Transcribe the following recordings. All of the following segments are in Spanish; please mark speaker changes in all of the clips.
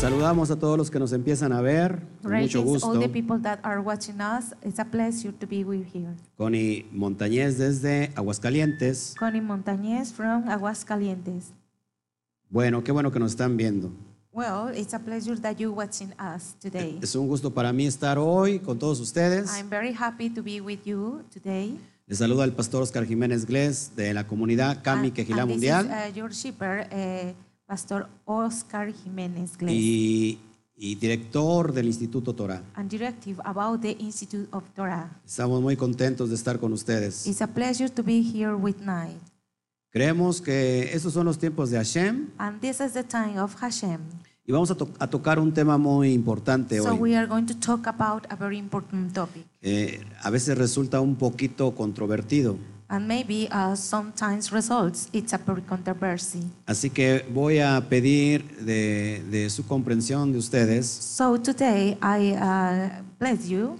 Speaker 1: Saludamos a todos los que nos empiezan a ver. Con mucho
Speaker 2: Greetings, all
Speaker 1: gusto.
Speaker 2: the people that are watching us. It's a pleasure to be with here.
Speaker 1: Connie Montañez desde Aguascalientes.
Speaker 2: Connie Montañez from Aguascalientes.
Speaker 1: Bueno, qué bueno que nos están viendo.
Speaker 2: Well, it's a pleasure that you're watching us today.
Speaker 1: Es un gusto para mí estar hoy con todos ustedes.
Speaker 2: I'm very happy to be with you today.
Speaker 1: Les saluda el pastor Oscar Jiménez Glés de la comunidad Cami
Speaker 2: And-
Speaker 1: Quejilá
Speaker 2: Ah, and this
Speaker 1: Mundial.
Speaker 2: Is, uh, your shepherd, uh, Pastor Oscar Jiménez Glés,
Speaker 1: y, y director del Instituto Torá.
Speaker 2: and directive about the Institute of Torah.
Speaker 1: Estamos muy contentos de estar con ustedes.
Speaker 2: It's a pleasure to be here with night.
Speaker 1: Creemos que estos son los tiempos de Hashem
Speaker 2: And this is the time of Hashem.
Speaker 1: y vamos a, to- a tocar un tema muy importante
Speaker 2: So
Speaker 1: hoy.
Speaker 2: we are going to talk about a very important topic.
Speaker 1: Eh, a veces resulta un poquito controvertido,
Speaker 2: And maybe uh, sometimes results, it's a per- controversy.
Speaker 1: así que voy a pedir de, de su comprensión de ustedes,
Speaker 2: So today I uh, bless you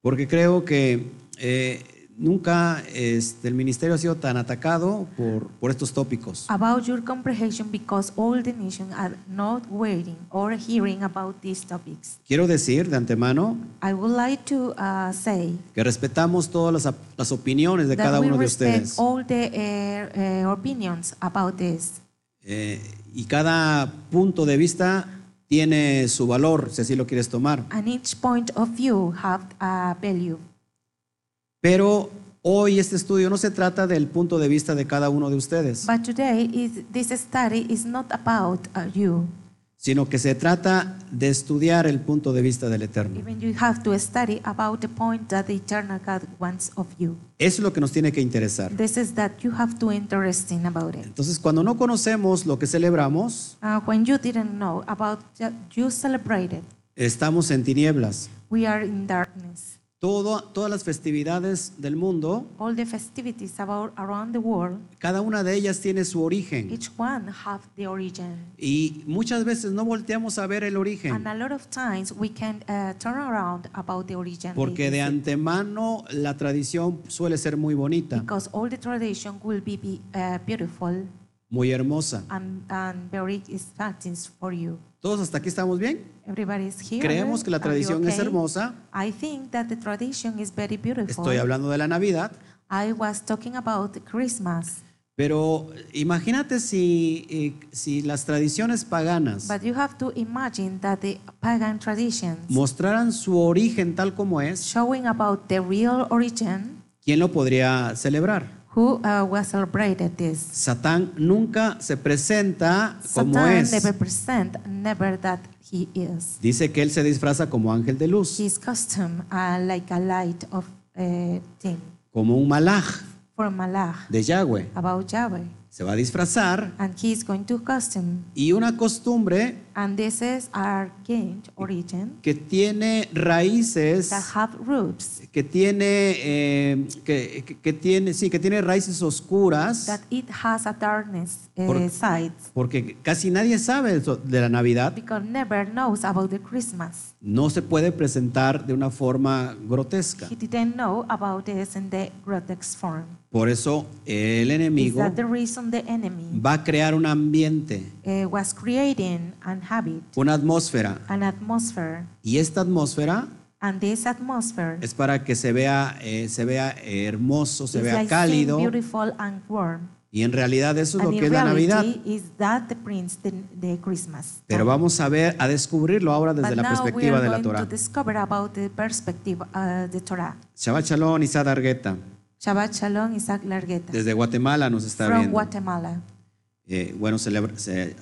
Speaker 1: porque creo que eh, nunca este, el ministerio ha sido tan atacado por, por estos tópicos.
Speaker 2: about your comprehension because all the nation are not waiting or hearing about these topics.
Speaker 1: Quiero decir de antemano
Speaker 2: I would like to uh, say
Speaker 1: que respetamos todas las, op- las opiniones de cada
Speaker 2: that we
Speaker 1: uno de
Speaker 2: respect
Speaker 1: ustedes.
Speaker 2: all the uh, uh, opinions about this.
Speaker 1: Eh, y cada punto de vista tiene su valor, si así lo quieres tomar.
Speaker 2: And each point of view have a value.
Speaker 1: Pero hoy este estudio no se trata del punto de vista de cada uno de ustedes,
Speaker 2: But today is, this study is not about uh, you.
Speaker 1: sino que se trata de estudiar el punto de vista del Eterno.
Speaker 2: Even you have to study about the point that the eternal God wants of you.
Speaker 1: Eso es lo que nos tiene que interesar.
Speaker 2: This is that you have to interesting about it.
Speaker 1: Entonces, cuando no conocemos lo que celebramos,
Speaker 2: Uh, when you didn't know about that you celebrated,
Speaker 1: estamos en tinieblas.
Speaker 2: we are in darkness.
Speaker 1: Todo- todas las festividades del mundo,
Speaker 2: All the festivities about around the world,
Speaker 1: cada una de ellas tiene su origen.
Speaker 2: each one have the origin.
Speaker 1: Y muchas veces no volteamos a ver el origen,
Speaker 2: And a lot of times we can uh, turn around about the origin.
Speaker 1: porque de antemano la tradición suele ser muy bonita,
Speaker 2: because all the tradition will be, be uh, beautiful
Speaker 1: muy hermosa.
Speaker 2: and, and very exciting for you.
Speaker 1: ¿Todos hasta aquí estamos bien?
Speaker 2: Everybody is here.
Speaker 1: Creemos que la
Speaker 2: Are you
Speaker 1: tradición es
Speaker 2: okay?
Speaker 1: hermosa.
Speaker 2: I think that the tradition is very beautiful.
Speaker 1: Estoy hablando de la Navidad,
Speaker 2: I was talking about Christmas,
Speaker 1: pero imagínate si, eh, si las tradiciones paganas
Speaker 2: but you have to imagine that the pagan traditions
Speaker 1: mostraran su origen tal como es,
Speaker 2: showing about the real origin,
Speaker 1: ¿quién lo podría celebrar?
Speaker 2: who uh, was celebrated this.
Speaker 1: Satán nunca se presenta como
Speaker 2: Satan
Speaker 1: es.
Speaker 2: never present, never that he is.
Speaker 1: Dice que él se disfraza como ángel de luz,
Speaker 2: His custom uh, like a light of uh, thing
Speaker 1: como un malaj
Speaker 2: for Malach
Speaker 1: de Yahweh.
Speaker 2: about Yahweh,
Speaker 1: se va a disfrazar
Speaker 2: and he is going to custom.
Speaker 1: y una costumbre
Speaker 2: And this is our gained origin
Speaker 1: que tiene raíces
Speaker 2: that have roots
Speaker 1: que tiene eh, que, que- que tiene sí que tiene raíces
Speaker 2: that
Speaker 1: oscuras
Speaker 2: it has a darkness
Speaker 1: Por-
Speaker 2: uh, side
Speaker 1: porque casi nadie sabe eso de la Navidad
Speaker 2: because never knows about the Christmas.
Speaker 1: no se puede presentar de una forma grotesca
Speaker 2: He didn't know about this in the grotesque form.
Speaker 1: por eso el
Speaker 2: Is
Speaker 1: enemigo
Speaker 2: that the reason the enemy
Speaker 1: va a crear un ambiente
Speaker 2: uh, was creating an habit,
Speaker 1: una atmósfera
Speaker 2: an atmosphere,
Speaker 1: y esta atmósfera
Speaker 2: and this atmosphere
Speaker 1: es para que se vea eh, se vea hermoso se
Speaker 2: is
Speaker 1: vea
Speaker 2: like
Speaker 1: cálido
Speaker 2: seeing beautiful and warm.
Speaker 1: y en realidad eso es
Speaker 2: and
Speaker 1: lo
Speaker 2: in
Speaker 1: que es la
Speaker 2: reality, oh.
Speaker 1: Navidad
Speaker 2: is that the prince the, the Christmas?
Speaker 1: Pero vamos a ver, a descubrirlo ahora desde
Speaker 2: but
Speaker 1: la
Speaker 2: now
Speaker 1: perspectiva
Speaker 2: we
Speaker 1: de
Speaker 2: are
Speaker 1: la
Speaker 2: going to
Speaker 1: Torah.
Speaker 2: discover about the perspective uh, the Torah.
Speaker 1: Shabbat Shalom, Isad Argueta,
Speaker 2: Shabbat Shalom, Isaac Largueta.
Speaker 1: desde Guatemala nos está
Speaker 2: from
Speaker 1: viendo.
Speaker 2: Guatemala.
Speaker 1: Eh, bueno, celebra- se-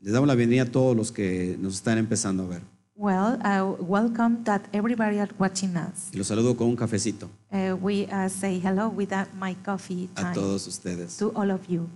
Speaker 1: les damos la bienvenida a todos los que nos están empezando a ver.
Speaker 2: Well, uh, welcome that everybody are watching us.
Speaker 1: Y los saludo con un cafecito
Speaker 2: Uh, we uh, say hello with uh, my coffee
Speaker 1: a
Speaker 2: time
Speaker 1: todos ustedes.
Speaker 2: to all of you.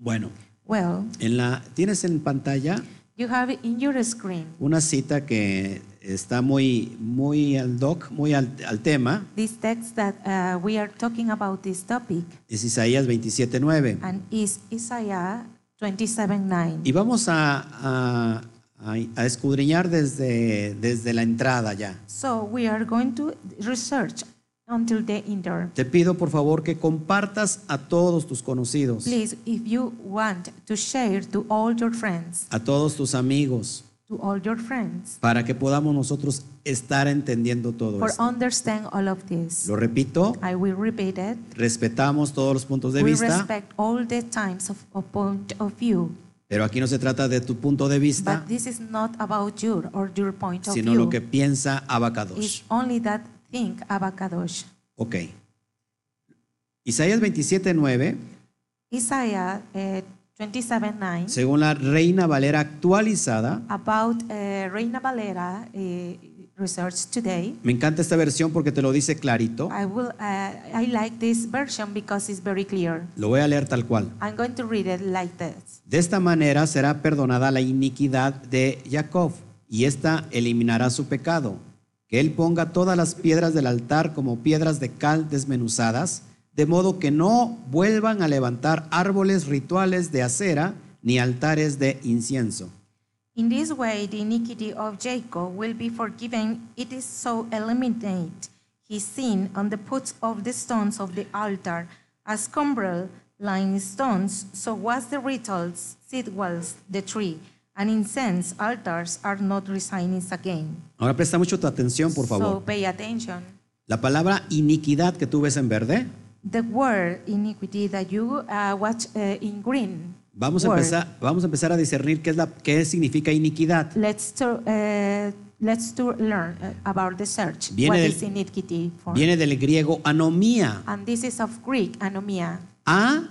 Speaker 1: Bueno,
Speaker 2: Well,
Speaker 1: en la, tienes en pantalla
Speaker 2: you have in your screen
Speaker 1: una cita que está muy, muy al doc, muy al, al tema.
Speaker 2: this text that uh, we are talking about this topic,
Speaker 1: Es Isaías 27.9.
Speaker 2: and is Isaiah 27:9.
Speaker 1: Y vamos a, a- a- a escudriñar desde, desde la entrada ya.
Speaker 2: So we are going to research until they endure.
Speaker 1: Te pido por favor que compartas a todos tus conocidos,
Speaker 2: Please, if you want to share to all your friends,
Speaker 1: a todos tus amigos,
Speaker 2: to all your friends,
Speaker 1: para que podamos nosotros estar entendiendo todo
Speaker 2: for
Speaker 1: esto.
Speaker 2: understand all of this.
Speaker 1: Lo repito,
Speaker 2: I will repeat it.
Speaker 1: respetamos todos los puntos de
Speaker 2: we
Speaker 1: vista,
Speaker 2: respect all the times of, of point of view,
Speaker 1: pero aquí no se trata de tu punto de vista,
Speaker 2: but this is not about you or your point of
Speaker 1: sino
Speaker 2: view.
Speaker 1: lo que piensa
Speaker 2: It's
Speaker 1: Abacados.
Speaker 2: only that thing about Kadosh.
Speaker 1: Ok. Isaías 27.9,
Speaker 2: Isaiah uh, 27 9,
Speaker 1: según la Reina Valera actualizada,
Speaker 2: about uh, Reina Valera uh, research today.
Speaker 1: me encanta esta versión porque te lo dice clarito,
Speaker 2: I will. Uh, I like this version because it's very clear.
Speaker 1: lo voy a leer tal cual.
Speaker 2: I'm going to read it like this.
Speaker 1: De esta manera será perdonada la iniquidad de Jacob, y ésta eliminará su pecado. Que él ponga todas las piedras del altar como piedras de cal desmenuzadas, de modo que no vuelvan a levantar árboles rituales de acera ni altares de incienso.
Speaker 2: In this way, the iniquity of Jacob will be forgiven. It is so eliminate his sin on the put of the stones of the altar, as cumbrel lying stones, so was the rituals, seed wells, the tree, and incense altars are not resigned again.
Speaker 1: Ahora presta mucho tu atención, por
Speaker 2: So
Speaker 1: favor.
Speaker 2: pay attention.
Speaker 1: La palabra iniquidad que tú ves en verde,
Speaker 2: The word iniquity that you uh, watch uh, in green.
Speaker 1: vamos a,
Speaker 2: word.
Speaker 1: empezar, vamos a empezar a discernir qué, es la, qué significa iniquidad.
Speaker 2: Let's to, uh, let's to learn uh, about the search.
Speaker 1: Viene
Speaker 2: what
Speaker 1: del-
Speaker 2: is iniquity for?
Speaker 1: Viene del griego anomía.
Speaker 2: And this is of Greek anomia.
Speaker 1: A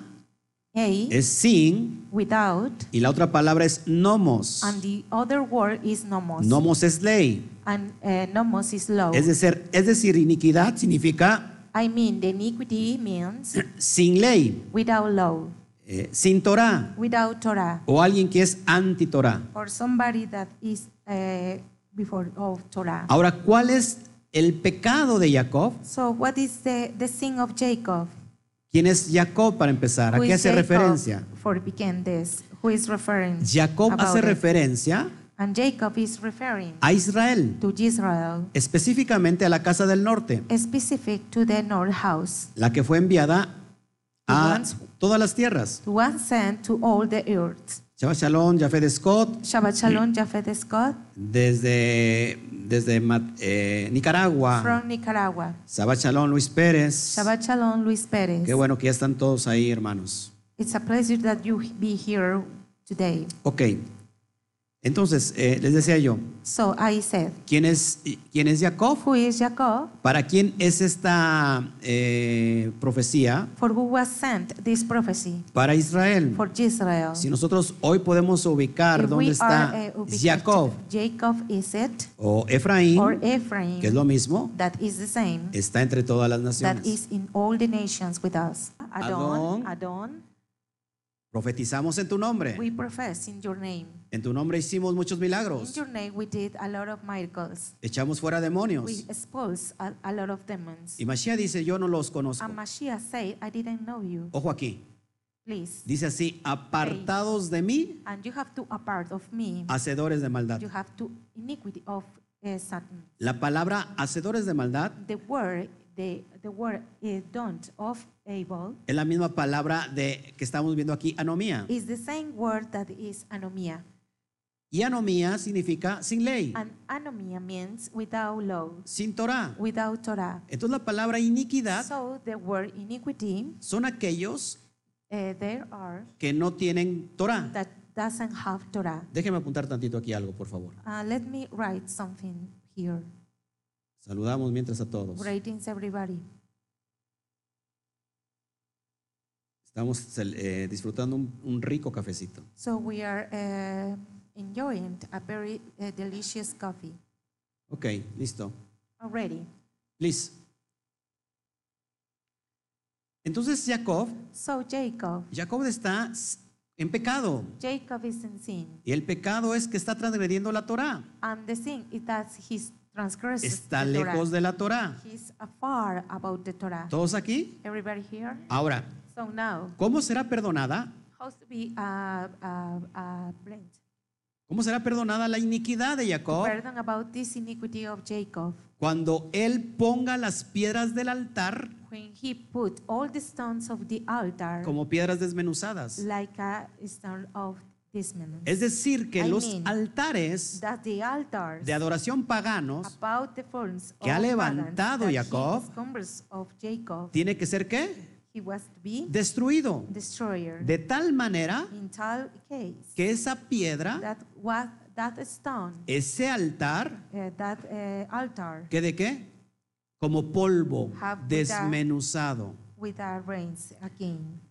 Speaker 2: A,
Speaker 1: es sin,
Speaker 2: without,
Speaker 1: Y la otra palabra es nomos.
Speaker 2: and the other word is nomos.
Speaker 1: Nomos es ley.
Speaker 2: And uh, nomos is law.
Speaker 1: Es decir, es decir, iniquidad significa
Speaker 2: I mean, the iniquity means
Speaker 1: sin ley,
Speaker 2: without law,
Speaker 1: eh, sin Torah,
Speaker 2: without Torah,
Speaker 1: o alguien que es anti Torah.
Speaker 2: or somebody that is uh, before of Torah.
Speaker 1: Ahora, ¿cuál es el pecado de Jacob?
Speaker 2: So, what is the, the sin of Jacob?
Speaker 1: ¿Quién es Jacob para empezar? ¿A
Speaker 2: Who
Speaker 1: qué
Speaker 2: is
Speaker 1: hace
Speaker 2: Jacob
Speaker 1: referencia?
Speaker 2: For begin this, who is referring?
Speaker 1: Jacob
Speaker 2: about
Speaker 1: hace Ah.
Speaker 2: it?
Speaker 1: referencia
Speaker 2: And Jacob is referring
Speaker 1: a Israel,
Speaker 2: to Israel,
Speaker 1: específicamente a la casa del norte,
Speaker 2: specific to the north house.
Speaker 1: la que fue enviada a
Speaker 2: Once-
Speaker 1: todas las tierras.
Speaker 2: to one sent to all the earth.
Speaker 1: Shabbat Shalom, Jafet Scott,
Speaker 2: Shabbat
Speaker 1: Mm.
Speaker 2: Shalom, Jafet Scott
Speaker 1: desde, desde Ma- eh, Nicaragua,
Speaker 2: from Nicaragua.
Speaker 1: Sabat Shalom Luis Pérez.
Speaker 2: Shabbat Shalom, Luis Perez.
Speaker 1: Qué bueno que ya están todos ahí, hermanos.
Speaker 2: It's a pleasure that you be here today.
Speaker 1: Ok, entonces eh, les decía yo,
Speaker 2: So I said,
Speaker 1: ¿quién es, quién es Jacob?
Speaker 2: Who is Jacob?
Speaker 1: ¿Para quién es esta eh, profecía?
Speaker 2: For who was sent this prophecy?
Speaker 1: Para Israel.
Speaker 2: For Israel.
Speaker 1: Si nosotros hoy podemos ubicar
Speaker 2: If we
Speaker 1: dónde
Speaker 2: are,
Speaker 1: está
Speaker 2: eh, ubicated-
Speaker 1: Jacob
Speaker 2: Jacob is it?
Speaker 1: o Efraín,
Speaker 2: Or Ephraim?
Speaker 1: que es lo mismo,
Speaker 2: That is the same.
Speaker 1: está entre todas las
Speaker 2: That
Speaker 1: naciones.
Speaker 2: is in all the nations with us.
Speaker 1: Adon.
Speaker 2: Adon, Adon,
Speaker 1: Profetizamos en tu nombre.
Speaker 2: we profess in your name.
Speaker 1: En tu nombre hicimos muchos
Speaker 2: In
Speaker 1: milagros.
Speaker 2: your name we did a lot of miracles.
Speaker 1: Echamos fuera demonios.
Speaker 2: We expose a, a lot of demons.
Speaker 1: Y Mashiach dice, yo no los conozco.
Speaker 2: And Mashiach said, I didn't know you.
Speaker 1: Ojo aquí.
Speaker 2: Please.
Speaker 1: Dice así, apartados de mí,
Speaker 2: And you have to apart of me.
Speaker 1: hacedores de maldad.
Speaker 2: You have to iniquity of uh, Satan.
Speaker 1: La palabra hacedores de maldad
Speaker 2: The word, the, the word uh, don't of Abel
Speaker 1: es la misma palabra de, que estamos viendo aquí, anomía.
Speaker 2: is the same word that is anomia.
Speaker 1: Y anomía significa sin ley,
Speaker 2: And anomia means without law,
Speaker 1: sin Torah.
Speaker 2: without Torah.
Speaker 1: Entonces la palabra iniquidad
Speaker 2: So the word iniquity,
Speaker 1: son aquellos
Speaker 2: uh, there are
Speaker 1: que no tienen Torah.
Speaker 2: that doesn't have Torah.
Speaker 1: Déjeme apuntar tantito aquí algo, por favor.
Speaker 2: Uh, let me write something here.
Speaker 1: Saludamos mientras a todos.
Speaker 2: Greetings, everybody.
Speaker 1: Estamos eh, disfrutando un- un rico cafecito.
Speaker 2: So we are uh, enjoying a very uh, delicious coffee
Speaker 1: Ok, listo.
Speaker 2: already.
Speaker 1: Please. Entonces Jacob,
Speaker 2: So Jacob,
Speaker 1: Jacob está s- en pecado.
Speaker 2: Jacob is in sin,
Speaker 1: Y el pecado es que está transgrediendo la Torá.
Speaker 2: and the sin is that he's transgresses
Speaker 1: Está
Speaker 2: the Torah.
Speaker 1: lejos de la Torá.
Speaker 2: He's afar about the Torah.
Speaker 1: ¿Todos aquí?
Speaker 2: Everybody here.
Speaker 1: Ahora,
Speaker 2: So now,
Speaker 1: ¿cómo será perdonada?
Speaker 2: how's to be uh, uh, uh, blamed?
Speaker 1: ¿Cómo será perdonada la iniquidad de Jacob?
Speaker 2: Pardon about this iniquity of Jacob.
Speaker 1: Cuando él ponga las piedras del altar
Speaker 2: When he put all the stones of the altar
Speaker 1: como piedras desmenuzadas.
Speaker 2: like a stone of dismemberment.
Speaker 1: Es decir, que
Speaker 2: I
Speaker 1: los
Speaker 2: mean,
Speaker 1: altares
Speaker 2: that the altars
Speaker 1: de adoración paganos
Speaker 2: about the forms
Speaker 1: que ha
Speaker 2: of
Speaker 1: levantado
Speaker 2: pagans that he
Speaker 1: Jacob,
Speaker 2: discovers of Jacob,
Speaker 1: tiene que ser qué?
Speaker 2: he was to be
Speaker 1: Destruido.
Speaker 2: destroyer.
Speaker 1: De tal manera
Speaker 2: in tal case,
Speaker 1: que esa piedra,
Speaker 2: that was that stone,
Speaker 1: ese altar,
Speaker 2: uh, that uh, altar
Speaker 1: ¿quede qué? Como polvo
Speaker 2: Have with a-
Speaker 1: desmenuzado.
Speaker 2: with the rains again,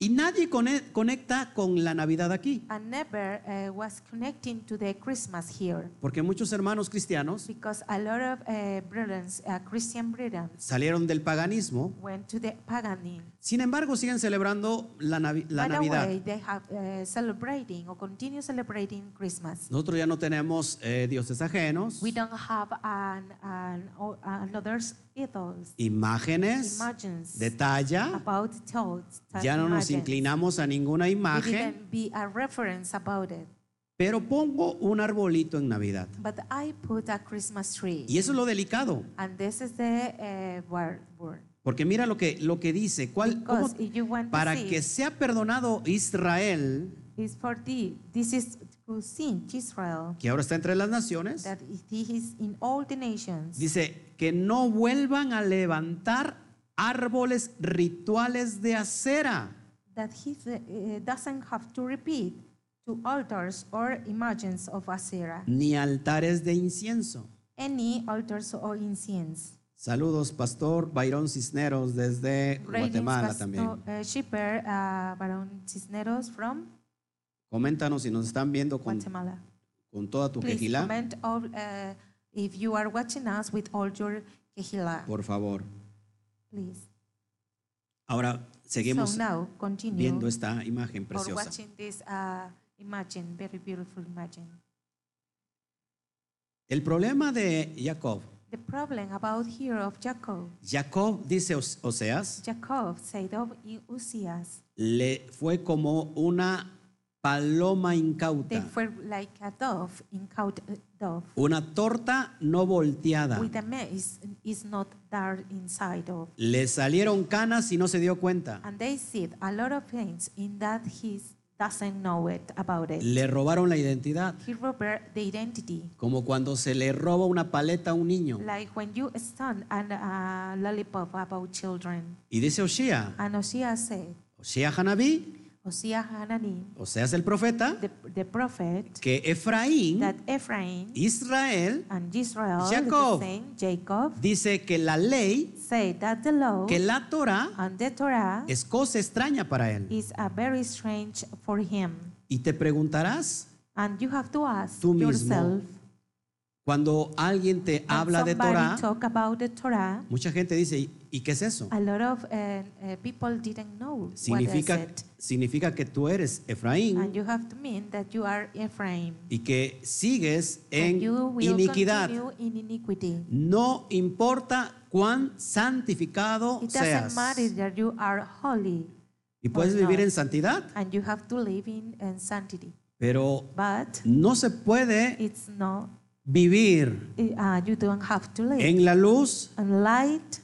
Speaker 1: Y nadie cone- conecta con la Navidad aquí,
Speaker 2: and never uh, was connecting to the Christmas here,
Speaker 1: porque muchos hermanos cristianos
Speaker 2: because a lot of uh, Bretons, uh, Christian Bretons,
Speaker 1: salieron del paganismo,
Speaker 2: went to the paganism.
Speaker 1: sin embargo siguen celebrando la, Navi- la
Speaker 2: By the way,
Speaker 1: Navidad.
Speaker 2: they have uh, celebrating or continue celebrating Christmas.
Speaker 1: Nosotros ya no tenemos eh, dioses ajenos,
Speaker 2: We don't have an, an, o- another's idols,
Speaker 1: imágenes
Speaker 2: imagines
Speaker 1: de talla,
Speaker 2: about thoughts.
Speaker 1: ya no nos inclinamos a ninguna
Speaker 2: We
Speaker 1: imagen,
Speaker 2: didn't be a reference about it,
Speaker 1: pero pongo un arbolito en Navidad.
Speaker 2: but I put a Christmas tree.
Speaker 1: Y eso es lo delicado,
Speaker 2: And this is the uh, word. word.
Speaker 1: porque mira lo que, lo que dice, ¿cuál, cómo-
Speaker 2: Because if you want
Speaker 1: para
Speaker 2: to see,
Speaker 1: que sea perdonado Israel,
Speaker 2: it's for thee. This is to sin Israel,
Speaker 1: que ahora está entre las naciones,
Speaker 2: that it is in all the nations.
Speaker 1: Dice que no vuelvan a levantar árboles rituales de acera.
Speaker 2: that he uh, doesn't have to repeat to altars or images of Asera,
Speaker 1: ni altares de incienso.
Speaker 2: any altars or incense.
Speaker 1: Saludos, Pastor Bayrón Cisneros desde Guatemala también.
Speaker 2: uh, Shipper uh, Baron Cisneros from
Speaker 1: Coméntanos si nos están viendo con,
Speaker 2: Guatemala.
Speaker 1: con toda tu
Speaker 2: Please
Speaker 1: quejila,
Speaker 2: comment all, uh, if you are watching us with all your quejila,
Speaker 1: por favor.
Speaker 2: please.
Speaker 1: Ahora
Speaker 2: so
Speaker 1: seguimos
Speaker 2: now continue
Speaker 1: viendo esta imagen
Speaker 2: or
Speaker 1: preciosa.
Speaker 2: watching this uh, imagine, very beautiful imagine.
Speaker 1: El problema de Jacob.
Speaker 2: The problem about here of Jacob,
Speaker 1: Jacob, dice Os- Oseas,
Speaker 2: Jacob said of in Uzias,
Speaker 1: le fue como una paloma
Speaker 2: They
Speaker 1: incauta.
Speaker 2: were like a dove in caught a dove
Speaker 1: Una torta no volteada.
Speaker 2: with a maze is not there inside of.
Speaker 1: Le salieron canas y no se dio cuenta.
Speaker 2: And they said a lot of things in that he doesn't know it about it.
Speaker 1: Le robaron la identidad.
Speaker 2: He robbed the identity.
Speaker 1: Como cuando se le roba una paleta a un niño.
Speaker 2: Like when you stand and a lollipop about children.
Speaker 1: Y dice Oshia,
Speaker 2: And Osea said,
Speaker 1: Oshia Hanabí,
Speaker 2: Osea Hanani,
Speaker 1: Oseas el profeta,
Speaker 2: the, the prophet,
Speaker 1: que Efraín,
Speaker 2: that Ephraim
Speaker 1: Israel,
Speaker 2: and Israel,
Speaker 1: Jacob.
Speaker 2: the same, Jacob,
Speaker 1: dice que la ley,
Speaker 2: said that the law
Speaker 1: que la Torah
Speaker 2: and the Torah
Speaker 1: es cosa extraña para él.
Speaker 2: is a very strange for him.
Speaker 1: Y te preguntarás,
Speaker 2: And you have to ask
Speaker 1: Tú mismo
Speaker 2: yourself.
Speaker 1: cuando alguien te
Speaker 2: when
Speaker 1: habla de
Speaker 2: somebody
Speaker 1: Torah,
Speaker 2: talk about the Torah.
Speaker 1: mucha gente dice, "¿Y- ¿y qué es eso?
Speaker 2: A lot of uh, uh, people didn't know
Speaker 1: Significa,
Speaker 2: what is it.
Speaker 1: significa que tú eres Efraín,
Speaker 2: And you have to mean that you are Ephraim.
Speaker 1: y que sigues en
Speaker 2: and you will
Speaker 1: iniquidad.
Speaker 2: continue in iniquity.
Speaker 1: No importa cuán santificado
Speaker 2: It doesn't
Speaker 1: seas.
Speaker 2: matter that you are holy
Speaker 1: Y puedes
Speaker 2: or
Speaker 1: vivir
Speaker 2: not.
Speaker 1: en santidad,
Speaker 2: and you have to live in, in sanctity.
Speaker 1: pero
Speaker 2: But
Speaker 1: no se puede
Speaker 2: it's not,
Speaker 1: vivir
Speaker 2: uh, you don't have to live.
Speaker 1: en la luz
Speaker 2: and light,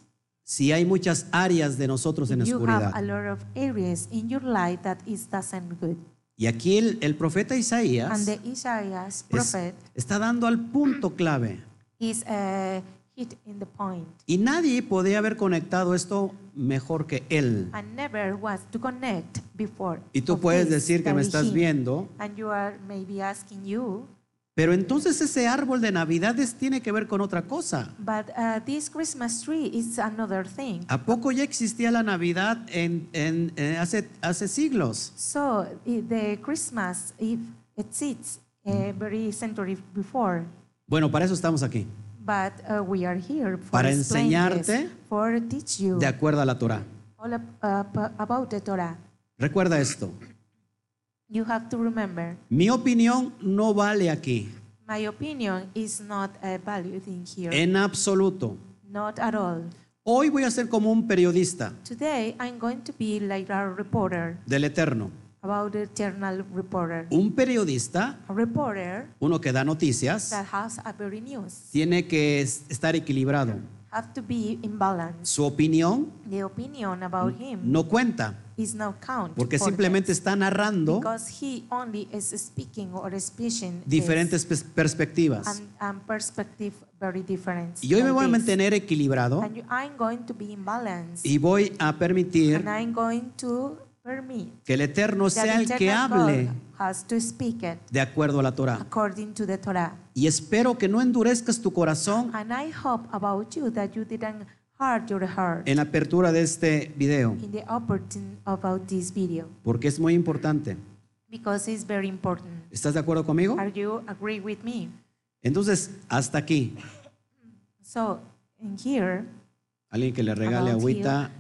Speaker 1: si hay muchas áreas de nosotros en la
Speaker 2: you have a
Speaker 1: oscuridad.
Speaker 2: lot of areas in your life that is doesn't good.
Speaker 1: Y aquí el, el profeta
Speaker 2: And
Speaker 1: Isaías
Speaker 2: the Isaiah's
Speaker 1: es-
Speaker 2: prophet
Speaker 1: está dando al punto clave.
Speaker 2: is uh, hit in the point
Speaker 1: Y nadie podía haber conectado esto mejor que él.
Speaker 2: and never was to connect before.
Speaker 1: Y tú
Speaker 2: of
Speaker 1: puedes
Speaker 2: this
Speaker 1: decir que me
Speaker 2: very
Speaker 1: estás
Speaker 2: hymn.
Speaker 1: viendo,
Speaker 2: And you are maybe asking you,
Speaker 1: pero entonces ese árbol de Navidades tiene que ver con otra cosa.
Speaker 2: but uh, this Christmas tree is another thing.
Speaker 1: ¿A poco ya existía la Navidad en, en- en hace, hace siglos?
Speaker 2: So i- the Christmas, if it sits uh, very century before,
Speaker 1: Bueno, para eso estamos aquí,
Speaker 2: but uh, we are here for
Speaker 1: Para
Speaker 2: explain this,
Speaker 1: enseñarte
Speaker 2: for teach you
Speaker 1: de acuerdo a la Torah.
Speaker 2: all ab- ab- about the Torah.
Speaker 1: Recuerda esto,
Speaker 2: You have to remember,
Speaker 1: mi opinión no vale aquí,
Speaker 2: my opinion is not a valid in here.
Speaker 1: en absoluto.
Speaker 2: Not at all.
Speaker 1: Hoy voy a ser como un periodista
Speaker 2: Today I'm going to be like a reporter
Speaker 1: del Eterno.
Speaker 2: about the journal reporter.
Speaker 1: Un periodista,
Speaker 2: A reporter
Speaker 1: uno que da noticias,
Speaker 2: that has a very news
Speaker 1: tiene que es- estar equilibrado.
Speaker 2: have to be in balance.
Speaker 1: Su opinión
Speaker 2: The opinion about him
Speaker 1: Mm. no cuenta,
Speaker 2: is no count
Speaker 1: porque
Speaker 2: for
Speaker 1: simplemente está narrando
Speaker 2: because he only is speaking or speaking is-
Speaker 1: diferentes pers- perspectivas.
Speaker 2: and, and perspective very different.
Speaker 1: Y hoy me
Speaker 2: than
Speaker 1: voy a
Speaker 2: this.
Speaker 1: mantener equilibrado
Speaker 2: And you, I'm going to be in balance.
Speaker 1: y voy a permitir
Speaker 2: and I'm going to permit
Speaker 1: que el Eterno
Speaker 2: that
Speaker 1: sea el que
Speaker 2: eternal
Speaker 1: hable
Speaker 2: God has to speak it
Speaker 1: de acuerdo a la Torah.
Speaker 2: according to the Torah.
Speaker 1: Y espero que no endurezcas tu corazón
Speaker 2: And I hope about you that you didn't hurt your heart
Speaker 1: en la apertura de este video,
Speaker 2: in the opportunity about this video
Speaker 1: porque es muy importante.
Speaker 2: because it's very important.
Speaker 1: ¿Estás de acuerdo conmigo?
Speaker 2: Are you agree with me?
Speaker 1: Entonces, hasta aquí.
Speaker 2: So in here,
Speaker 1: Alguien que le regale
Speaker 2: About
Speaker 1: agüita,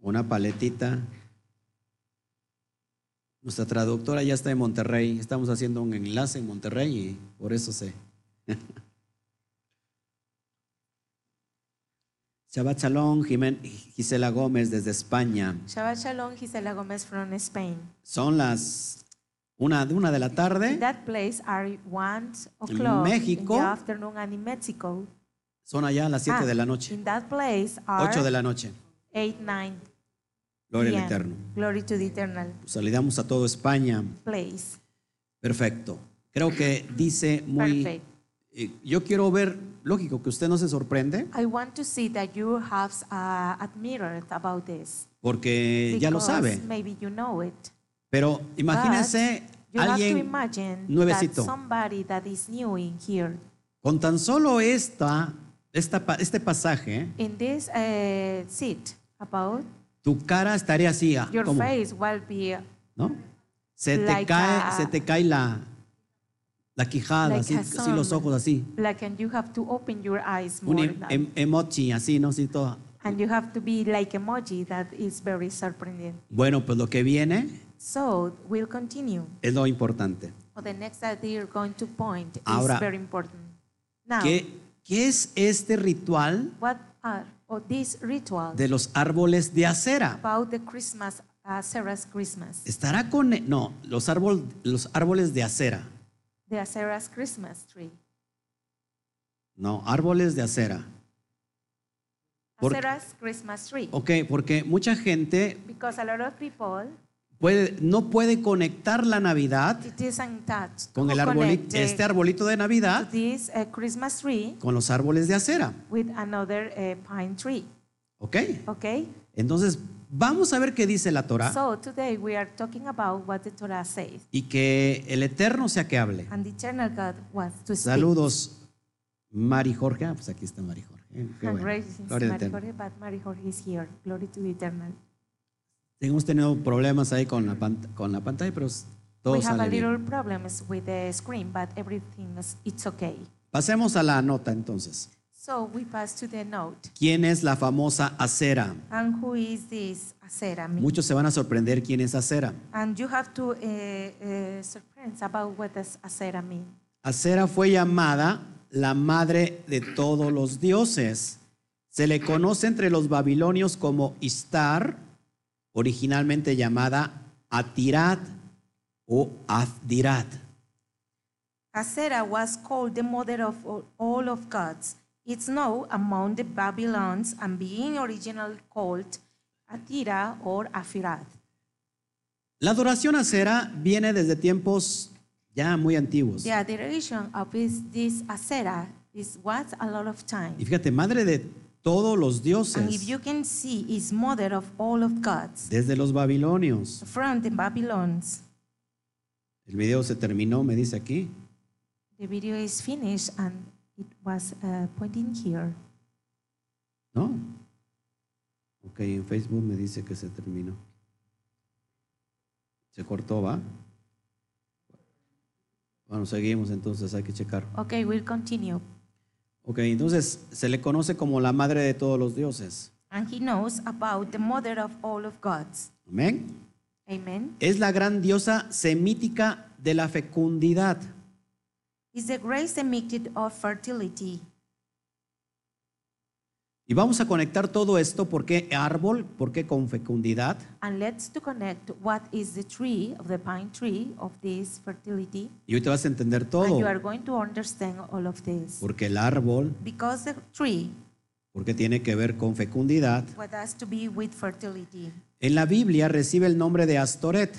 Speaker 1: una paletita. Nuestra traductora ya está en Monterrey. Estamos haciendo un enlace en Monterrey y por eso sé. Shabbat Shalom, Jimen- Gisela Gómez desde España.
Speaker 2: Shabbat Shalom, Gisela Gomez from Spain.
Speaker 1: Son las una, una de la
Speaker 2: In
Speaker 1: tarde.
Speaker 2: that place are one o'clock in the
Speaker 1: Eh? México.
Speaker 2: afternoon and in Mexico.
Speaker 1: Son allá a las
Speaker 2: Ah, ¿eh?
Speaker 1: 7 de la noche.
Speaker 2: In that place are
Speaker 1: 8 de la noche.
Speaker 2: 8, 9
Speaker 1: Gloria al
Speaker 2: p.m.
Speaker 1: Eterno.
Speaker 2: Glory to the eternal
Speaker 1: Saludamos a todo España.
Speaker 2: place.
Speaker 1: Perfecto. Creo que dice muy...
Speaker 2: Perfect.
Speaker 1: eh, Yo quiero ver, lógico, que usted no se sorprende,
Speaker 2: I want to see that you have uh, admired about this.
Speaker 1: porque Eh, ya lo
Speaker 2: because
Speaker 1: sabe.
Speaker 2: Maybe you know it.
Speaker 1: Pero imagínese
Speaker 2: But you have to
Speaker 1: alguien
Speaker 2: imagine
Speaker 1: nuevecito.
Speaker 2: that somebody that is new in here.
Speaker 1: con tan solo esta, esta pa- este pasaje,
Speaker 2: In this uh, seat, about
Speaker 1: tu cara estaría así, ah,
Speaker 2: your
Speaker 1: como,
Speaker 2: face will be
Speaker 1: ¿no? Se te
Speaker 2: Like
Speaker 1: cae,
Speaker 2: a-
Speaker 1: se te cae la, la quijada,
Speaker 2: Like
Speaker 1: así,
Speaker 2: a
Speaker 1: así
Speaker 2: sun.
Speaker 1: los ojos así.
Speaker 2: like, and you have to open your eyes more.
Speaker 1: Un em-
Speaker 2: than-
Speaker 1: em- emoji así, ¿no? Así todo.
Speaker 2: and you have to be like emoji that is very surprising.
Speaker 1: Bueno, pues lo que viene
Speaker 2: So we'll continue.
Speaker 1: es lo importante.
Speaker 2: Well, the next that they are going to point
Speaker 1: Ahora,
Speaker 2: is very important. Now,
Speaker 1: ¿Qué, qué es este ritual
Speaker 2: what are or this ritual
Speaker 1: de los árboles de acera?
Speaker 2: about the Christmas, uh, Sarah's Christmas,
Speaker 1: Estará con... e-? No, los, árbol- los árboles de acera.
Speaker 2: the Sarah's Christmas tree?
Speaker 1: No, árboles de acera. Por-
Speaker 2: Sarah's Christmas tree.
Speaker 1: Ok, porque mucha gente
Speaker 2: Because a lot of people,
Speaker 1: puede, no puede conectar la Navidad
Speaker 2: it isn't touched.
Speaker 1: con
Speaker 2: or
Speaker 1: el arbolito,
Speaker 2: connected
Speaker 1: este arbolito de
Speaker 2: to
Speaker 1: Navidad
Speaker 2: eh, this uh, Christmas tree
Speaker 1: con los árboles de acera.
Speaker 2: with another uh, pine tree.
Speaker 1: Ok,
Speaker 2: Okay?
Speaker 1: entonces vamos a ver qué dice la Torah
Speaker 2: So today we are talking about what the Torah says.
Speaker 1: y que el Eterno sea que hable.
Speaker 2: And the eternal God wants to speak.
Speaker 1: Saludos, Mari Jorge. Ah, pues aquí está Mari Jorge. Qué bueno.
Speaker 2: Congratulations,
Speaker 1: Gloria al
Speaker 2: Mary
Speaker 1: Eterno.
Speaker 2: Jorge, but Mary Jorge is here. Glory to the eternal.
Speaker 1: Hemos tenido problemas ahí con la, pant- con la pantalla, pero s- todo
Speaker 2: we have a
Speaker 1: sale bien.
Speaker 2: little problems with the screen, but everything is it's okay.
Speaker 1: Pasemos a la nota entonces.
Speaker 2: So we pass to the note.
Speaker 1: ¿Quién es la famosa acera?
Speaker 2: And who is this Acera? me?
Speaker 1: Muchos se van a sorprender quién es acera.
Speaker 2: And you have to uh, uh, surprise about what does Acera mean.
Speaker 1: Acera fue llamada la madre de todos los dioses. Se le conoce entre los babilonios como Istar, originalmente llamada Atirat o Afdirat.
Speaker 2: Asera was called the mother of all- all of gods. It's now among the Babylons and being originally called Atira or Afirat.
Speaker 1: La adoración a Cera viene desde tiempos ya muy antiguos.
Speaker 2: The adoration of this, this Asera is what a lot of
Speaker 1: Y
Speaker 2: time.
Speaker 1: fíjate, madre de todos los
Speaker 2: And if
Speaker 1: dioses,
Speaker 2: you can see, is mother of all of gods
Speaker 1: desde los babilonios.
Speaker 2: from the Babylons.
Speaker 1: El video se terminó, me dice aquí.
Speaker 2: The video is finished and it was uh, pointing here.
Speaker 1: ¿No? Ok, en Facebook me dice que se terminó. Se cortó, ¿va? Bueno, seguimos entonces, hay que checar.
Speaker 2: Okay, we'll continue.
Speaker 1: Ok, entonces se le conoce como la madre de todos los dioses.
Speaker 2: And he knows about the mother of all of gods.
Speaker 1: Amén.
Speaker 2: Amen.
Speaker 1: Es la gran diosa semítica de la fecundidad.
Speaker 2: is the grace emitted of fertility.
Speaker 1: Y vamos a conectar todo esto, ¿por qué árbol? ¿Por qué con fecundidad?
Speaker 2: And let's to connect what is the tree of the pine tree of this fertility.
Speaker 1: Y hoy te vas a entender
Speaker 2: And
Speaker 1: todo.
Speaker 2: you are going to understand all of this.
Speaker 1: Porque el árbol,
Speaker 2: Because the tree,
Speaker 1: porque tiene que ver con fecundidad.
Speaker 2: what has to be with fertility.
Speaker 1: En la Biblia recibe el nombre de Astoret,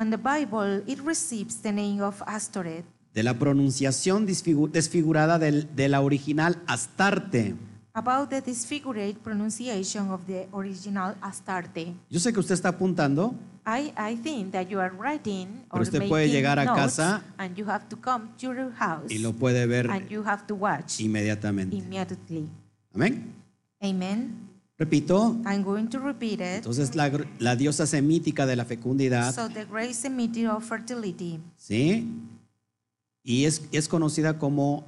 Speaker 2: In the Bible, it receives the name of Astoret
Speaker 1: de la pronunciación disfigu- desfigurada del- de la original Astarte.
Speaker 2: about the disfigured pronunciation of the original Astarte.
Speaker 1: Yo sé que usted está apuntando,
Speaker 2: I, I think that you are writing or
Speaker 1: Pero usted
Speaker 2: making
Speaker 1: puede llegar a
Speaker 2: notes,
Speaker 1: casa
Speaker 2: and you have to come to your house
Speaker 1: y lo puede ver
Speaker 2: and you have to watch
Speaker 1: inmediatamente.
Speaker 2: immediately.
Speaker 1: Amén.
Speaker 2: Amen.
Speaker 1: Repito,
Speaker 2: I'm going to repeat it.
Speaker 1: entonces la, gr- la diosa semítica de la fecundidad,
Speaker 2: So the grace emitted of fertility,
Speaker 1: ¿sí? Y es, es conocida como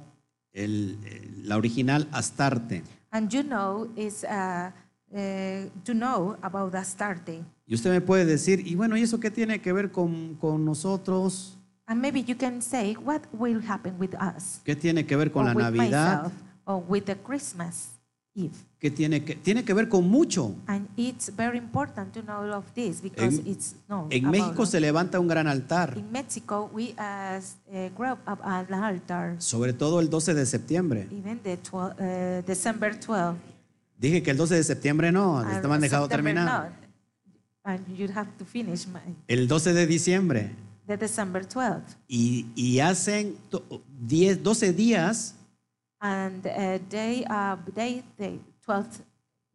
Speaker 1: el- eh, la original Astarte.
Speaker 2: and you know is uh, uh, to know about Astarte.
Speaker 1: Y usted me puede decir, y bueno, ¿y eso qué tiene que ver con, con nosotros?
Speaker 2: And maybe you can say what will happen with us,
Speaker 1: ¿Qué tiene que ver con la
Speaker 2: or with
Speaker 1: Navidad?
Speaker 2: myself, or with the Christmas Eve.
Speaker 1: ¿Qué tiene que, tiene que ver con mucho?
Speaker 2: And it's very important to know of this because
Speaker 1: En-
Speaker 2: it's known.
Speaker 1: En
Speaker 2: about
Speaker 1: México
Speaker 2: us.
Speaker 1: se levanta un gran altar,
Speaker 2: In Mexico, we as a group up at the altar,
Speaker 1: sobre todo el 12 de septiembre.
Speaker 2: even the 12, uh, December 12.
Speaker 1: Dije que el 12 de septiembre no,
Speaker 2: and
Speaker 1: estaban dejado
Speaker 2: September
Speaker 1: terminar.
Speaker 2: 9, And you have to finish my,
Speaker 1: El 12 de diciembre.
Speaker 2: the December 12.
Speaker 1: Y, y hacen to- 10, 12 días,
Speaker 2: And uh, they, uh, they, they, 12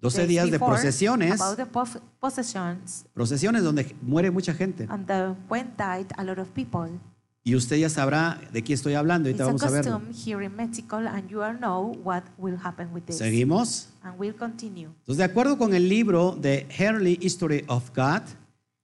Speaker 1: 12
Speaker 2: days
Speaker 1: días de
Speaker 2: before,
Speaker 1: procesiones,
Speaker 2: About the pos- possessions,
Speaker 1: procesiones donde muere mucha gente.
Speaker 2: and the, when died a lot of people.
Speaker 1: Y usted ya sabrá de qué estoy hablando,
Speaker 2: It's
Speaker 1: ahorita
Speaker 2: a
Speaker 1: vamos a verlo.
Speaker 2: custom here in Mexico, and you all know what will happen with this.
Speaker 1: ¿Seguimos?
Speaker 2: And we'll continue.
Speaker 1: Entonces, de acuerdo con el libro de Early History of God,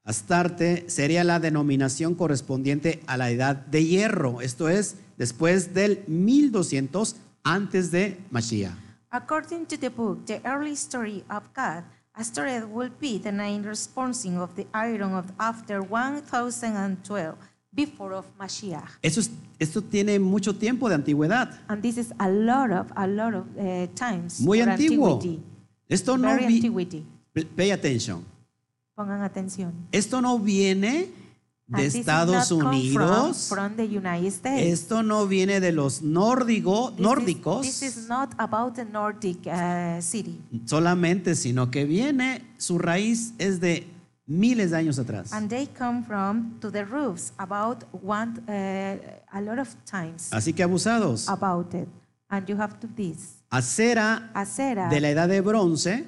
Speaker 1: Astarte sería la denominación correspondiente a la edad de hierro, esto es, después del 1200 antes de Mashiach.
Speaker 2: According to the book, The Early Story of God, Astoret will be the name responsive of the iron of after 1012 before of Mashiach.
Speaker 1: Eso es- esto tiene mucho tiempo de antigüedad,
Speaker 2: And this is a lot of, a lot of uh, times.
Speaker 1: muy
Speaker 2: for
Speaker 1: antiguo.
Speaker 2: Antiquity.
Speaker 1: Esto no,
Speaker 2: Very
Speaker 1: vi-
Speaker 2: antiquity.
Speaker 1: P- pay attention.
Speaker 2: Pongan atención.
Speaker 1: Esto no viene
Speaker 2: And
Speaker 1: de
Speaker 2: this is
Speaker 1: Estados
Speaker 2: not come from-
Speaker 1: Unidos,
Speaker 2: From, the United States.
Speaker 1: esto no viene de los nórdigo-
Speaker 2: This is- This
Speaker 1: nórdicos
Speaker 2: is not about the Nordic uh, city.
Speaker 1: solamente, sino que viene, su raíz es de miles de años atrás.
Speaker 2: And they come from to the roofs about one, uh, a lot of times.
Speaker 1: Así que abusados,
Speaker 2: about it. And you have to this.
Speaker 1: acera
Speaker 2: Acera
Speaker 1: de la edad de bronce,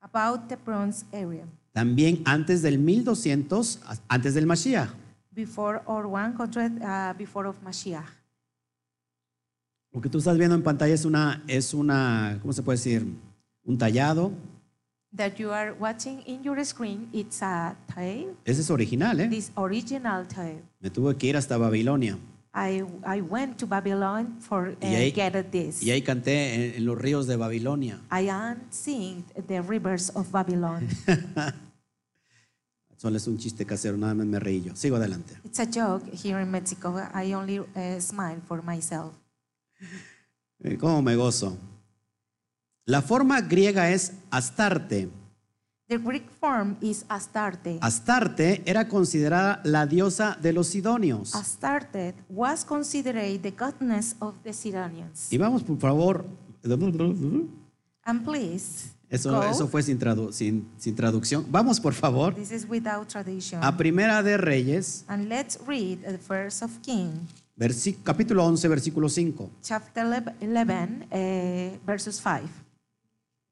Speaker 2: about the bronze area
Speaker 1: también antes del 1200, a- antes del Mashiach.
Speaker 2: before or 100 uh, before of Mashiach.
Speaker 1: Lo que tú estás viendo en pantalla es una, es una, ¿cómo se puede decir? Un tallado.
Speaker 2: That you are watching in your screen, it's a tale,
Speaker 1: Ese es original, ¿eh?
Speaker 2: this original tale.
Speaker 1: Me tuve que ir hasta Babilonia.
Speaker 2: I, I went to Babylon for uh,
Speaker 1: Y ahí-
Speaker 2: get this.
Speaker 1: Y ahí canté en, en los ríos de Babilonia.
Speaker 2: I am seeing the rivers of Babylon.
Speaker 1: Solo es un chiste casero, nada más me reí yo. Sigo adelante.
Speaker 2: it's a joke here in Mexico. I only uh, smile for myself.
Speaker 1: Eh, ¿Cómo me gozo? La forma griega es Astarte.
Speaker 2: The Greek form is Astarte.
Speaker 1: Astarte era considerada la diosa de los sidonios.
Speaker 2: Astarte was considered the goddess of the Sidonians.
Speaker 1: Y vamos, por favor.
Speaker 2: And please,
Speaker 1: Eso,
Speaker 2: go.
Speaker 1: eso fue sin, tradu- sin- sin traducción. Vamos, por favor,
Speaker 2: this is without tradition.
Speaker 1: a Primera de Reyes,
Speaker 2: And let's read the verse of King,
Speaker 1: versi- capítulo 11, versículo 5.
Speaker 2: chapter elev- 11, eh, verses 5.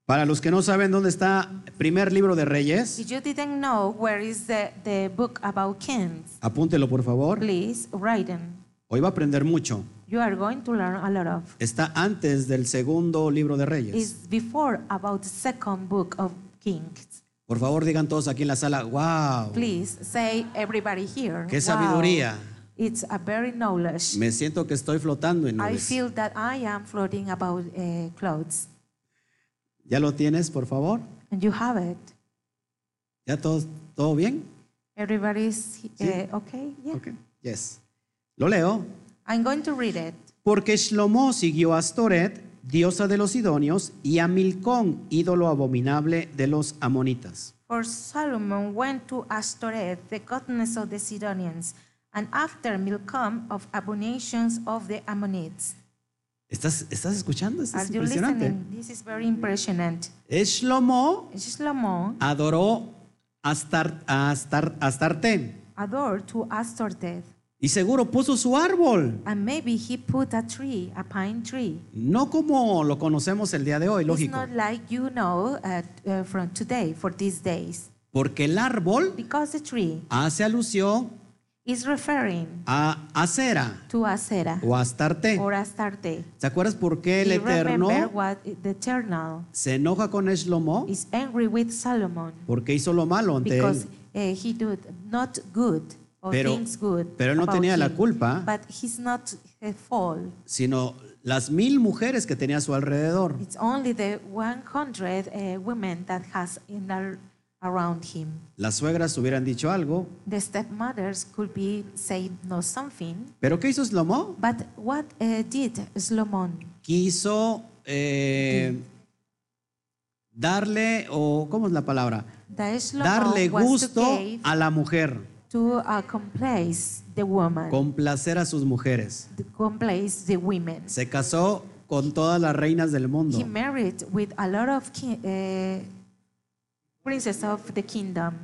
Speaker 1: Para los que no saben dónde está primer libro de Reyes,
Speaker 2: If you didn't know where is the, the book about kings,
Speaker 1: apúntelo, por favor.
Speaker 2: please write them.
Speaker 1: Hoy va a aprender mucho.
Speaker 2: You are going to learn a lot of.
Speaker 1: Está antes del segundo libro de
Speaker 2: It's
Speaker 1: Reyes.
Speaker 2: before about the second book of Kings.
Speaker 1: Por favor, digan todos aquí en la sala, wow,
Speaker 2: Please say everybody here.
Speaker 1: Qué
Speaker 2: "Wow,
Speaker 1: sabiduría."
Speaker 2: It's a very knowledge.
Speaker 1: me siento que estoy flotando en
Speaker 2: I
Speaker 1: nubes.
Speaker 2: feel that I am floating about uh, clouds,
Speaker 1: ¿Ya lo tienes, por favor?
Speaker 2: and you have it.
Speaker 1: ¿Ya todo, todo bien?
Speaker 2: Everybody's uh,
Speaker 1: Sí.
Speaker 2: okay. Yeah,
Speaker 1: Ok, yes. Lo leo.
Speaker 2: I'm going to read it.
Speaker 1: Porque Shlomo siguió a Astoret diosa de los idóneos, y a Milcón, ídolo abominable de los amonitas.
Speaker 2: For Solomon went to Ashtoreth, the goddess of the Sidonians, and after Milcom of abominations of the Ammonites.
Speaker 1: ¿Estás, estás escuchando? Esto
Speaker 2: Are
Speaker 1: es
Speaker 2: you
Speaker 1: impresionante.
Speaker 2: listening? This is very impressionant.
Speaker 1: Shlomo
Speaker 2: Shlomo
Speaker 1: adoró a, Astar- a Astar- a Astarte
Speaker 2: adored to Ashtoreth,
Speaker 1: y seguro puso su árbol,
Speaker 2: and maybe he put a tree, a pine tree.
Speaker 1: no como lo conocemos el día de hoy,
Speaker 2: It's
Speaker 1: lógico,
Speaker 2: not like you know uh, uh, from today, for these days,
Speaker 1: porque el árbol
Speaker 2: because the tree
Speaker 1: hace alusión
Speaker 2: is referring
Speaker 1: a Acera
Speaker 2: to Asera
Speaker 1: o a Astarte.
Speaker 2: or Astarte.
Speaker 1: ¿Te acuerdas por qué el
Speaker 2: You remember
Speaker 1: Eterno
Speaker 2: what the Eternal
Speaker 1: se enoja con Shlomo?
Speaker 2: is angry with Solomon
Speaker 1: Porque hizo lo malo ante
Speaker 2: because
Speaker 1: él.
Speaker 2: eh, he did not good or
Speaker 1: Pero-
Speaker 2: things good.
Speaker 1: pero él no
Speaker 2: about
Speaker 1: tenía la
Speaker 2: him.
Speaker 1: culpa.
Speaker 2: But he's not eh, a fault.
Speaker 1: sino las mil mujeres que tenía a su alrededor.
Speaker 2: It's only the 100 uh, women that has in our, around him.
Speaker 1: Las suegras hubieran dicho algo,
Speaker 2: The stepmothers could be saying no something.
Speaker 1: pero ¿qué hizo Shlomo?
Speaker 2: But what uh, did Solomon?
Speaker 1: Quiso eh, darle, o ¿cómo es la palabra?
Speaker 2: That Shlomo
Speaker 1: Darle
Speaker 2: was
Speaker 1: gusto
Speaker 2: to give
Speaker 1: a la mujer,
Speaker 2: to uh, complace the woman,
Speaker 1: complacer a sus mujeres.
Speaker 2: to complace the women.
Speaker 1: Se casó con todas las reinas del mundo.
Speaker 2: He married with a lot of ki- uh, princes of the kingdom.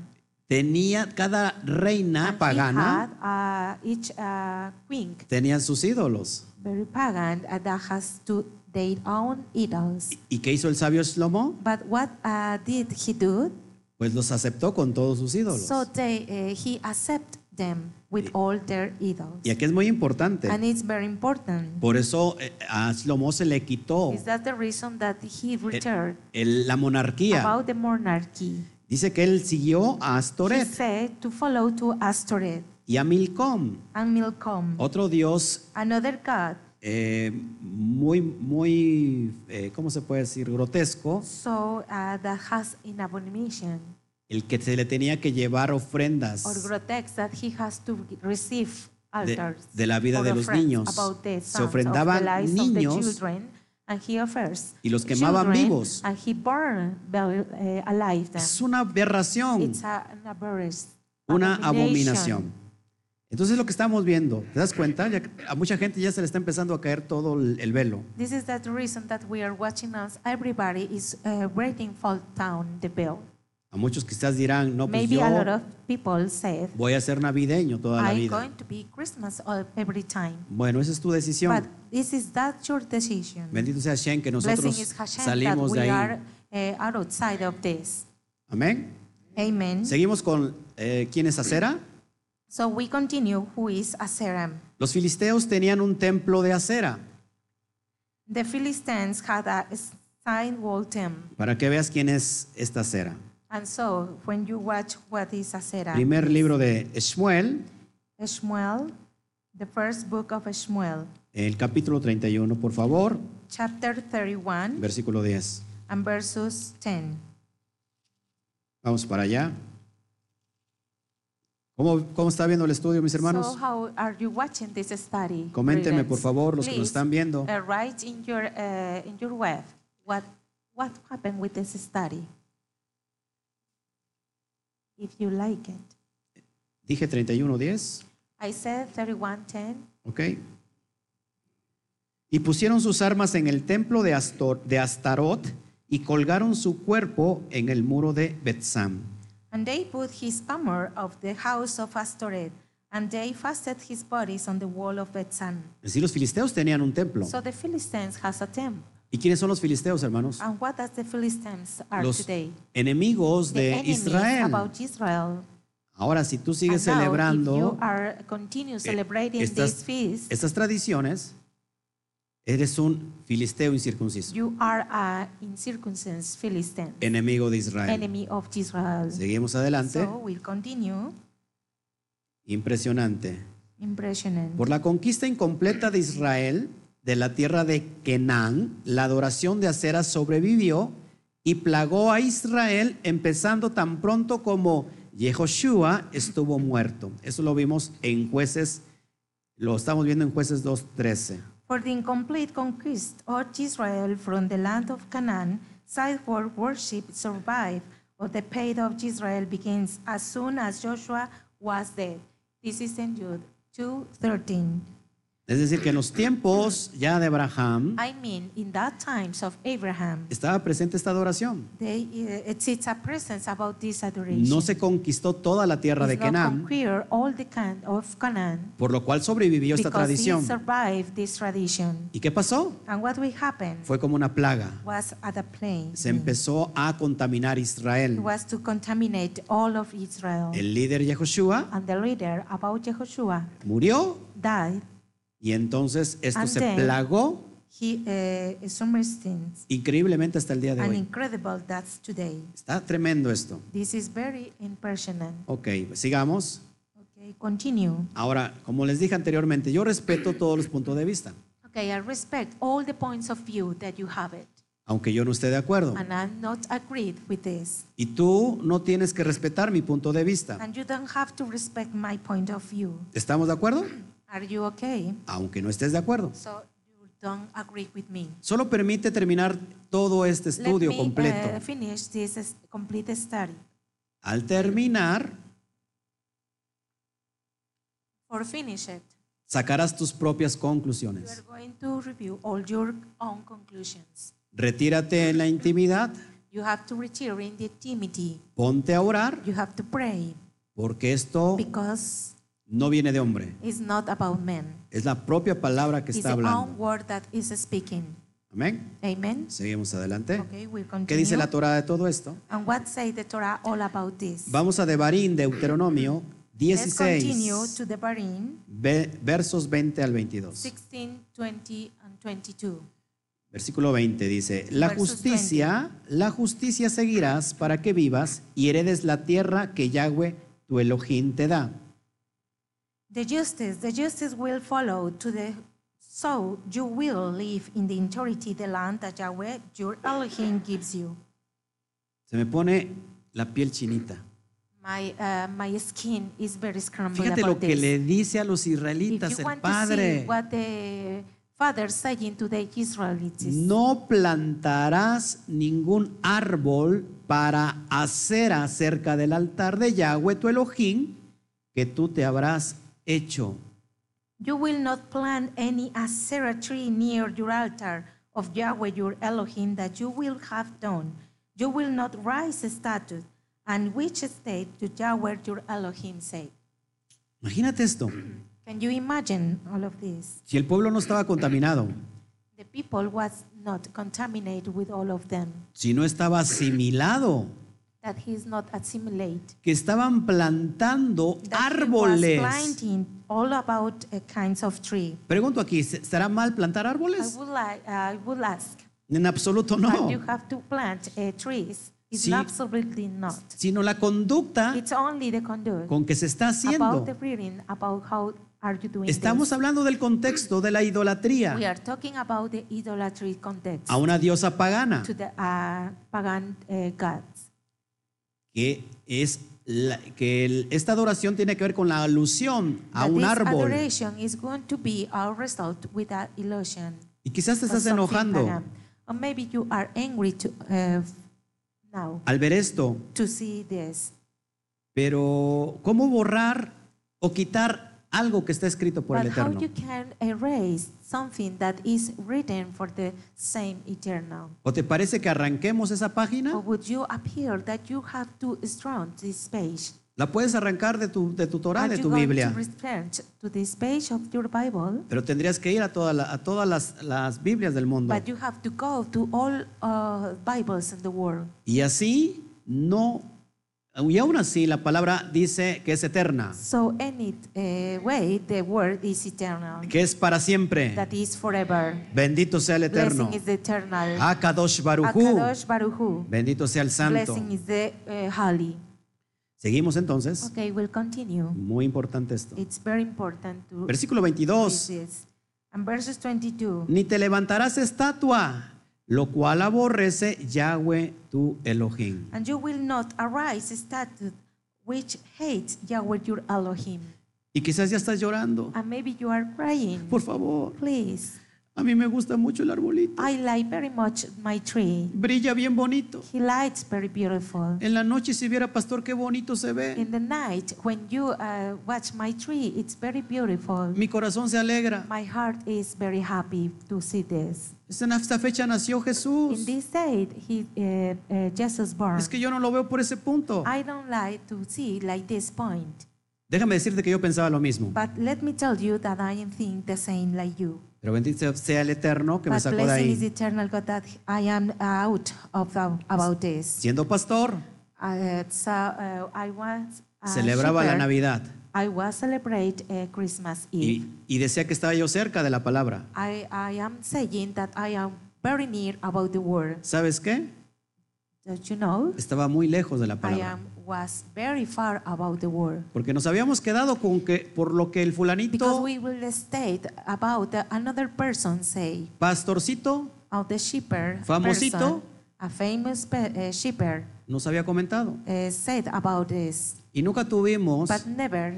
Speaker 1: Tenía cada reina
Speaker 2: And
Speaker 1: Ah, pagana,
Speaker 2: He had uh, each uh, queen,
Speaker 1: tenía sus ídolos.
Speaker 2: very pagan, uh, that has to their own idols.
Speaker 1: ¿Y qué hizo el sabio Shlomo?
Speaker 2: But what uh, did he do?
Speaker 1: Pues los aceptó con todos sus ídolos.
Speaker 2: So they, uh, he accept them with all their idols.
Speaker 1: Y aquí es muy importante.
Speaker 2: And it's very important.
Speaker 1: Por eso eh, a Shlomo se le quitó
Speaker 2: Is that the reason that he returned
Speaker 1: el- la monarquía.
Speaker 2: about the monarchy?
Speaker 1: Dice que él siguió a
Speaker 2: He
Speaker 1: Astoret
Speaker 2: said to follow to Astoreth
Speaker 1: y a Milcom,
Speaker 2: and Milcom,
Speaker 1: otro dios
Speaker 2: another god,
Speaker 1: eh, muy, muy, eh, ¿cómo se puede decir? Grotesco,
Speaker 2: so uh, that has in abomination
Speaker 1: el que se le tenía que llevar
Speaker 2: or
Speaker 1: ofrendas
Speaker 2: grotesque that he has to receive
Speaker 1: de,
Speaker 2: altars
Speaker 1: de la vida
Speaker 2: or
Speaker 1: de los
Speaker 2: offerings
Speaker 1: niños.
Speaker 2: about
Speaker 1: Se
Speaker 2: the sons of the
Speaker 1: ofrendaban
Speaker 2: lives of the
Speaker 1: niños
Speaker 2: children, and he offers
Speaker 1: y los quemaban
Speaker 2: children,
Speaker 1: vivos.
Speaker 2: And he burned bel- eh, alive them.
Speaker 1: Es una aberración,
Speaker 2: It's a- an aberration,
Speaker 1: una abominación. Entonces lo que estamos viendo, ¿te das cuenta? Ya que a mucha gente ya se le está empezando a caer todo el- el velo.
Speaker 2: This is that reason that we are watching us. Everybody is uh, waiting fall down the bill.
Speaker 1: A muchos quizás dirán, no, pues
Speaker 2: Maybe a lot
Speaker 1: yo
Speaker 2: of people said,
Speaker 1: voy a ser navideño toda la
Speaker 2: I'm
Speaker 1: vida.
Speaker 2: going to be Christmas all- every time.
Speaker 1: Bueno, esa es tu
Speaker 2: But
Speaker 1: decisión.
Speaker 2: this is that your decision.
Speaker 1: Bendito sea Shen que
Speaker 2: Blessing is
Speaker 1: nosotros
Speaker 2: Hashem that
Speaker 1: salimos de
Speaker 2: we
Speaker 1: ahí.
Speaker 2: are uh, are outside of this.
Speaker 1: Amén.
Speaker 2: Amen.
Speaker 1: Seguimos con eh, quién es Acera.
Speaker 2: So we continue. Who is Aseram?
Speaker 1: Los filisteos tenían un templo de acera,
Speaker 2: The Philistines had a sign wall temple.
Speaker 1: para que veas quién es esta acera.
Speaker 2: And so, when you watch what is Asera,
Speaker 1: Primer libro de Shmuel,
Speaker 2: Shmuel, the first book of Shmuel,
Speaker 1: el capítulo 31, por favor,
Speaker 2: chapter 31
Speaker 1: versículo 10.
Speaker 2: and verses 10.
Speaker 1: Vamos para allá. ¿Cómo, cómo está viendo el estudio, mis
Speaker 2: So,
Speaker 1: hermanos?
Speaker 2: how are you watching this study?
Speaker 1: Coméntenme,
Speaker 2: readers?
Speaker 1: por favor, los que nos
Speaker 2: Please,
Speaker 1: están viendo.
Speaker 2: uh, write in your, uh, in your web what, what happened with this study. If you like it.
Speaker 1: Dije 31, 10.
Speaker 2: I said 3110.
Speaker 1: ¿Ok? Y pusieron sus armas en el templo de, Astor- de Astarot y colgaron su cuerpo en el muro de Betsam.
Speaker 2: And they put his armor of the house of Astoreth, and they fastened his bodies on the wall of Bethsan.
Speaker 1: Es decir, los filisteos tenían un templo.
Speaker 2: So the Philistines has a temple.
Speaker 1: ¿Y quiénes son los filisteos, hermanos?
Speaker 2: And what does the Philistines are
Speaker 1: Los
Speaker 2: today?
Speaker 1: enemigos
Speaker 2: The
Speaker 1: de
Speaker 2: enemies
Speaker 1: Israel.
Speaker 2: about Israel.
Speaker 1: Ahora, si tú sigues
Speaker 2: And now, if
Speaker 1: celebrando
Speaker 2: you are continue celebrating
Speaker 1: estas-
Speaker 2: this feast,
Speaker 1: estas tradiciones, eres un filisteo incircunciso,
Speaker 2: you are an incircumcised Philistine,
Speaker 1: enemigo de Israel.
Speaker 2: enemy of Israel.
Speaker 1: Seguimos adelante.
Speaker 2: So we'll continue.
Speaker 1: Impresionante.
Speaker 2: Impressionant.
Speaker 1: Por la conquista incompleta de Israel de la tierra de Kenán, la adoración de Acera sobrevivió y plagó a Israel empezando tan pronto como Yehoshua estuvo muerto. Eso lo vimos en jueces, lo estamos viendo en jueces 2.13.
Speaker 2: For the incomplete conquest of Israel from the land of Canaan, sideward worship survived, but the pain of Israel begins as soon as Joshua was dead. This is in Jude 2:13.
Speaker 1: Es decir, que en los tiempos ya de Abraham
Speaker 2: I mean, in that times of Abraham,
Speaker 1: estaba presente esta adoración.
Speaker 2: they, uh, it sits a presence about this adoration.
Speaker 1: No se conquistó toda la tierra de
Speaker 2: It's not
Speaker 1: Canaán,
Speaker 2: conquer all the can of Canaan
Speaker 1: por lo cual sobrevivió esta
Speaker 2: because he
Speaker 1: tradición.
Speaker 2: survived this tradition.
Speaker 1: ¿Y qué pasó?
Speaker 2: And what will happen
Speaker 1: Fue como una plaga.
Speaker 2: was at a plague.
Speaker 1: Se empezó a contaminar
Speaker 2: It
Speaker 1: Israel.
Speaker 2: was to contaminate all of Israel.
Speaker 1: El líder Yehoshua
Speaker 2: And the reader about Jehoshua
Speaker 1: murió
Speaker 2: died.
Speaker 1: y entonces esto
Speaker 2: And
Speaker 1: se
Speaker 2: then-
Speaker 1: plagó
Speaker 2: He uh, summerstins.
Speaker 1: increíblemente hasta el día de
Speaker 2: And
Speaker 1: hoy.
Speaker 2: incredible that's today.
Speaker 1: Está tremendo esto.
Speaker 2: This is very impersonal.
Speaker 1: Ok, sigamos.
Speaker 2: Okay, continue.
Speaker 1: Ahora, como les dije anteriormente, yo respeto todos los puntos de vista,
Speaker 2: Okay, I respect all the points of view that you have it.
Speaker 1: aunque yo no esté de acuerdo.
Speaker 2: And I'm not agreed with this.
Speaker 1: Y tú no tienes que respetar mi punto de vista.
Speaker 2: And you don't have to respect my point of view.
Speaker 1: ¿Estamos de acuerdo?
Speaker 2: Are you okay?
Speaker 1: Aunque no estés de acuerdo.
Speaker 2: So you don't agree with me.
Speaker 1: Solo permite terminar todo este estudio
Speaker 2: Let me uh,
Speaker 1: completo.
Speaker 2: finish this es- complete study.
Speaker 1: Al terminar,
Speaker 2: Or finish it.
Speaker 1: sacarás tus propias
Speaker 2: You are
Speaker 1: conclusiones.
Speaker 2: going to review all your own conclusions.
Speaker 1: Retírate en la intimidad,
Speaker 2: You have to retire in the intimity.
Speaker 1: ponte a orar,
Speaker 2: You have to pray
Speaker 1: porque esto
Speaker 2: because
Speaker 1: no viene de hombre.
Speaker 2: It's not about men.
Speaker 1: Es la propia palabra que
Speaker 2: It's
Speaker 1: está
Speaker 2: the own
Speaker 1: hablando.
Speaker 2: word that is speaking.
Speaker 1: Amén.
Speaker 2: Amen.
Speaker 1: Seguimos adelante.
Speaker 2: Okay, we
Speaker 1: ¿Qué dice la
Speaker 2: continue.
Speaker 1: Torah de todo esto?
Speaker 2: And what say the Torah all about this?
Speaker 1: Vamos a Devarim, Deuteronomio
Speaker 2: Let's continue
Speaker 1: 16,
Speaker 2: to the Barim
Speaker 1: ve- versos 20 al 22.
Speaker 2: 16, 20, and 22.
Speaker 1: Versículo 20 dice, la
Speaker 2: Versos
Speaker 1: justicia, la justicia seguirás para que vivas y heredes la tierra que Yahweh tu Elohim te da.
Speaker 2: The justice, the justice will follow to the so you will live in the entirety the land that Yahweh your Elohim gives you.
Speaker 1: Se me pone la piel chinita.
Speaker 2: My uh, my skin is very scrambled
Speaker 1: Fíjate lo
Speaker 2: about
Speaker 1: que
Speaker 2: this.
Speaker 1: le dice a los
Speaker 2: If
Speaker 1: israelitas
Speaker 2: you
Speaker 1: el
Speaker 2: want to see
Speaker 1: Padre,
Speaker 2: what the father saying to the Israelites.
Speaker 1: no plantarás ningún árbol para hacer acerca del altar de Yahweh tu Elohim que tú te habrás hecho.
Speaker 2: You will not plant any Asherah tree near your altar of Yahweh your Elohim that you will have done. You will not rise a statue and which state to Yahweh your Elohim say.
Speaker 1: Imagínate esto.
Speaker 2: Can you imagine all of this?
Speaker 1: Si el pueblo no estaba contaminado,
Speaker 2: The people was not contaminated with all of them,
Speaker 1: si no estaba asimilado,
Speaker 2: that he is not assimilate.
Speaker 1: que estaban plantando
Speaker 2: That he was
Speaker 1: árboles.
Speaker 2: planting all about uh, kinds of tree.
Speaker 1: Pregunto aquí, ¿se- ¿será mal plantar
Speaker 2: I
Speaker 1: árboles?
Speaker 2: would like, I would ask,
Speaker 1: En absoluto no,
Speaker 2: but you have to plant uh, trees. It's
Speaker 1: Sí.
Speaker 2: absolutely not.
Speaker 1: sino la conducta
Speaker 2: It's only the conduct.
Speaker 1: con que se está
Speaker 2: About
Speaker 1: haciendo.
Speaker 2: the reading, about how are you doing
Speaker 1: Estamos
Speaker 2: this.
Speaker 1: hablando del contexto de la
Speaker 2: We
Speaker 1: idolatría
Speaker 2: are talking about the idolatry context
Speaker 1: a una diosa pagana,
Speaker 2: to the uh, pagan uh, gods.
Speaker 1: que es la- que el- esta adoración tiene que ver con la alusión a
Speaker 2: That
Speaker 1: un
Speaker 2: this
Speaker 1: árbol.
Speaker 2: adoration is going to be our result with that illusion.
Speaker 1: Y quizás te
Speaker 2: of
Speaker 1: estás
Speaker 2: something
Speaker 1: enojando
Speaker 2: pagan. Or maybe you are angry to uh, now
Speaker 1: al ver esto,
Speaker 2: to see this.
Speaker 1: pero ¿cómo borrar o quitar algo que está escrito por
Speaker 2: but
Speaker 1: el
Speaker 2: how
Speaker 1: Eterno?
Speaker 2: you can erase something that is written for the same eternal?
Speaker 1: ¿O te parece que arranquemos esa
Speaker 2: Or
Speaker 1: página?
Speaker 2: would you appear that you have to strong this page?
Speaker 1: La puedes arrancar de tu, de tu Torah,
Speaker 2: Are
Speaker 1: de
Speaker 2: you
Speaker 1: tu
Speaker 2: going
Speaker 1: Biblia,
Speaker 2: To return to this page of your Bible,
Speaker 1: pero tendrías que ir a, toda la- a todas las, las Biblias del mundo.
Speaker 2: but you have to go to all uh, Bibles in the world.
Speaker 1: Y así no, y aún así la palabra dice que es eterna,
Speaker 2: So any uh, way, the word is eternal.
Speaker 1: que es para siempre.
Speaker 2: That is forever.
Speaker 1: Bendito sea el eterno.
Speaker 2: Blessing is the eternal.
Speaker 1: Akadosh Barujú.
Speaker 2: Akadosh Baruhu.
Speaker 1: Bendito sea el santo.
Speaker 2: Blessing is the uh, holy.
Speaker 1: Seguimos entonces.
Speaker 2: Okay, we'll continue.
Speaker 1: Muy importante esto.
Speaker 2: It's very important to
Speaker 1: Versículo
Speaker 2: read
Speaker 1: 22.
Speaker 2: this. And verses 22.
Speaker 1: Ni te levantarás estatua, lo cual aborrece Yahweh tu Elohim.
Speaker 2: And you will not arise a statue which hates Yahweh your Elohim.
Speaker 1: Y quizás ya estás llorando.
Speaker 2: And maybe you are crying.
Speaker 1: Por favor,
Speaker 2: Please,
Speaker 1: A mí me gusta mucho el arbolito.
Speaker 2: I like very much my tree.
Speaker 1: Brilla bien bonito.
Speaker 2: He lights very beautiful.
Speaker 1: En la noche si viera pastor qué bonito se ve.
Speaker 2: In the night, when you uh, watch my tree, it's very beautiful.
Speaker 1: Mi corazón se alegra.
Speaker 2: My heart is very happy to see this.
Speaker 1: En esta fecha nació
Speaker 2: In
Speaker 1: Jesús.
Speaker 2: this date, he, uh, uh, Jesus born.
Speaker 1: Es que yo no lo veo por ese punto.
Speaker 2: I don't like to see like this point.
Speaker 1: Déjame decirte que yo pensaba lo mismo.
Speaker 2: But let me tell you that I am think the same like you.
Speaker 1: Pero bendito sea el Eterno que me
Speaker 2: But
Speaker 1: sacó de
Speaker 2: blessing is
Speaker 1: ahí.
Speaker 2: eternal God that I am out of the- about this.
Speaker 1: Siendo pastor,
Speaker 2: Uh, so uh, I was a
Speaker 1: celebraba la
Speaker 2: shepherd.
Speaker 1: Navidad
Speaker 2: I was celebrate uh, Christmas Eve.
Speaker 1: y, y decía que estaba yo cerca de la palabra.
Speaker 2: I, I am saying that I am very near about the word.
Speaker 1: ¿Sabes qué?
Speaker 2: Don't you know?
Speaker 1: Estaba muy lejos de la
Speaker 2: I
Speaker 1: palabra.
Speaker 2: am was very far about the word.
Speaker 1: Porque nos habíamos quedado con que por lo que el
Speaker 2: Because
Speaker 1: fulanito,
Speaker 2: we will state about the- another person say
Speaker 1: pastorcito,
Speaker 2: of the shepherd
Speaker 1: Famosito.
Speaker 2: person, a famous pe- uh, shepherd
Speaker 1: nos había comentado.
Speaker 2: uh, said about this,
Speaker 1: Y nunca tuvimos
Speaker 2: but never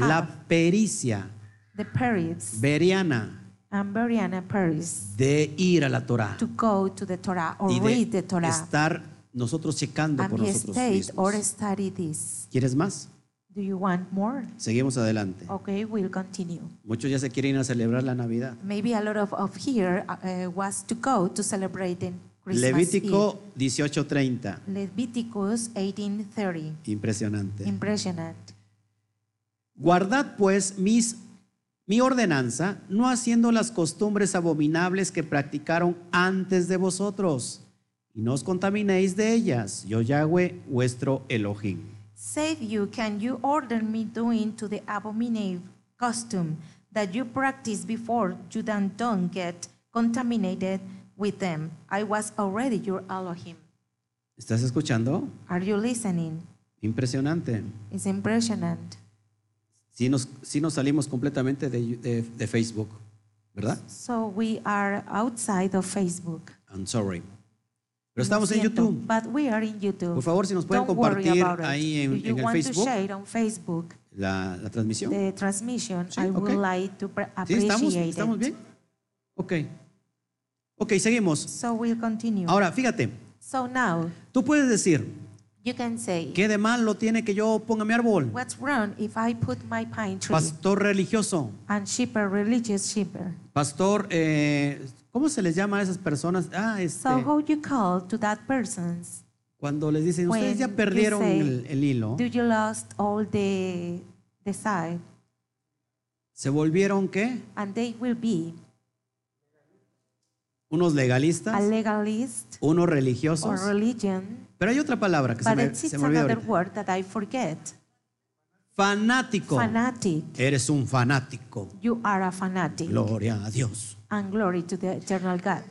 Speaker 2: have
Speaker 1: la pericia
Speaker 2: the Paris
Speaker 1: veriana
Speaker 2: and Bariana Paris
Speaker 1: de ir a la Torah
Speaker 2: to go to the Torah or
Speaker 1: y
Speaker 2: read
Speaker 1: de
Speaker 2: the Torah
Speaker 1: estar nosotros checando por
Speaker 2: and he
Speaker 1: nosotros
Speaker 2: state or
Speaker 1: mismos.
Speaker 2: study this.
Speaker 1: ¿Quieres más?
Speaker 2: Do you want more?
Speaker 1: Seguimos adelante.
Speaker 2: Okay, we'll continue.
Speaker 1: Muchos ya se quieren ir a celebrar la Navidad.
Speaker 2: Maybe a lot of, of here uh, uh, was to go to celebrate in Christmas Eve.
Speaker 1: Levítico 18:30.
Speaker 2: Leviticus 18:30.
Speaker 1: Impresionante.
Speaker 2: Impressionant.
Speaker 1: Guardad pues mis mi ordenanza, no haciendo las costumbres abominables que practicaron antes de vosotros, y no os contaminéis de ellas. Yo Yahweh, vuestro Elohim.
Speaker 2: Save you, can you order me doing to the abominable custom that you practiced before you then don't get contaminated with them? I was already your Elohim.
Speaker 1: ¿Estás escuchando?
Speaker 2: Are you listening?
Speaker 1: Impresionante.
Speaker 2: It's impressionant.
Speaker 1: Sí nos, sí nos salimos completamente de, de- de Facebook, ¿verdad?
Speaker 2: So we are outside of Facebook.
Speaker 1: I'm sorry. Pero estamos
Speaker 2: Lo
Speaker 1: en
Speaker 2: siento,
Speaker 1: YouTube.
Speaker 2: But we are in YouTube.
Speaker 1: Por favor, si nos pueden
Speaker 2: Don't worry
Speaker 1: compartir
Speaker 2: about it.
Speaker 1: ahí en-
Speaker 2: If you
Speaker 1: en el
Speaker 2: want
Speaker 1: Facebook.
Speaker 2: To share on Facebook
Speaker 1: La, la transmisión.
Speaker 2: the transmission.
Speaker 1: Sí,
Speaker 2: I would
Speaker 1: ok.
Speaker 2: like to pre-
Speaker 1: ¿Sí?
Speaker 2: appreciate
Speaker 1: ¿Estamos, ¿Estamos
Speaker 2: it.
Speaker 1: bien? Ok. Ok, seguimos.
Speaker 2: So we'll continue.
Speaker 1: Ahora, fíjate,
Speaker 2: so now
Speaker 1: tú puedes decir,
Speaker 2: you can say,
Speaker 1: ¿qué de malo tiene que yo ponga mi árbol?
Speaker 2: what's wrong if I put my pine tree
Speaker 1: Pastor religioso,
Speaker 2: and shepherd, religious shepherd?
Speaker 1: pastor, eh, ¿cómo se les llama a esas personas? Ah, este,
Speaker 2: So how you call to that persons?
Speaker 1: cuando les dicen, ustedes
Speaker 2: when
Speaker 1: ya
Speaker 2: you
Speaker 1: perdieron
Speaker 2: say,
Speaker 1: el, el hilo,
Speaker 2: Do you lost all the the side
Speaker 1: se volvieron, ¿qué?
Speaker 2: and they will be
Speaker 1: Unos
Speaker 2: a
Speaker 1: legalistas,
Speaker 2: legalist
Speaker 1: unos
Speaker 2: or
Speaker 1: religiosos.
Speaker 2: religion?
Speaker 1: Pero hay otra palabra que se
Speaker 2: But
Speaker 1: me,
Speaker 2: it's
Speaker 1: se me olvidó
Speaker 2: another
Speaker 1: ahorita.
Speaker 2: word that I forget.
Speaker 1: Fanático.
Speaker 2: Fanatic.
Speaker 1: Eres un fanático.
Speaker 2: You are a fanatic.
Speaker 1: Gloria a Dios.
Speaker 2: And glory to the eternal God.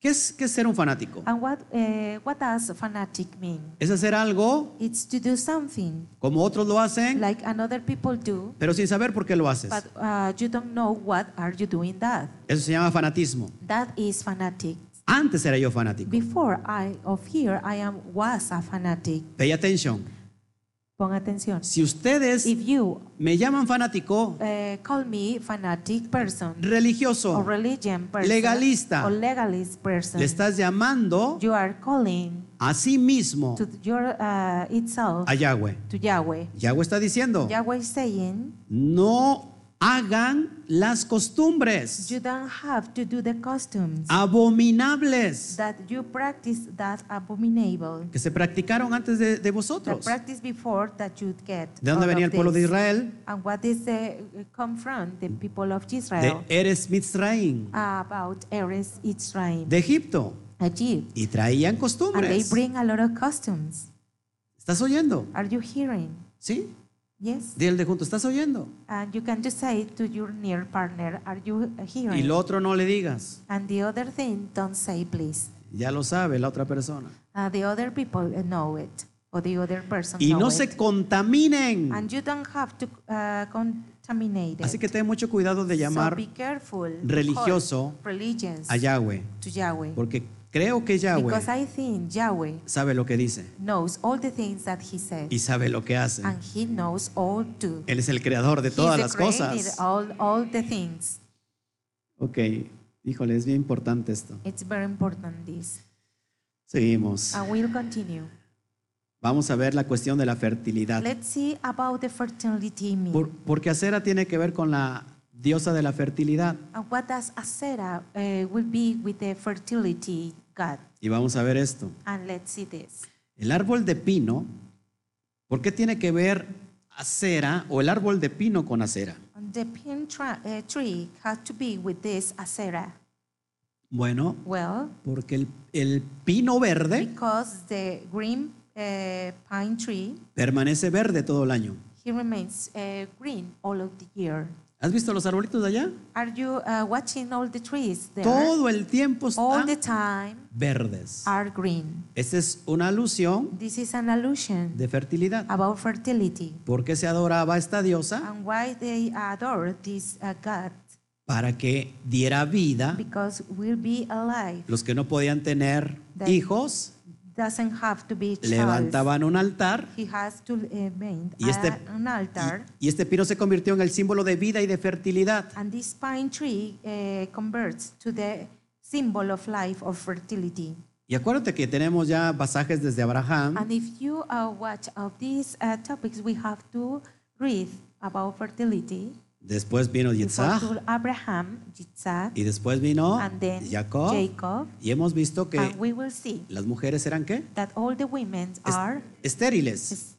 Speaker 1: ¿Qué es, qué es ser un fanático?
Speaker 2: And what, uh, what does fanatic mean?
Speaker 1: Es hacer algo
Speaker 2: It's to do something
Speaker 1: como otros lo hacen,
Speaker 2: like another people do,
Speaker 1: pero sin saber por qué lo haces.
Speaker 2: but uh, you don't know what are you doing that.
Speaker 1: Eso se llama fanatismo.
Speaker 2: That is fanatic.
Speaker 1: Antes era yo fanático.
Speaker 2: Before I of here, I am was a fanatic.
Speaker 1: Pay attention.
Speaker 2: Pon atención.
Speaker 1: Si ustedes
Speaker 2: If you
Speaker 1: me llaman fanático,
Speaker 2: uh, call me fanatic person or
Speaker 1: religioso,
Speaker 2: religion person
Speaker 1: Legalista.
Speaker 2: or legalist person,
Speaker 1: le estás llamando
Speaker 2: you are calling
Speaker 1: a sí mismo
Speaker 2: to your uh, itself
Speaker 1: a Yahweh.
Speaker 2: to Yahweh.
Speaker 1: Yahweh está diciendo,
Speaker 2: Yahweh is saying
Speaker 1: no hagan las costumbres
Speaker 2: you don't have to do the customs
Speaker 1: abominables
Speaker 2: that you practice that abominable
Speaker 1: que se practicaron antes de, de
Speaker 2: that
Speaker 1: vosotros.
Speaker 2: practice before that you get.
Speaker 1: ¿De dónde
Speaker 2: out
Speaker 1: venía el
Speaker 2: of
Speaker 1: pueblo de
Speaker 2: this.
Speaker 1: Israel?
Speaker 2: And what is the come from the people of
Speaker 1: de
Speaker 2: Israel
Speaker 1: Eres Mitzrayim,
Speaker 2: about Eretz Israel,
Speaker 1: de Egipto,
Speaker 2: Egypt,
Speaker 1: y traían
Speaker 2: and they
Speaker 1: costumbres.
Speaker 2: bring a lot of customs.
Speaker 1: ¿Estás oyendo?
Speaker 2: Are you hearing?
Speaker 1: ¿Sí?
Speaker 2: Yes.
Speaker 1: Dile al de junto, ¿estás oyendo?
Speaker 2: And you can just say to your near partner, "Are you
Speaker 1: Y
Speaker 2: hearing?"
Speaker 1: lo otro no le digas.
Speaker 2: and the other thing, don't say, please.
Speaker 1: Ya lo sabe la otra persona.
Speaker 2: Uh, the other people uh, know it, or the other person
Speaker 1: Y
Speaker 2: know
Speaker 1: no
Speaker 2: it.
Speaker 1: se contaminen.
Speaker 2: and you don't have to uh, contaminate it.
Speaker 1: Así que ten mucho cuidado de
Speaker 2: so be
Speaker 1: llamar
Speaker 2: careful to
Speaker 1: religioso
Speaker 2: call religions
Speaker 1: a Yahweh.
Speaker 2: to Yahweh.
Speaker 1: Porque creo que Yahweh
Speaker 2: Because I think Yahweh
Speaker 1: sabe lo que dice
Speaker 2: knows all the things that he said.
Speaker 1: y sabe lo que hace.
Speaker 2: And he knows all too.
Speaker 1: Él es el creador de
Speaker 2: He
Speaker 1: todas
Speaker 2: the
Speaker 1: las
Speaker 2: creator,
Speaker 1: cosas.
Speaker 2: All, all the things.
Speaker 1: Ok. Híjole, es bien importante esto.
Speaker 2: It's very important this.
Speaker 1: Seguimos.
Speaker 2: I will continue.
Speaker 1: Vamos a ver la cuestión de la fertilidad.
Speaker 2: Let's see about the fertility myth.
Speaker 1: Ah. Por- porque acera tiene que ver con la diosa de la fertilidad.
Speaker 2: And what does Asera uh, will be with the fertility god?
Speaker 1: Y vamos a ver esto.
Speaker 2: And let's see this.
Speaker 1: El árbol de pino, ¿por qué tiene que ver acera o el árbol de pino con acera?
Speaker 2: The pin tra- uh, tree had to be with this Asera.
Speaker 1: Bueno,
Speaker 2: Well,
Speaker 1: porque el, el pino verde
Speaker 2: because the green uh, pine tree
Speaker 1: permanece verde todo el año.
Speaker 2: he remains uh, green all of the year.
Speaker 1: ¿Has visto los arbolitos de allá?
Speaker 2: Are you uh, watching all the trees there?
Speaker 1: Todo el tiempo están
Speaker 2: all the time
Speaker 1: verdes.
Speaker 2: are green.
Speaker 1: Esa es una alusión
Speaker 2: This is an allusion
Speaker 1: de fertilidad.
Speaker 2: about fertility
Speaker 1: ¿Por qué se adoraba a esta diosa?
Speaker 2: and why they adore this uh, god
Speaker 1: Para que diera vida.
Speaker 2: because we'll be alive.
Speaker 1: Los que no podían tener
Speaker 2: That-
Speaker 1: hijos
Speaker 2: Doesn't have to be child.
Speaker 1: levantaban un altar
Speaker 2: He has to remain
Speaker 1: Y este-
Speaker 2: a- an altar.
Speaker 1: y este pino se convirtió en el símbolo de vida y de fertilidad.
Speaker 2: And this pine tree uh, converts to the symbol of life of fertility.
Speaker 1: Y acuérdate que tenemos ya pasajes desde Abraham
Speaker 2: And if you uh, watch of these uh, topics, we have to read about fertility.
Speaker 1: Después vino
Speaker 2: Before
Speaker 1: Yitzhak
Speaker 2: to Abraham, Yitzhak,
Speaker 1: y después vino
Speaker 2: and then
Speaker 1: Jacob.
Speaker 2: Jacob.
Speaker 1: Y hemos visto que
Speaker 2: And we will see
Speaker 1: las mujeres eran qué?
Speaker 2: that all the women
Speaker 1: Es-
Speaker 2: are
Speaker 1: estériles.
Speaker 2: s-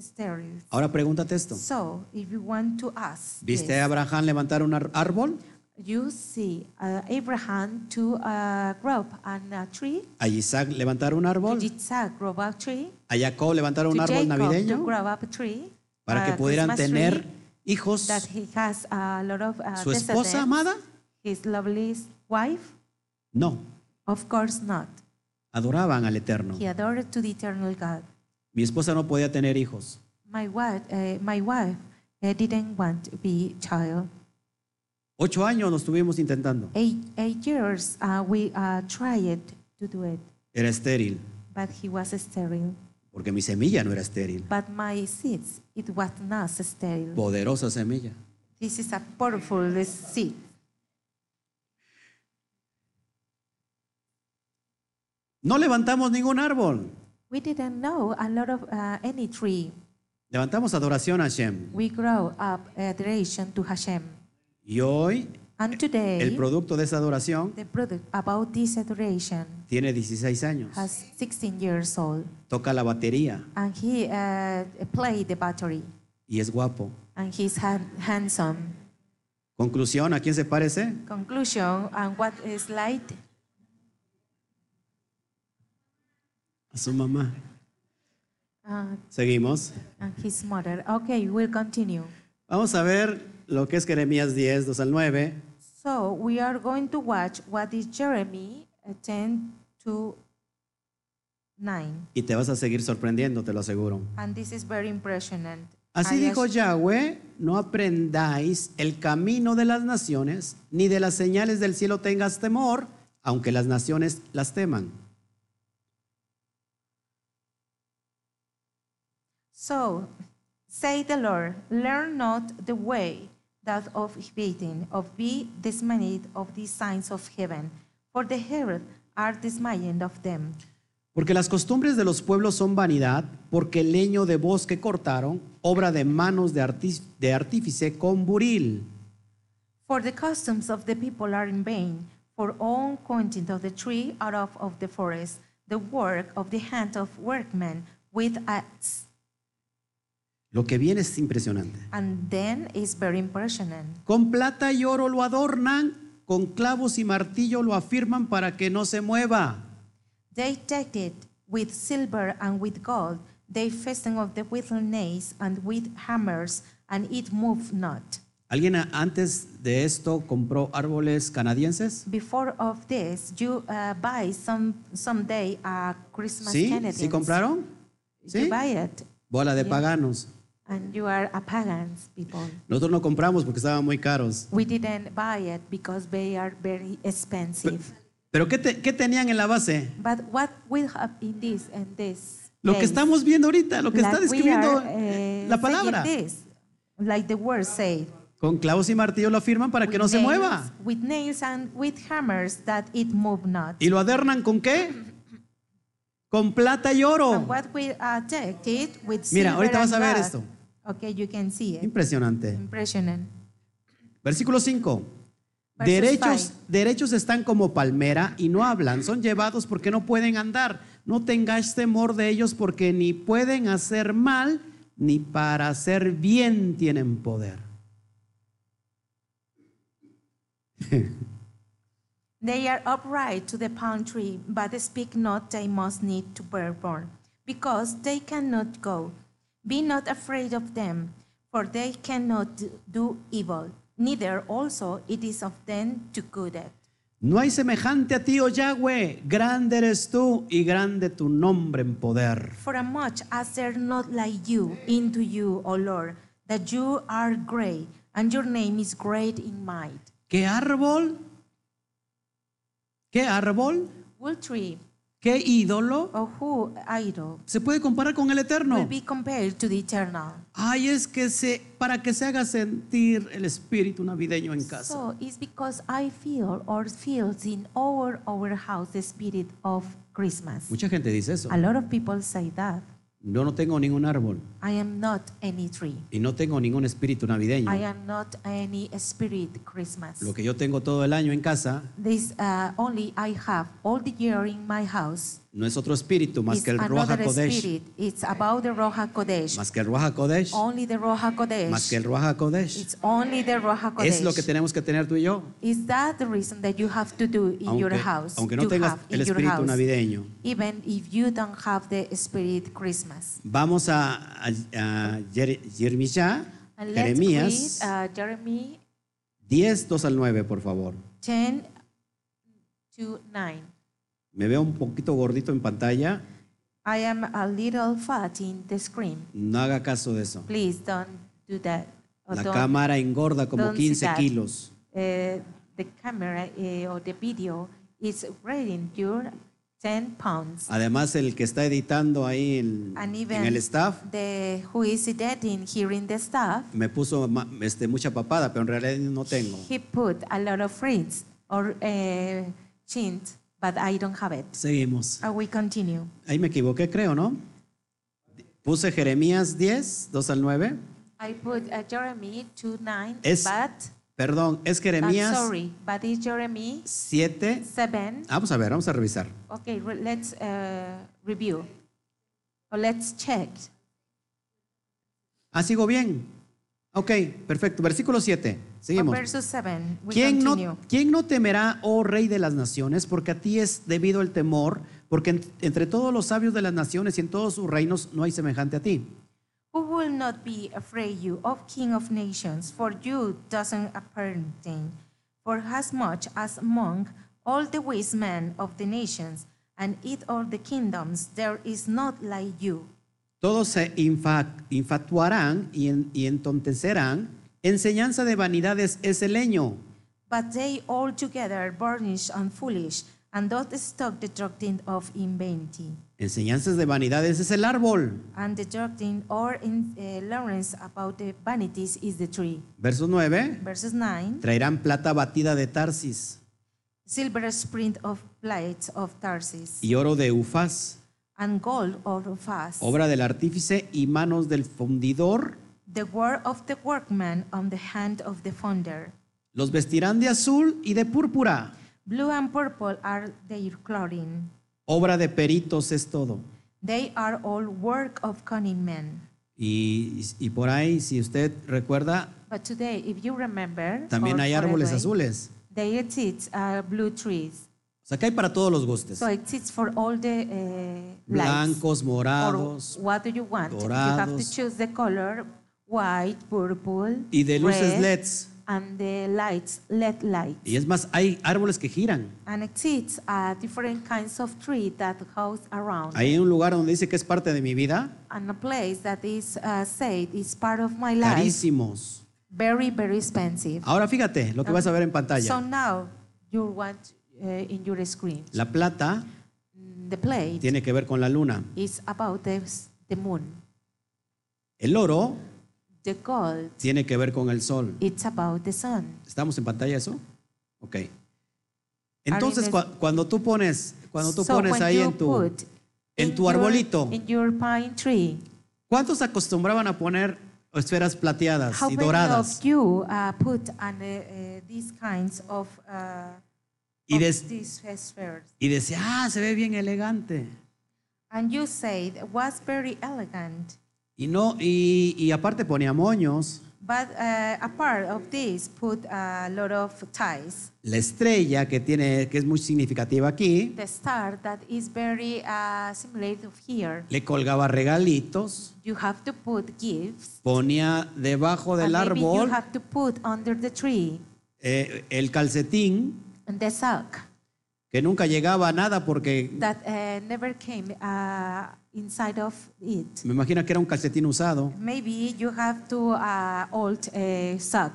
Speaker 2: sterile.
Speaker 1: Ahora pregúntate esto.
Speaker 2: So if you want to ask,
Speaker 1: ¿Viste
Speaker 2: this,
Speaker 1: a Abraham levantar un ar- árbol?
Speaker 2: you see uh, Abraham to uh, grow an a tree,
Speaker 1: ¿A Isaac levantar un
Speaker 2: to
Speaker 1: árbol?
Speaker 2: Yitzhak grow a tree,
Speaker 1: ¿A Jacob levantar un
Speaker 2: to
Speaker 1: árbol
Speaker 2: Jacob to
Speaker 1: navideño?
Speaker 2: grow up a tree,
Speaker 1: Para que
Speaker 2: a
Speaker 1: pudieran
Speaker 2: Christmas
Speaker 1: tener
Speaker 2: tree
Speaker 1: hijos.
Speaker 2: that he has a lot of uh,
Speaker 1: ¿Su esposa
Speaker 2: descendants.
Speaker 1: amada?
Speaker 2: His lovely wife?
Speaker 1: No.
Speaker 2: Of course not.
Speaker 1: Adoraban al Eterno.
Speaker 2: He adored to the eternal God.
Speaker 1: Mi esposa no podía tener hijos.
Speaker 2: My wife, uh, my wife uh, didn't want to be child.
Speaker 1: Ocho años lo estuvimos intentando.
Speaker 2: Eight, eight years uh, we uh, tried to do it,
Speaker 1: Era estéril,
Speaker 2: but he was sterile.
Speaker 1: porque mi semilla no era estéril.
Speaker 2: But my seeds, it was not sterile.
Speaker 1: Poderosa semilla.
Speaker 2: This is a powerful seed.
Speaker 1: No levantamos ningún árbol.
Speaker 2: We didn't know a lot of uh, any tree.
Speaker 1: Levantamos adoración a Hashem.
Speaker 2: We grow up adoration to Hashem.
Speaker 1: Y hoy
Speaker 2: And today,
Speaker 1: el producto de esa adoración
Speaker 2: the product about this adoration
Speaker 1: tiene 16 años.
Speaker 2: has 16 years old
Speaker 1: Toca la batería
Speaker 2: and he uh, played the battery
Speaker 1: y es guapo.
Speaker 2: and he's han- handsome
Speaker 1: Conclusión, ¿a quién se parece?
Speaker 2: conclusion and what is light
Speaker 1: A su mamá.
Speaker 2: uh,
Speaker 1: Seguimos.
Speaker 2: and his mother okay we'll continue
Speaker 1: Vamos a ver lo que es Jeremías 10, 2 al 9.
Speaker 2: so we are going to watch what is jeremy uh, 10 to 9
Speaker 1: Y te vas a seguir sorprendiendo, te lo aseguro.
Speaker 2: and this is very impressionant
Speaker 1: Así
Speaker 2: I
Speaker 1: dijo
Speaker 2: ask-
Speaker 1: Yahweh, no aprendáis el camino de las naciones, ni de las señales del cielo tengas temor, aunque las naciones las teman.
Speaker 2: So say the Lord, learn not the way that of hating, of be dismayed of these signs of heaven, for the herald are dismayed of them.
Speaker 1: Porque las costumbres de los pueblos son vanidad, porque el leño de bosque cortaron, obra de manos de, arti- de artífice con buril.
Speaker 2: For the customs of the people are in vain, for all counting of the tree out of, of the forest, the work of the hand of workmen with axe.
Speaker 1: Lo que viene es impresionante.
Speaker 2: And then is very impressionant.
Speaker 1: Con plata y oro lo adornan, con clavos y martillo lo afirman para que no se mueva.
Speaker 2: They decked it with silver and with gold, they feasting of the with nails and with hammers, and it moved not.
Speaker 1: ¿Alguien a- antes de esto compró árboles canadienses?
Speaker 2: Before of this, you uh, buy some someday a Christmas
Speaker 1: ¿Sí?
Speaker 2: Canadians.
Speaker 1: ¿Sí compraron?
Speaker 2: You
Speaker 1: ¿Sí?
Speaker 2: buy it,
Speaker 1: Bola de paganos.
Speaker 2: and you are a pagans people.
Speaker 1: Nosotros no compramos porque estaban muy caros.
Speaker 2: We didn't buy it because they are very expensive.
Speaker 1: Pero ¿qué, te- qué tenían en la base?
Speaker 2: But what will have in this and this?
Speaker 1: Lo que
Speaker 2: days?
Speaker 1: estamos viendo ahorita, lo que está
Speaker 2: Like we
Speaker 1: describiendo
Speaker 2: are, eh,
Speaker 1: la palabra.
Speaker 2: saying this, like the word said.
Speaker 1: Con clavos y martillos lo firman para que no
Speaker 2: with
Speaker 1: se
Speaker 2: nails-
Speaker 1: mueva.
Speaker 2: With nails and with hammers that it move not.
Speaker 1: ¿Y lo adornan con qué? Con plata y
Speaker 2: And
Speaker 1: oro.
Speaker 2: what we uh, decked it with
Speaker 1: Mira,
Speaker 2: silver
Speaker 1: ahorita vas
Speaker 2: and
Speaker 1: a ver
Speaker 2: gold.
Speaker 1: esto.
Speaker 2: Okay, you can see it.
Speaker 1: Impresionante.
Speaker 2: Impressionant.
Speaker 1: Versículo 5.
Speaker 2: Verses
Speaker 1: Derechos,
Speaker 2: five.
Speaker 1: derechos están como palmera y no hablan, son llevados porque no pueden andar. No tengáis temor de ellos porque ni pueden hacer mal ni para hacer bien tienen poder.
Speaker 2: They are upright to the palm tree, but speak not, they must need to bear born, because they cannot go. Be not afraid of them, for they cannot d- do evil, neither also it is of them to good it.
Speaker 1: No hay semejante a ti, oh Yahweh, grande eres tú y grande tu nombre en poder.
Speaker 2: For as much as they're not like you, into you, O Lord, that you are great, and your name is great in might.
Speaker 1: ¿Qué árbol? ¿Qué árbol?
Speaker 2: Will tree,
Speaker 1: ¿Qué ídolo?
Speaker 2: or who idol,
Speaker 1: ¿Se puede comparar con el
Speaker 2: will
Speaker 1: eterno?
Speaker 2: be compared to the eternal.
Speaker 1: Ay, es que se, para que se haga sentir el espíritu navideño en casa.
Speaker 2: So it's because I feel or feels in our our house the spirit of Christmas.
Speaker 1: Mucha gente dice eso.
Speaker 2: A lot of people say that.
Speaker 1: Yo no tengo ningún árbol
Speaker 2: I am not any tree.
Speaker 1: y no tengo ningún espíritu
Speaker 2: I
Speaker 1: navideño.
Speaker 2: am not any spirit Christmas.
Speaker 1: Lo que yo tengo todo el año en casa
Speaker 2: This uh, only I have all the year in my house.
Speaker 1: no es otro espíritu más
Speaker 2: It's
Speaker 1: que el Roja
Speaker 2: another
Speaker 1: Kodesh.
Speaker 2: spirit. It's about the Roja Kodesh.
Speaker 1: Más que el Roja Kodesh.
Speaker 2: Only the Roja Kodesh.
Speaker 1: Más que el Roja Kodesh.
Speaker 2: It's only the Roja Kodesh.
Speaker 1: Es lo que tenemos que tener tú y yo.
Speaker 2: Is that the reason that you have to do in your
Speaker 1: Aunque,
Speaker 2: house?
Speaker 1: aunque no
Speaker 2: to
Speaker 1: tengas
Speaker 2: have in
Speaker 1: el
Speaker 2: your
Speaker 1: espíritu
Speaker 2: house?
Speaker 1: navideño.
Speaker 2: even if you don't have the spirit Christmas.
Speaker 1: Vamos a, a, a Jer- Jeremías,
Speaker 2: And Uh, let's
Speaker 1: Jeremías
Speaker 2: read uh, Jeremy
Speaker 1: 10, 2 al 9, por favor.
Speaker 2: 10 to 9.
Speaker 1: Me veo un poquito gordito en pantalla.
Speaker 2: I am a little fat in the screen.
Speaker 1: No haga caso de eso.
Speaker 2: Please don't do that. Or
Speaker 1: La
Speaker 2: don't,
Speaker 1: cámara engorda como
Speaker 2: don't see
Speaker 1: 15
Speaker 2: that.
Speaker 1: kilos.
Speaker 2: uh, the camera uh, or the video is rating your 10 pounds.
Speaker 1: Además, el que está editando ahí el-
Speaker 2: And even
Speaker 1: en el staff
Speaker 2: the who is editing here in the staff,
Speaker 1: me puso ma- este, mucha papada, pero en realidad no tengo.
Speaker 2: he put a lot of rings or uh, chint, but I don't have it.
Speaker 1: Seguimos.
Speaker 2: I will continue.
Speaker 1: Ahí me equivoqué, creo, ¿no? Puse Jeremías 10, 2 al 9.
Speaker 2: I put uh, Jeremy 2 9,
Speaker 1: Es
Speaker 2: but
Speaker 1: Perdón, es Jeremías
Speaker 2: I'm sorry, but it's Jeremy
Speaker 1: 7.
Speaker 2: 7.
Speaker 1: Ah, Vamos a ver, vamos a revisar.
Speaker 2: Okay, re- let's uh, review. Or let's check.
Speaker 1: Ah, sigo bien. Ok, perfecto. Versículo 7.
Speaker 2: Or
Speaker 1: Seguimos.
Speaker 2: versus 7. We
Speaker 1: ¿Quién
Speaker 2: continue.
Speaker 1: no, quién no temerá, oh rey de las naciones? Porque a ti es debido el temor, porque en- entre todos los sabios de las naciones y en todos sus reinos no hay semejante a ti.
Speaker 2: Who will not be afraid you, of King of nations, for you doesn't appertain, for as much as among all the wise men of the nations, and in all the kingdoms, there is not like you.
Speaker 1: Todos se infa- infatuarán y, en- y entontecerán. Enseñanza de vanidades es el leño.
Speaker 2: But they all together burnish and foolish, and doth stock the doctrine of invanity,
Speaker 1: Enseñanzas de vanidades es el árbol.
Speaker 2: and the doctrine or in uh, Lawrence about the vanities is the tree.
Speaker 1: Verso 9.
Speaker 2: Verses 9.
Speaker 1: Traerán plata batida de Tarsis
Speaker 2: Silver sprint of plates of Tarsus,
Speaker 1: y oro de Ufaz,
Speaker 2: and gold of fast.
Speaker 1: obra del artífice y manos del fundidor.
Speaker 2: The word of the workman on the hand of the founder.
Speaker 1: Los vestirán de azul y de púrpura.
Speaker 2: Blue and purple are their clothing.
Speaker 1: Obra de peritos es todo.
Speaker 2: They are all work of cunning men.
Speaker 1: Y, y por ahí, si usted recuerda,
Speaker 2: But today, if you remember,
Speaker 1: también
Speaker 2: or
Speaker 1: hay
Speaker 2: far
Speaker 1: árboles
Speaker 2: away,
Speaker 1: azules.
Speaker 2: They exist uh, blue trees.
Speaker 1: O sea, que hay para todos los gustos.
Speaker 2: So it exists for all the uh, lights.
Speaker 1: Blancos,
Speaker 2: Or
Speaker 1: morados.
Speaker 2: what do you want? You have
Speaker 1: dorados.
Speaker 2: to choose the color white, purple,
Speaker 1: Y de luces
Speaker 2: red,
Speaker 1: LEDs.
Speaker 2: and the lights, LED light.
Speaker 1: Y es más, hay árboles que giran.
Speaker 2: And exists uh, different kinds of tree that goes around.
Speaker 1: Hay un lugar donde dice que es parte de mi vida.
Speaker 2: and a place that is uh, said is part of my life.
Speaker 1: Carísimos.
Speaker 2: Very, very expensive.
Speaker 1: Ahora fíjate lo que vas a ver en
Speaker 2: So
Speaker 1: pantalla.
Speaker 2: now you want uh, in your screen
Speaker 1: La plata
Speaker 2: the plate
Speaker 1: tiene que ver con la luna.
Speaker 2: is about the, s- the moon.
Speaker 1: El oro
Speaker 2: The gold,
Speaker 1: tiene que ver con el sol.
Speaker 2: it's about the sun.
Speaker 1: ¿Estamos en pantalla eso? Ok. Entonces,
Speaker 2: in
Speaker 1: cua- cuando tú pones, cuando tú
Speaker 2: So
Speaker 1: pones
Speaker 2: when
Speaker 1: ahí
Speaker 2: you
Speaker 1: en tu,
Speaker 2: put
Speaker 1: en
Speaker 2: in
Speaker 1: tu
Speaker 2: your-
Speaker 1: arbolito,
Speaker 2: in your pine tree,
Speaker 1: ¿cuántos acostumbraban a poner esferas plateadas
Speaker 2: how
Speaker 1: y
Speaker 2: many
Speaker 1: doradas?
Speaker 2: of you uh, put on uh, uh, these kinds of, uh,
Speaker 1: Y,
Speaker 2: of
Speaker 1: des-
Speaker 2: these spheres?
Speaker 1: y decía, ah, se ve bien elegante.
Speaker 2: And you said was very elegant,
Speaker 1: Y no, y, y aparte ponía moños,
Speaker 2: but uh, a part of this put a lot of ties.
Speaker 1: la estrella que tiene, que es muy significativa aquí,
Speaker 2: The star that is very uh, similar to here.
Speaker 1: le colgaba regalitos,
Speaker 2: You have to put gifts.
Speaker 1: ponía debajo del
Speaker 2: and maybe
Speaker 1: árbol
Speaker 2: you have to put under the tree
Speaker 1: eh, el calcetín,
Speaker 2: and the sock
Speaker 1: que nunca llegaba a nada porque
Speaker 2: that uh, never came uh, inside of it.
Speaker 1: me imagino que era un calcetín usado
Speaker 2: Maybe you have to uh, old uh, sock.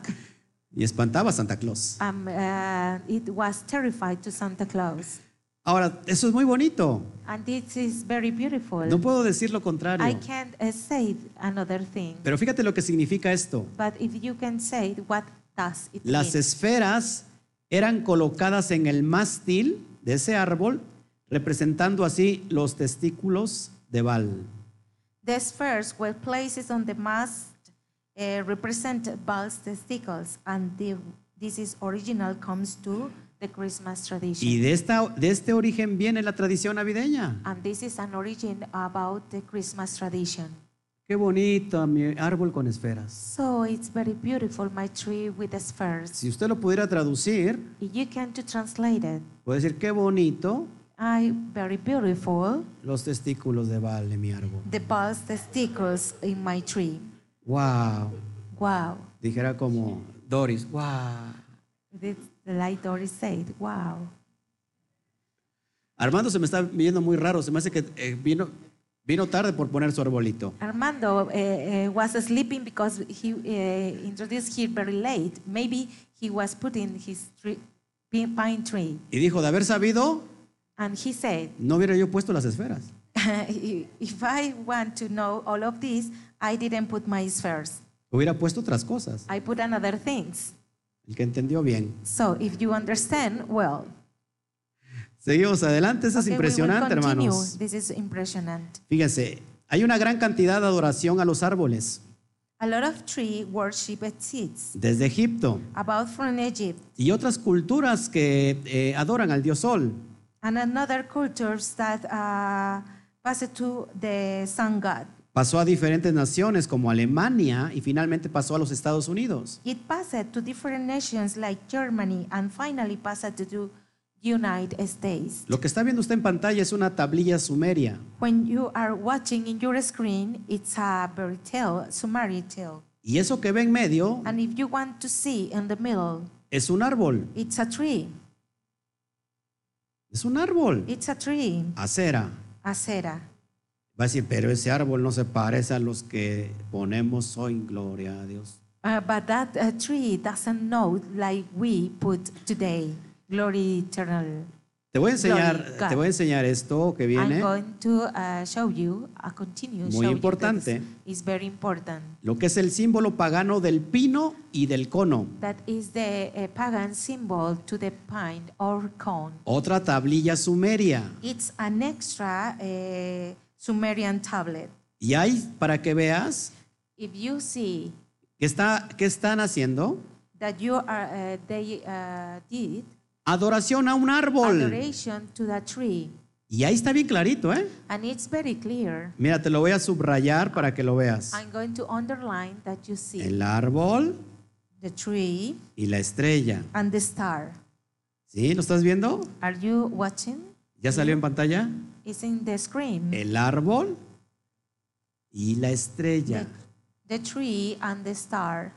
Speaker 1: y espantaba a Santa Claus.
Speaker 2: Um, uh, it was terrified to Santa Claus,
Speaker 1: Ahora, eso es muy bonito.
Speaker 2: and this is very beautiful.
Speaker 1: No puedo decir lo
Speaker 2: I
Speaker 1: contrario.
Speaker 2: can't uh, say another thing,
Speaker 1: Pero fíjate lo que significa esto.
Speaker 2: but if you can say it, what does it
Speaker 1: Las
Speaker 2: mean?
Speaker 1: esferas eran colocadas en el mástil de ese árbol, representando así los testículos de Baal.
Speaker 2: The spheres were placed on the mast, uh, represent Baal's testicles, and the, this is original comes to the Christmas tradition.
Speaker 1: Y de, esta, de este origen viene la tradición navideña.
Speaker 2: And this is an origin about the Christmas tradition.
Speaker 1: Qué bonito mi árbol con esferas.
Speaker 2: So it's very beautiful, my tree with the spheres.
Speaker 1: Si usted lo pudiera traducir,
Speaker 2: If you can to translate it,
Speaker 1: puede decir qué bonito
Speaker 2: I very beautiful,
Speaker 1: los testículos de Baal de mi árbol.
Speaker 2: the balls, the stickles in my tree.
Speaker 1: Wow.
Speaker 2: Wow.
Speaker 1: Dijera como Doris, wow.
Speaker 2: This, like Doris said, wow.
Speaker 1: Armando se me está viendo muy raro, se me hace que eh, vino, vino tarde por poner su arbolito.
Speaker 2: Armando uh, uh, was sleeping because he uh, introduced here very late. Maybe he was putting his tree, pine tree.
Speaker 1: Y dijo, de haber sabido,
Speaker 2: And he said,
Speaker 1: no hubiera yo puesto las esferas.
Speaker 2: if I want to know all of this, I didn't put my spheres.
Speaker 1: Hubiera puesto otras cosas.
Speaker 2: I put another things.
Speaker 1: El que entendió bien.
Speaker 2: So if you understand, well,
Speaker 1: Seguimos adelante, eso es
Speaker 2: okay, we will
Speaker 1: impresionante,
Speaker 2: continue.
Speaker 1: hermanos.
Speaker 2: This is impressionant.
Speaker 1: Fíjense, hay una gran cantidad de adoración a los árboles
Speaker 2: A lot of tree worship exists
Speaker 1: desde Egipto
Speaker 2: about from Egypt
Speaker 1: y otras culturas que eh, adoran al dios Sol.
Speaker 2: and another cultures that uh, pass it to the sun god.
Speaker 1: Pasó a diferentes naciones como Alemania y finalmente pasó a los Estados Unidos.
Speaker 2: It passed to different nations like Germany and finally passed to the United States.
Speaker 1: Lo que está viendo usted en pantalla es una tablilla sumeria.
Speaker 2: When you are watching in your screen, it's a fairy tale, Sumerian tale.
Speaker 1: Y eso que ve en medio
Speaker 2: And if you want to see in the middle,
Speaker 1: es un árbol.
Speaker 2: it's a tree.
Speaker 1: Es un árbol.
Speaker 2: It's a tree,
Speaker 1: Acera.
Speaker 2: acera.
Speaker 1: Va a decir, pero ese árbol no se parece a los que ponemos hoy, gloria a Dios.
Speaker 2: Uh, but that uh, tree doesn't know like we put today. Glory eternal.
Speaker 1: Te voy a enseñar,
Speaker 2: Gloria, God.
Speaker 1: te voy a enseñar esto que
Speaker 2: I'm
Speaker 1: viene,
Speaker 2: going to uh, show you, I continue
Speaker 1: Muy
Speaker 2: show you that
Speaker 1: importante.
Speaker 2: it's- It's very important.
Speaker 1: lo que es el símbolo pagano del pino y del cono.
Speaker 2: That is the uh, pagan symbol to the pine or cone.
Speaker 1: Otra tablilla sumeria.
Speaker 2: It's an extra uh, Sumerian tablet.
Speaker 1: Y hay, para que veas,
Speaker 2: If you see
Speaker 1: que está, ¿qué están haciendo?
Speaker 2: that you are uh, they uh, did
Speaker 1: Adoración a un árbol.
Speaker 2: adoration to the tree,
Speaker 1: Y ahí está bien clarito, ¿eh?
Speaker 2: and it's very clear.
Speaker 1: Mira, te lo voy a subrayar para que lo veas.
Speaker 2: I'm going to underline that you see
Speaker 1: El árbol
Speaker 2: the tree
Speaker 1: y la estrella.
Speaker 2: and the star.
Speaker 1: ¿Sí? ¿Lo estás viendo?
Speaker 2: Are you watching?
Speaker 1: ¿Ya salió en pantalla?
Speaker 2: It's in the screen.
Speaker 1: El árbol y la estrella.
Speaker 2: The, the tree and the star.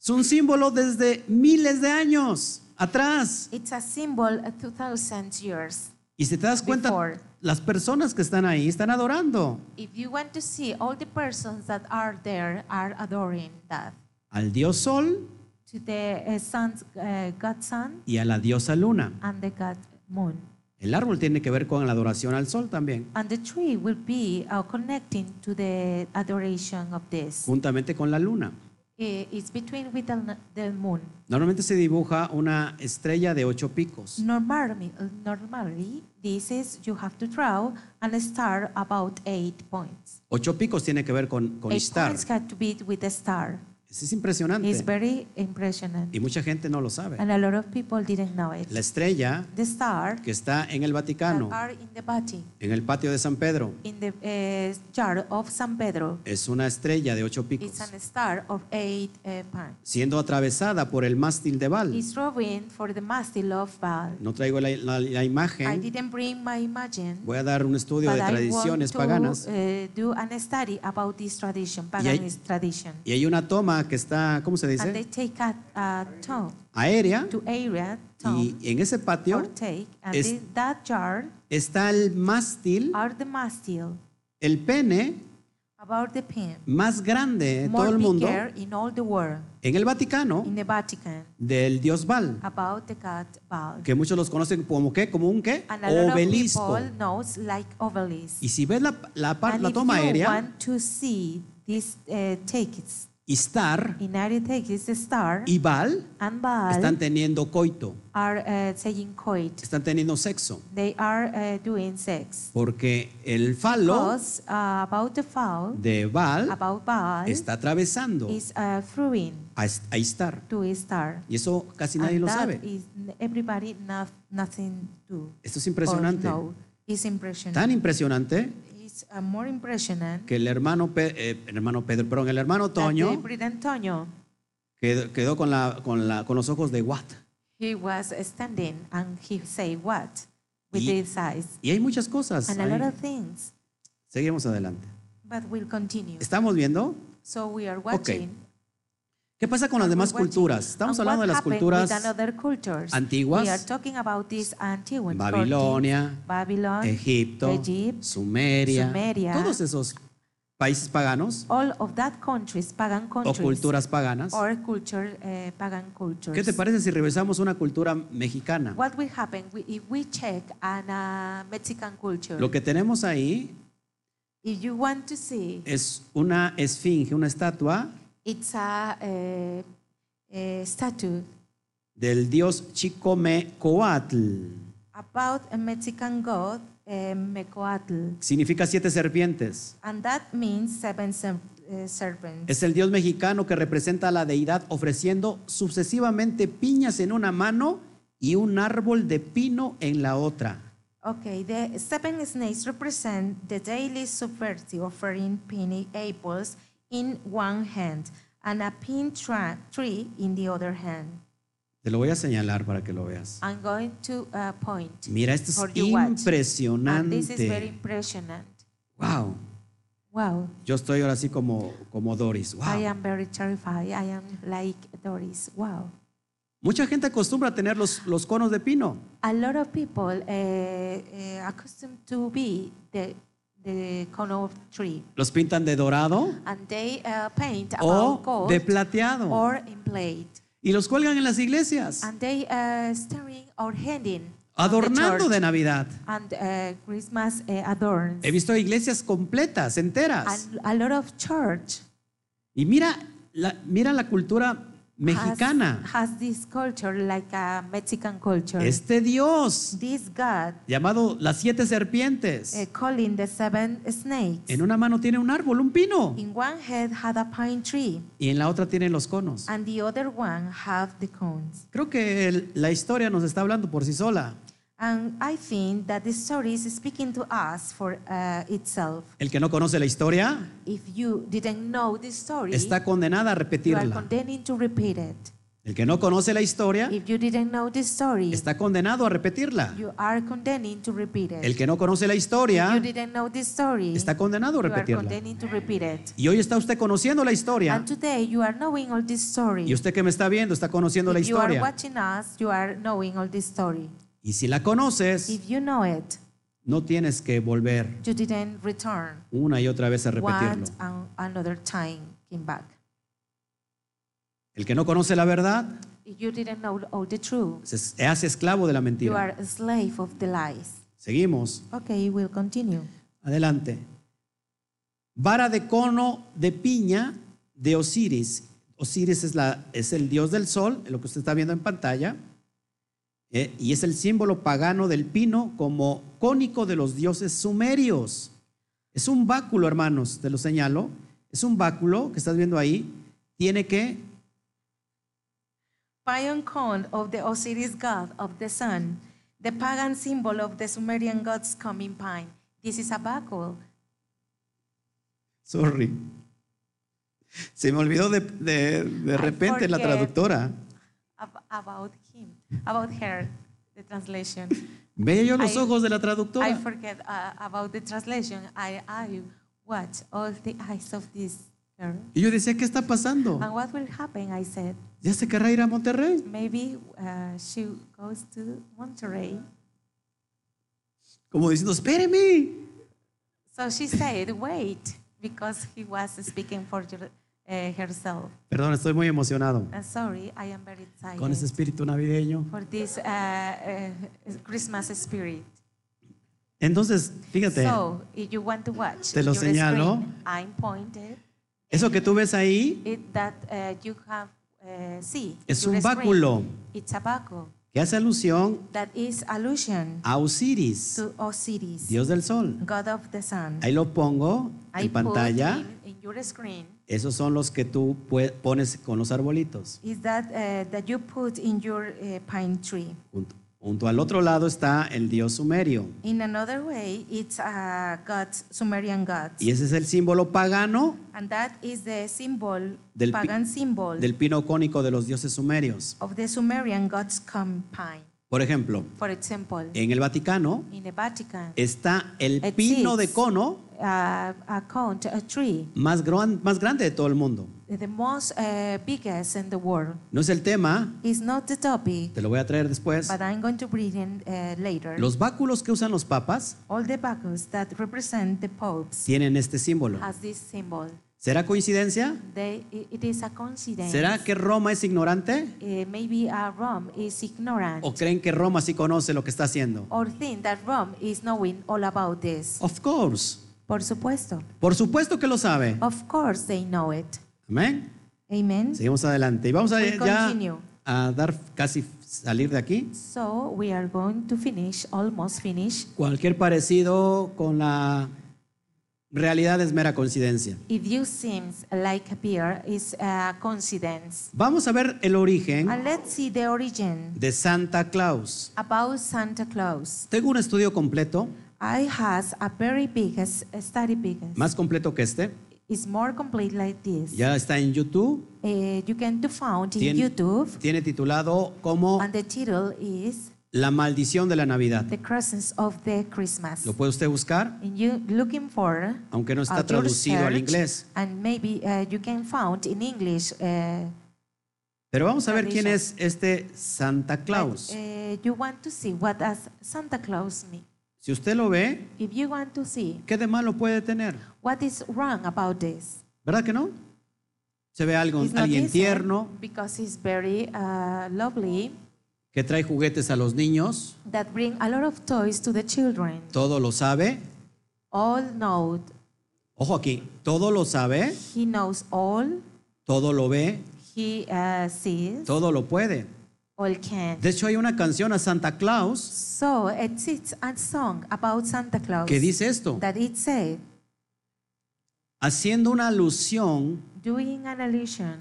Speaker 1: Es un símbolo desde miles de años atrás.
Speaker 2: It's a symbol of 2,000 years.
Speaker 1: Y si te das cuenta,
Speaker 2: Before.
Speaker 1: las personas que están ahí están adorando
Speaker 2: If you want to see all the persons that are there are adoring that
Speaker 1: al dios sol
Speaker 2: to the uh, sun's uh, god sun
Speaker 1: y a la diosa luna.
Speaker 2: and the god moon.
Speaker 1: El árbol tiene que ver con la adoración al sol también,
Speaker 2: And the tree will be uh, connecting to the adoration of this.
Speaker 1: juntamente con la luna.
Speaker 2: I- It's between with the the moon.
Speaker 1: Normalmente se dibuja una estrella de ocho picos.
Speaker 2: Normally, uh, normally, this is you have to draw and star about eight points.
Speaker 1: Ocho picos tiene que ver con, con
Speaker 2: eight
Speaker 1: Ishtar.
Speaker 2: points got to be with a star.
Speaker 1: Eso es impresionante.
Speaker 2: It's very impressionant,
Speaker 1: Y mucha gente no lo sabe.
Speaker 2: and a lot of people didn't know it.
Speaker 1: La estrella
Speaker 2: The star
Speaker 1: que está en el
Speaker 2: that
Speaker 1: Vaticano,
Speaker 2: are in the body,
Speaker 1: en el patio de San Pedro,
Speaker 2: in the uh, jar of San Pedro,
Speaker 1: es una estrella de ocho picos,
Speaker 2: it's an star of eight uh, points.
Speaker 1: siendo atravesada por el mástil de Baal.
Speaker 2: It's drawing for the mastil of Baal.
Speaker 1: No traigo la, la- la
Speaker 2: I
Speaker 1: imagen.
Speaker 2: didn't bring my imagine,
Speaker 1: Voy a dar un estudio de
Speaker 2: but I want
Speaker 1: tradiciones
Speaker 2: to
Speaker 1: paganas.
Speaker 2: uh, do an study about this tradition,
Speaker 1: hay-
Speaker 2: pagan tradition.
Speaker 1: Y hay una toma que está, ¿cómo se
Speaker 2: And they
Speaker 1: dice?
Speaker 2: take a, a tome
Speaker 1: Aérea.
Speaker 2: to area,
Speaker 1: Y
Speaker 2: tome
Speaker 1: en ese
Speaker 2: or
Speaker 1: patio
Speaker 2: take, and
Speaker 1: es-
Speaker 2: in that jar
Speaker 1: está el mástil,
Speaker 2: are the mastil
Speaker 1: el pene
Speaker 2: about the pin,
Speaker 1: más grande de todo
Speaker 2: more
Speaker 1: el mundo
Speaker 2: bigger in all the world,
Speaker 1: en el Vaticano
Speaker 2: in the Vatican,
Speaker 1: del dios Baal,
Speaker 2: about the god Baal.
Speaker 1: que muchos los conocen como qué, como un qué,
Speaker 2: And a lot
Speaker 1: obelisco.
Speaker 2: of people knows like obelisk.
Speaker 1: Y si ves la, la, par-
Speaker 2: and
Speaker 1: la
Speaker 2: if
Speaker 1: toma
Speaker 2: you
Speaker 1: aérea,
Speaker 2: want to see these uh, tickets,
Speaker 1: Istar
Speaker 2: in United States is the star.
Speaker 1: y Baal
Speaker 2: and Baal
Speaker 1: están teniendo coito,
Speaker 2: are uh, saying coit.
Speaker 1: están teniendo sexo,
Speaker 2: They are uh, doing sex.
Speaker 1: porque el falo
Speaker 2: Because uh, about the fowl,
Speaker 1: de Baal
Speaker 2: about Baal,
Speaker 1: está atravesando
Speaker 2: is uh, throwing
Speaker 1: a, Is- a Istar.
Speaker 2: to a star.
Speaker 1: Y eso casi nadie
Speaker 2: and
Speaker 1: lo
Speaker 2: that
Speaker 1: sabe.
Speaker 2: is n- everybody not, nothing do.
Speaker 1: Esto es impresionante.
Speaker 2: Or know. It's impressionant.
Speaker 1: Tan impresionante
Speaker 2: it's uh, more impressionant
Speaker 1: que el hermano, Pe- eh, el hermano Pedro, perdón, el hermano
Speaker 2: that
Speaker 1: Toño
Speaker 2: David Antonio,
Speaker 1: quedó, quedó con, la, con, la, con los ojos de what.
Speaker 2: he was standing and he say what with
Speaker 1: Y-
Speaker 2: his eyes
Speaker 1: Y hay muchas cosas.
Speaker 2: and a
Speaker 1: ahí.
Speaker 2: lot of things.
Speaker 1: Seguimos adelante.
Speaker 2: But we'll continue.
Speaker 1: ¿Estamos viendo?
Speaker 2: So we are watching.
Speaker 1: ¿Qué pasa con las
Speaker 2: And
Speaker 1: demás
Speaker 2: we're watching.
Speaker 1: culturas? Estamos
Speaker 2: And
Speaker 1: hablando de
Speaker 2: what
Speaker 1: las
Speaker 2: happened
Speaker 1: culturas
Speaker 2: with another cultures?
Speaker 1: antiguas.
Speaker 2: We are talking about these antiquities.
Speaker 1: Babilonia,
Speaker 2: Babylon,
Speaker 1: Egipto,
Speaker 2: Egipto,
Speaker 1: Sumeria,
Speaker 2: Sumeria.
Speaker 1: todos esos países paganos
Speaker 2: all of that countries, pagan
Speaker 1: o
Speaker 2: countries,
Speaker 1: culturas paganas.
Speaker 2: or culture, eh, pagan cultures.
Speaker 1: ¿Qué te parece si revisamos una cultura mexicana?
Speaker 2: What will happen we- if we check an uh, Mexican culture?
Speaker 1: Lo que tenemos ahí
Speaker 2: If you want to see,
Speaker 1: es una esfinge, una estatua
Speaker 2: it's a, eh, eh, statue
Speaker 1: del dios Chicomecoatl.
Speaker 2: about a Mexican god, eh, Mecoatl,
Speaker 1: Significa siete serpientes.
Speaker 2: and that means seven ser- eh, serpents.
Speaker 1: Es el dios mexicano que representa a la deidad ofreciendo sucesivamente piñas en una mano y un árbol de pino en la otra.
Speaker 2: Okay, the seven snakes represent the daily subverti offering penny apples in one hand and a pin tra- tree in the other hand.
Speaker 1: Te lo voy a señalar para que lo veas.
Speaker 2: I'm going to uh, point.
Speaker 1: Mira, esto
Speaker 2: for
Speaker 1: es
Speaker 2: you watch. And this is
Speaker 1: impresionante.
Speaker 2: very impressionant.
Speaker 1: Wow.
Speaker 2: Wow,
Speaker 1: Yo estoy ahora así como, como Doris. Wow.
Speaker 2: I am very terrified. I am like Doris. Wow.
Speaker 1: Mucha gente acostumbra a tener los, los conos de pino.
Speaker 2: A lot of people uh, uh, accustomed to be the the cone of tree,
Speaker 1: Los pintan de dorado
Speaker 2: and they uh, paint
Speaker 1: o
Speaker 2: about gold
Speaker 1: de plateado.
Speaker 2: or in plate.
Speaker 1: Y los cuelgan en las iglesias,
Speaker 2: And they uh, staring or hanging on the
Speaker 1: adornando
Speaker 2: church
Speaker 1: de Navidad.
Speaker 2: and uh, Christmas uh, adorns
Speaker 1: He visto iglesias completas, enteras.
Speaker 2: and a lot of church
Speaker 1: Y mira la, mira la cultura mexicana.
Speaker 2: has, has this culture like a Mexican culture.
Speaker 1: Este Dios,
Speaker 2: This God
Speaker 1: llamado las siete
Speaker 2: uh,
Speaker 1: serpientes,
Speaker 2: calling the seven snakes.
Speaker 1: en una mano tiene un árbol, un pino,
Speaker 2: In one head had a pine tree,
Speaker 1: y en la otra tiene los conos.
Speaker 2: and the other one have the cones.
Speaker 1: Creo que el- la historia nos está hablando por sí sola.
Speaker 2: And I think that the story is speaking to us for uh, itself.
Speaker 1: El que no conoce la historia
Speaker 2: If you didn't know this story,
Speaker 1: está condenada a
Speaker 2: you are
Speaker 1: repetirla.
Speaker 2: condemning to repeat it.
Speaker 1: El que no conoce la historia
Speaker 2: If you didn't know this story,
Speaker 1: está condenado a repetirla.
Speaker 2: you are condemning to repeat it.
Speaker 1: El que no conoce la
Speaker 2: if you
Speaker 1: historia
Speaker 2: didn't know this story,
Speaker 1: está condenado a
Speaker 2: you are
Speaker 1: repetirla.
Speaker 2: condemning to repeat it.
Speaker 1: Y hoy está usted conociendo la historia.
Speaker 2: And today you are knowing all this story.
Speaker 1: Y usted que me está viendo está conociendo
Speaker 2: if
Speaker 1: la
Speaker 2: you are
Speaker 1: historia.
Speaker 2: watching us, you are knowing all this story.
Speaker 1: Y si la conoces,
Speaker 2: If you know it,
Speaker 1: no tienes que volver
Speaker 2: you didn't return
Speaker 1: una y otra vez a repetirlo.
Speaker 2: one and another time came back.
Speaker 1: El que no conoce la verdad
Speaker 2: you didn't know all the truth.
Speaker 1: Se hace esclavo de la
Speaker 2: You
Speaker 1: mentira.
Speaker 2: are a slave of the lies.
Speaker 1: Seguimos.
Speaker 2: Okay, we'll continue.
Speaker 1: Adelante. Vara de cono de piña de Osiris. Osiris es, la, es el dios del sol, lo que usted está viendo en pantalla, eh, y es el símbolo pagano del pino como cónico de los dioses sumerios. Es un báculo, hermanos, te lo señalo. Es un báculo que estás viendo ahí. Tiene que,
Speaker 2: Pion cone of the Osiris god of the sun, the pagan symbol of the Sumerian god's coming pine. This is a buckle.
Speaker 1: sorry, se me olvidó de, de- de
Speaker 2: Ay,
Speaker 1: repente la
Speaker 2: porque-
Speaker 1: traductora.
Speaker 2: Ab- about him, about her, the translation.
Speaker 1: Veía yo los
Speaker 2: I-
Speaker 1: ojos de la
Speaker 2: I
Speaker 1: traductora.
Speaker 2: forget uh, about the translation. I, I watch all the eyes of this girl.
Speaker 1: Y yo decía, ¿qué está pasando?
Speaker 2: And what will happen? I said,
Speaker 1: ¿Ya se querrá ir a Monterrey?
Speaker 2: maybe uh, she goes to Monterey.
Speaker 1: Como diciendo, espéreme.
Speaker 2: So she said, wait, because he was speaking for your- uh, herself.
Speaker 1: Perdón, estoy muy emocionado.
Speaker 2: I'm sorry, I am very tired
Speaker 1: Con ese espíritu navideño.
Speaker 2: for this uh, uh, Christmas spirit.
Speaker 1: Entonces, fíjate,
Speaker 2: So, if you want to watch
Speaker 1: Te lo
Speaker 2: your screen,
Speaker 1: señalo.
Speaker 2: I'm pointed.
Speaker 1: eso que tú ves ahí,
Speaker 2: It that uh, you have uh, see.
Speaker 1: Es
Speaker 2: your
Speaker 1: un
Speaker 2: screen.
Speaker 1: báculo.
Speaker 2: It's a buckle
Speaker 1: que hace alusión
Speaker 2: that is allusion
Speaker 1: a Osiris,
Speaker 2: to Osiris,
Speaker 1: Dios del Sol.
Speaker 2: god of the sun.
Speaker 1: Ahí lo pongo
Speaker 2: I
Speaker 1: en
Speaker 2: put
Speaker 1: pantalla.
Speaker 2: in, in your screen
Speaker 1: Esos son los que tú pue- pones con los arbolitos.
Speaker 2: is that uh, that you put in your uh, pine tree.
Speaker 1: Junto, junto al otro lado está el dios sumerio.
Speaker 2: In another way, it's a god, Sumerian god,
Speaker 1: Y ese es el símbolo pagano
Speaker 2: and that is the symbol,
Speaker 1: Del pi-
Speaker 2: pagan symbol
Speaker 1: del pino cónico de los dioses sumerios.
Speaker 2: of the Sumerian god's compine.
Speaker 1: Por ejemplo,
Speaker 2: For example,
Speaker 1: en el Vaticano
Speaker 2: in the Vatican,
Speaker 1: eh, está el
Speaker 2: Existe.
Speaker 1: pino de cono
Speaker 2: uh, a count, a tree,
Speaker 1: más, gran- más grande de todo el mundo.
Speaker 2: the most uh, biggest in the world.
Speaker 1: No es el tema,
Speaker 2: It's not the topic,
Speaker 1: te lo voy a traer después.
Speaker 2: but I'm going to bring in uh, later.
Speaker 1: Los báculos que usan los papas
Speaker 2: All the buckles that represent the popes
Speaker 1: tienen este símbolo.
Speaker 2: has this symbol.
Speaker 1: ¿Será coincidencia?
Speaker 2: They, i- it is a coincidence.
Speaker 1: ¿Será que Roma es ignorante?
Speaker 2: Uh, maybe uh, Rome is ignorant
Speaker 1: ¿O creen que Roma sí conoce lo que está haciendo?
Speaker 2: or think that Rome is knowing all about this.
Speaker 1: Of course.
Speaker 2: Por supuesto.
Speaker 1: Por supuesto que lo sabe.
Speaker 2: Of course they know it.
Speaker 1: Amén.
Speaker 2: Amen.
Speaker 1: Seguimos adelante. Y vamos a,
Speaker 2: We
Speaker 1: ya
Speaker 2: continue.
Speaker 1: a dar casi salir de aquí.
Speaker 2: So we are going to finish, almost finish.
Speaker 1: Cualquier parecido con la realidad es mera coincidencia.
Speaker 2: If you seems like a beer is a coincidence.
Speaker 1: Vamos a ver el origen
Speaker 2: And let's see the origin
Speaker 1: de Santa Claus.
Speaker 2: about Santa Claus.
Speaker 1: Tengo un estudio completo,
Speaker 2: I has a very biggest a study biggest.
Speaker 1: más completo que este.
Speaker 2: It's more complete like this.
Speaker 1: Ya está en YouTube.
Speaker 2: Eh, you can do found in
Speaker 1: Tiene,
Speaker 2: YouTube,
Speaker 1: tiene titulado como
Speaker 2: and the title is
Speaker 1: La maldición de la Navidad.
Speaker 2: The Crescent of the Christmas.
Speaker 1: Lo puede usted buscar,
Speaker 2: And you looking for
Speaker 1: aunque no está
Speaker 2: at your
Speaker 1: traducido al
Speaker 2: search,
Speaker 1: inglés.
Speaker 2: And maybe uh, you can found in English. Uh,
Speaker 1: Pero vamos a ver
Speaker 2: Tradition.
Speaker 1: quién es este Santa Claus.
Speaker 2: but, uh, you want to see what does Santa Claus mean.
Speaker 1: Si usted lo ve,
Speaker 2: If you want to see
Speaker 1: ¿qué de malo puede tener?
Speaker 2: what is wrong about this,
Speaker 1: ¿Verdad que no? Se ve algo,
Speaker 2: It's not
Speaker 1: alguien
Speaker 2: easy,
Speaker 1: tierno
Speaker 2: because it's very uh, lovely
Speaker 1: que trae juguetes a los niños,
Speaker 2: that bring a lot of toys to the children.
Speaker 1: todo lo sabe.
Speaker 2: All know
Speaker 1: Ojo aquí, todo lo sabe,
Speaker 2: he knows all
Speaker 1: todo lo ve,
Speaker 2: he uh, sees
Speaker 1: todo lo puede.
Speaker 2: all can.
Speaker 1: De hecho, hay una canción a Santa Claus
Speaker 2: So exists a song about Santa Claus
Speaker 1: que dice esto,
Speaker 2: that it said
Speaker 1: haciendo una alusión
Speaker 2: doing an allusion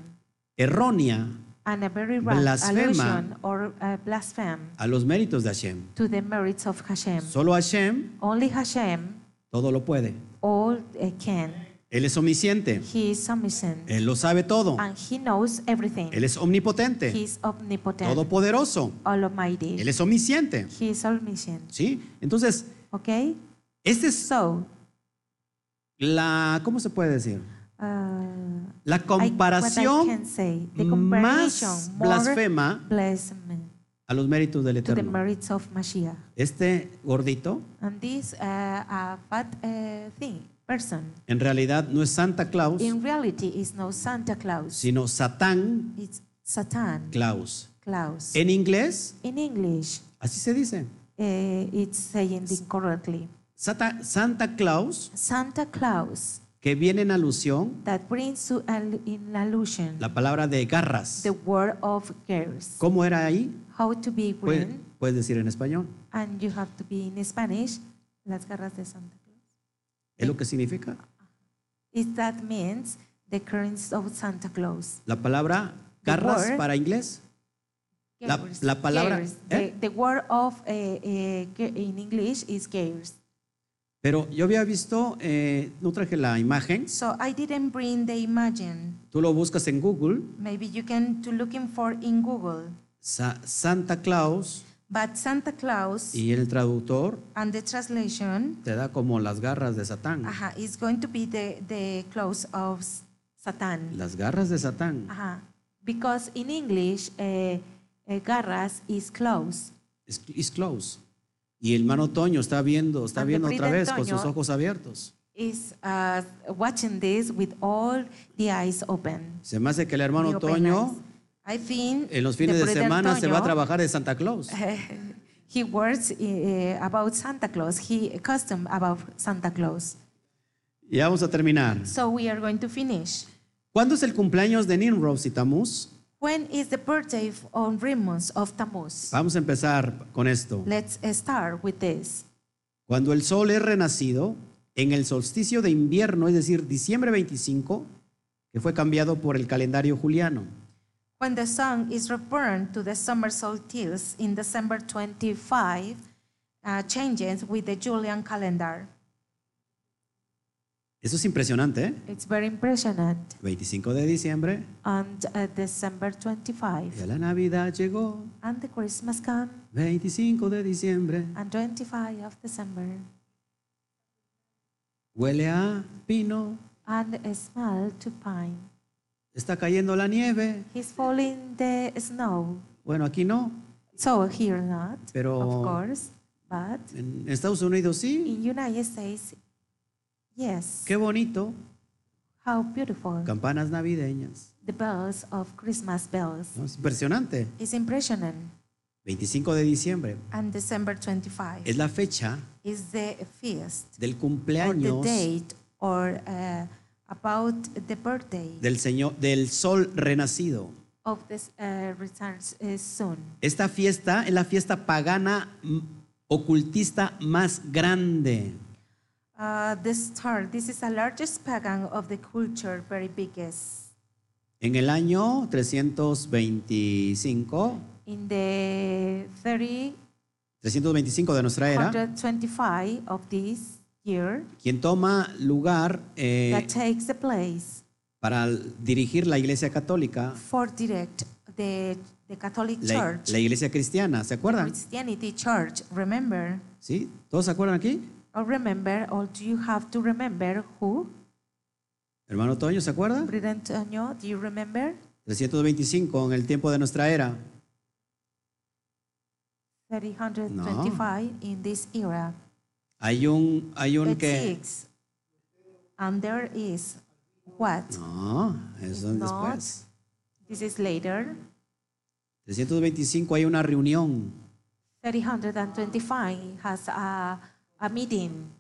Speaker 1: errónea
Speaker 2: and a very wrong
Speaker 1: Blasfema.
Speaker 2: allusion or uh, blaspheme
Speaker 1: a los méritos de Hashem.
Speaker 2: to the merits of Hashem.
Speaker 1: Solo Hashem
Speaker 2: Only Hashem
Speaker 1: todo lo puede.
Speaker 2: all uh, can.
Speaker 1: Él es omnisciente,
Speaker 2: He is omniscient
Speaker 1: él lo sabe todo,
Speaker 2: and he knows everything.
Speaker 1: él es
Speaker 2: He
Speaker 1: omnipotente,
Speaker 2: is omnipotent,
Speaker 1: todopoderoso,
Speaker 2: almighty.
Speaker 1: él es omnisciente,
Speaker 2: He is omniscient.
Speaker 1: ¿sí? Entonces,
Speaker 2: Okay?
Speaker 1: esta es
Speaker 2: So,
Speaker 1: la ¿cómo se puede decir?
Speaker 2: uh,
Speaker 1: La
Speaker 2: I- what I
Speaker 1: comparación
Speaker 2: can say, the comparison
Speaker 1: más
Speaker 2: more
Speaker 1: blasfema
Speaker 2: blasphemy
Speaker 1: a los méritos del
Speaker 2: to the
Speaker 1: Eterno.
Speaker 2: merits of Mashiach.
Speaker 1: Este gordito
Speaker 2: And this uh, uh, fat uh, thing, person,
Speaker 1: en realidad no es Santa Claus,
Speaker 2: in reality is no Santa Claus.
Speaker 1: sino Satán
Speaker 2: It's Satan.
Speaker 1: Claus.
Speaker 2: clouds.
Speaker 1: En inglés,
Speaker 2: In English,
Speaker 1: así se dice.
Speaker 2: eh, it's saying incorrectly.
Speaker 1: Santa, Santa Claus,
Speaker 2: Santa Claus,
Speaker 1: que viene en alusión
Speaker 2: that brings to al- in allusion
Speaker 1: la palabra de garras.
Speaker 2: the word of girls.
Speaker 1: ¿Cómo era ahí?
Speaker 2: How to be
Speaker 1: Puedes,
Speaker 2: green,
Speaker 1: puedes decir en español.
Speaker 2: and you have to be in Spanish, las garras de Santa Claus.
Speaker 1: Es lo que significa.
Speaker 2: Is that means the currents of Santa Claus.
Speaker 1: La palabra
Speaker 2: The
Speaker 1: garras
Speaker 2: word.
Speaker 1: para inglés. La-
Speaker 2: Gears,
Speaker 1: la palabra-
Speaker 2: gears.
Speaker 1: ¿eh?
Speaker 2: The, the word of eh, eh, ge- in English is gears.
Speaker 1: Pero yo había visto, eh, no traje la imagen.
Speaker 2: So I didn't bring the imagine.
Speaker 1: Tú lo buscas en Google.
Speaker 2: Maybe you can to looking for in Google.
Speaker 1: Sa- Santa Claus
Speaker 2: But Santa Claus
Speaker 1: y el traductor
Speaker 2: and the translation
Speaker 1: te da como las garras de Satán.
Speaker 2: ajá, is going to be the, the clothes of s- Satan.
Speaker 1: Las garras de Satán.
Speaker 2: Ajá. Because in English, eh, eh, garras is clothes.
Speaker 1: Is, is close. Y el hermano Toño está viendo, está
Speaker 2: And the
Speaker 1: viendo otra
Speaker 2: Frida
Speaker 1: vez con
Speaker 2: Toño-
Speaker 1: sus ojos abiertos.
Speaker 2: Is uh, watching this with all the eyes open.
Speaker 1: Se me hace que el hermano
Speaker 2: the open eyes.
Speaker 1: Toño
Speaker 2: I think
Speaker 1: en los
Speaker 2: the
Speaker 1: fines de
Speaker 2: brother
Speaker 1: semana se va a
Speaker 2: Toño-
Speaker 1: trabajar de Santa Claus.
Speaker 2: he words eh, about Santa Claus. He custom about Santa Claus.
Speaker 1: Ya vamos a terminar.
Speaker 2: So we are going to finish.
Speaker 1: ¿Cuándo es el cumpleaños de Nimrod y Tamuz?
Speaker 2: When is the birthday on Rimmons of Tammuz?
Speaker 1: Vamos a empezar con esto.
Speaker 2: Let's eh, start with this.
Speaker 1: Cuando el sol es renacido, en el solsticio de invierno, es decir, diciembre 25, que fue cambiado por el calendario juliano.
Speaker 2: When the sun is returned to the summer solstice in December 25, uh, changes with the Julian calendar.
Speaker 1: Eso es impresionante, ¿eh?
Speaker 2: It's very impressionant.
Speaker 1: 25 de diciembre,
Speaker 2: On uh, December 25,
Speaker 1: ya la Navidad llegó.
Speaker 2: and the Christmas come
Speaker 1: 25 de diciembre,
Speaker 2: on 25 of December,
Speaker 1: huele a pino,
Speaker 2: and a smell to pine.
Speaker 1: está cayendo la nieve.
Speaker 2: He's falling the snow.
Speaker 1: Bueno, aquí no,
Speaker 2: So here not,
Speaker 1: Pero-
Speaker 2: of course, but
Speaker 1: en Estados Unidos sí.
Speaker 2: in United States, yes.
Speaker 1: Qué bonito.
Speaker 2: How beautiful
Speaker 1: Campanas navideñas.
Speaker 2: the bells of Christmas bells.
Speaker 1: ¿no? Es impresionante.
Speaker 2: It's impressionant.
Speaker 1: 25 de diciembre
Speaker 2: And December 25
Speaker 1: es la fecha
Speaker 2: is the feast
Speaker 1: del
Speaker 2: or the
Speaker 1: cumpleaños
Speaker 2: date or uh, about the birthday
Speaker 1: del Señor del sol renacido.
Speaker 2: of this uh, returns uh, soon.
Speaker 1: Esta fiesta es la fiesta pagana mm, ocultista más grande.
Speaker 2: Uh, this star, this is the largest pagan of the culture, very biggest.
Speaker 1: En el año 325,
Speaker 2: in the 325
Speaker 1: 325 de nuestra era,
Speaker 2: of this year
Speaker 1: quien toma lugar eh,
Speaker 2: that takes the place
Speaker 1: para dirigir la iglesia católica,
Speaker 2: for direct the, the Catholic
Speaker 1: la,
Speaker 2: Church,
Speaker 1: la iglesia cristiana, ¿se acuerdan?
Speaker 2: Christianity Church. Remember,
Speaker 1: ¿Sí? ¿Todos se acuerdan aquí?
Speaker 2: or remember, or do you have to remember who?
Speaker 1: Hermano Toño, ¿se acuerda?
Speaker 2: Brother Antonio, do you remember?
Speaker 1: 325 en el tiempo de nuestra era.
Speaker 2: 325 in this era.
Speaker 1: Hay un, hay un
Speaker 2: It's
Speaker 1: que...
Speaker 2: six. And there is what?
Speaker 1: No, eso es
Speaker 2: It's not.
Speaker 1: después.
Speaker 2: This is later.
Speaker 1: 325 hay una reunión
Speaker 2: 325 has a, a meeting.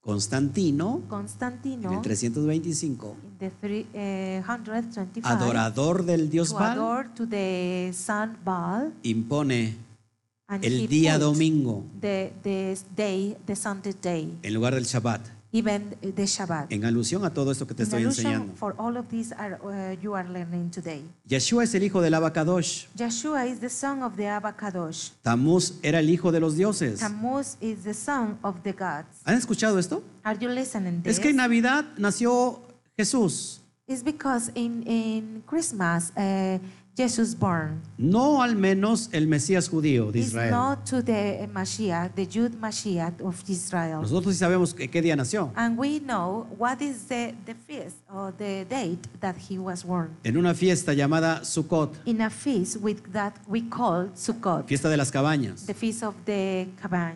Speaker 1: Constantino en
Speaker 2: Constantino
Speaker 1: el 325,
Speaker 2: in the three, eh, 125
Speaker 1: adorador del dios
Speaker 2: to
Speaker 1: Baal,
Speaker 2: adore to the sun Baal
Speaker 1: impone
Speaker 2: and he
Speaker 1: el día
Speaker 2: put
Speaker 1: domingo
Speaker 2: the, the day the Sunday day
Speaker 1: en lugar del Shabbat,
Speaker 2: even the Shabbat.
Speaker 1: en alusión a todo esto que te
Speaker 2: In
Speaker 1: estoy
Speaker 2: allusion
Speaker 1: enseñando.
Speaker 2: for all of these are, uh, you are learning today.
Speaker 1: Yeshua es el hijo del Abacadosh,
Speaker 2: Joshua is the son of the Abba Kadosh.
Speaker 1: Tamuz era el hijo de los dioses.
Speaker 2: Tammuz is the son of the gods.
Speaker 1: ¿Han escuchado esto?
Speaker 2: Are you listening
Speaker 1: Es
Speaker 2: this?
Speaker 1: que en Navidad nació Jesús,
Speaker 2: It's because in, in Christmas, uh, Jesus born.
Speaker 1: no al menos el Mesías judío de
Speaker 2: It's
Speaker 1: Israel.
Speaker 2: not to the Mashiach, the Jude Mashiach of Israel.
Speaker 1: Nosotros sí sabemos que- qué día nació.
Speaker 2: And we know what is the, the feast or the date that he was born.
Speaker 1: En una fiesta llamada Sukkot,
Speaker 2: In a feast with that we call Sukkot,
Speaker 1: fiesta de las cabañas.
Speaker 2: the feast of the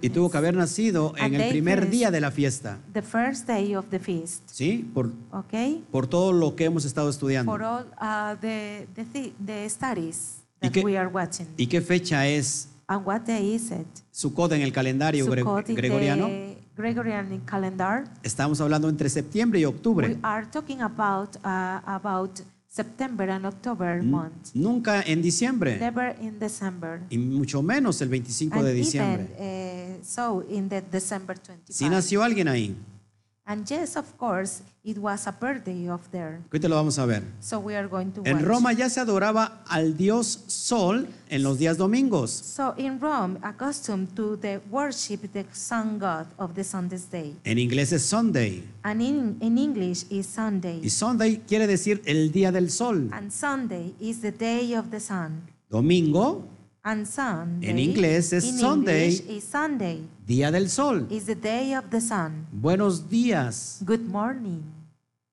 Speaker 1: Y tuvo que
Speaker 2: Cabañas.
Speaker 1: haber nacido en
Speaker 2: And
Speaker 1: el
Speaker 2: they
Speaker 1: primer
Speaker 2: first-
Speaker 1: día de la fiesta,
Speaker 2: The first day of the feast,
Speaker 1: ¿sí? Por,
Speaker 2: okay?
Speaker 1: por todo lo que hemos estado estudiando.
Speaker 2: For all uh, the, the, thi- the studies
Speaker 1: ¿Y
Speaker 2: that
Speaker 1: qué-
Speaker 2: we are watching.
Speaker 1: ¿Y qué fecha es
Speaker 2: And what day is it?
Speaker 1: Sukkot en el calendario gre-
Speaker 2: Sukkot is
Speaker 1: gregoriano?
Speaker 2: the Gregorian calendar.
Speaker 1: Estamos hablando entre septiembre y
Speaker 2: We
Speaker 1: octubre.
Speaker 2: are talking about uh, about September and October
Speaker 1: Mm.
Speaker 2: month.
Speaker 1: Nunca en diciembre,
Speaker 2: Never in December.
Speaker 1: y mucho menos el 25
Speaker 2: And
Speaker 1: de diciembre.
Speaker 2: even uh, so in the December
Speaker 1: Si
Speaker 2: 25.
Speaker 1: nació alguien ahí,
Speaker 2: And yes, of course, it was a birthday of there.
Speaker 1: ahorita lo vamos a ver.
Speaker 2: So we are going to
Speaker 1: En
Speaker 2: watch.
Speaker 1: Roma ya se adoraba al dios Sol en los días domingos.
Speaker 2: So in Rome, accustomed to the worship the sun god of the Sunday's day.
Speaker 1: En inglés es Sunday.
Speaker 2: And in, in English is Sunday.
Speaker 1: Y Sunday quiere decir el día del sol.
Speaker 2: And Sunday is the day of the sun.
Speaker 1: Domingo,
Speaker 2: And Sunday
Speaker 1: En inglés es
Speaker 2: in
Speaker 1: Sunday.
Speaker 2: English is Sunday
Speaker 1: día del sol.
Speaker 2: is the day of the sun.
Speaker 1: Buenos días,
Speaker 2: Good morning,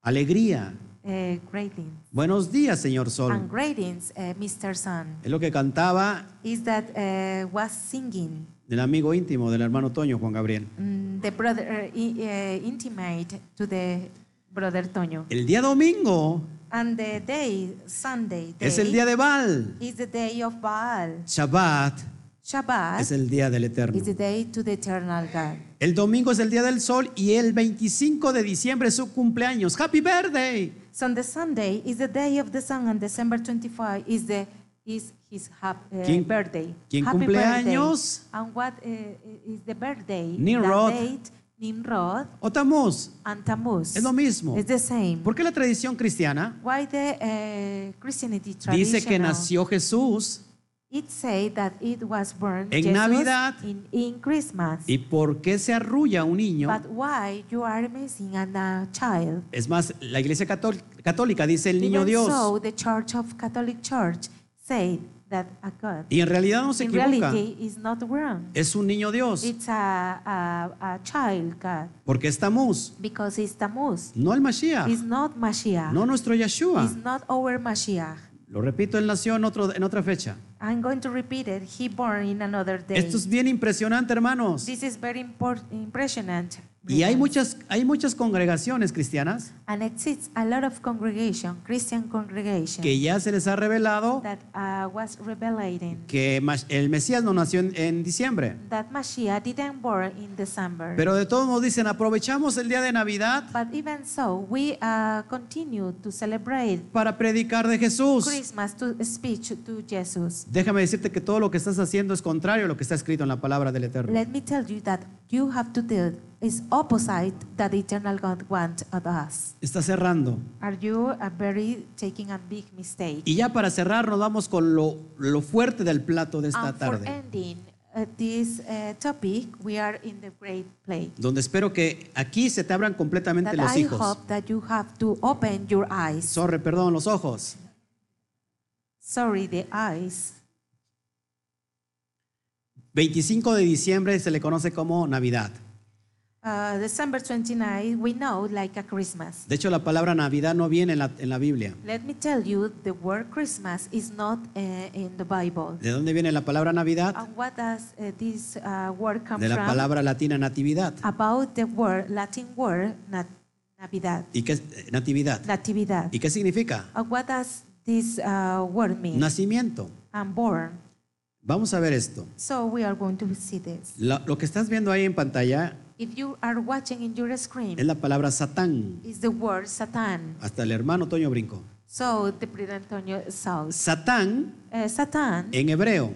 Speaker 1: alegría.
Speaker 2: uh, greetings.
Speaker 1: Buenos días, señor
Speaker 2: And
Speaker 1: sol.
Speaker 2: greetings, uh, Mr. Sun.
Speaker 1: Es lo que cantaba
Speaker 2: Is that uh, was singing
Speaker 1: el amigo íntimo del hermano Toño, Juan Gabriel.
Speaker 2: mm, the brother uh, i- uh, intimate to the brother Toño.
Speaker 1: El día domingo
Speaker 2: And the day Sunday day,
Speaker 1: es el día de Baal.
Speaker 2: is the day of Baal.
Speaker 1: Shabbat
Speaker 2: Shabbat
Speaker 1: es el día del
Speaker 2: is the
Speaker 1: eterno.
Speaker 2: day to the eternal God.
Speaker 1: El domingo es el día del sol y el 25 de diciembre es su cumpleaños. ¡Happy birthday!
Speaker 2: So on the Sunday is the day of the sun, and December 25 is the is his hap, uh,
Speaker 1: ¿Quién-
Speaker 2: birthday.
Speaker 1: quién
Speaker 2: Happy
Speaker 1: cumple
Speaker 2: birthday.
Speaker 1: años?
Speaker 2: And what uh, is the birthday?
Speaker 1: Nimrod.
Speaker 2: That date, Nimrod
Speaker 1: O Tamuz,
Speaker 2: and Tammuz.
Speaker 1: es lo mismo.
Speaker 2: It's the same.
Speaker 1: ¿Por qué la tradición cristiana
Speaker 2: Why the uh, Christianity tradition?
Speaker 1: dice que nació Jesús
Speaker 2: It say that it was born
Speaker 1: En
Speaker 2: Jesus
Speaker 1: Navidad.
Speaker 2: in, in Christmas.
Speaker 1: ¿Y por qué se arrulla un niño?
Speaker 2: But why you are missing and a child?
Speaker 1: Es más, la iglesia cató- católica dice el niño
Speaker 2: Even so,
Speaker 1: Dios.
Speaker 2: the Church of Catholic Church say that a God.
Speaker 1: Y en realidad no se
Speaker 2: in
Speaker 1: equivoca.
Speaker 2: reality is not wrong.
Speaker 1: Es un niño Dios.
Speaker 2: It's a, a, a child God
Speaker 1: Porque es Tamuz,
Speaker 2: because it's Tammuz.
Speaker 1: no el Mashiach,
Speaker 2: It's not Mashiach.
Speaker 1: no nuestro Yeshua.
Speaker 2: It's not our Mashiach.
Speaker 1: Lo repito, él nació en, otro, en otra fecha.
Speaker 2: I'm going to repeat it. He born in another day.
Speaker 1: Esto es bien impresionante, hermanos.
Speaker 2: This is very impor- impressionant.
Speaker 1: Y hay
Speaker 2: Brethren.
Speaker 1: muchas, hay muchas congregaciones cristianas
Speaker 2: And exists a lot of congregation, Christian congregation,
Speaker 1: que ya se les ha revelado
Speaker 2: that uh, was revelating
Speaker 1: que Mas- el Mesías no nació en, en diciembre.
Speaker 2: that Mashiach didn't born in December.
Speaker 1: Pero de todos modos dicen, aprovechamos el día de Navidad
Speaker 2: but even so, we uh, continue to celebrate
Speaker 1: para predicar de Jesús.
Speaker 2: Christmas to speech to Jesus.
Speaker 1: Déjame decirte que todo lo que estás haciendo es contrario a lo que está escrito en la palabra del Eterno.
Speaker 2: Let me tell you that you have to do is opposite that the eternal God wants of us.
Speaker 1: Estás cerrando.
Speaker 2: Are you a very taking a big mistake?
Speaker 1: Y ya para cerrar nos vamos con lo, lo fuerte del plato de esta
Speaker 2: and for
Speaker 1: tarde,
Speaker 2: ending uh, this uh, topic, we are in the great play.
Speaker 1: donde espero que aquí se te abran completamente
Speaker 2: That
Speaker 1: los
Speaker 2: I
Speaker 1: hijos.
Speaker 2: hope that you have to open your eyes.
Speaker 1: Sorry, perdón, los ojos.
Speaker 2: Sorry, the eyes.
Speaker 1: 25 de diciembre se le conoce como Navidad.
Speaker 2: Uh, December 29, we know like a Christmas.
Speaker 1: De hecho, la palabra Navidad no viene en la, en la Biblia.
Speaker 2: Let me tell you, the word Christmas is not uh, in the Bible.
Speaker 1: ¿De dónde viene la palabra Navidad?
Speaker 2: And what does uh, this uh, word come
Speaker 1: De la
Speaker 2: from?
Speaker 1: palabra latina natividad.
Speaker 2: about the word Latin word nat- Navidad,
Speaker 1: ¿Y qué, eh, natividad.
Speaker 2: Natividad.
Speaker 1: ¿Y qué significa?
Speaker 2: Uh, what does this uh, word mean?
Speaker 1: Nacimiento.
Speaker 2: I'm born.
Speaker 1: Vamos a ver esto.
Speaker 2: So we are going to see this.
Speaker 1: La- lo que estás viendo ahí en pantalla
Speaker 2: If you are watching in your
Speaker 1: es
Speaker 2: screen,
Speaker 1: la palabra Satán.
Speaker 2: is the word Satan.
Speaker 1: Hasta el hermano Toño brincó.
Speaker 2: So the Brother Antonio says,
Speaker 1: Satán
Speaker 2: uh, Satan
Speaker 1: en hebreo.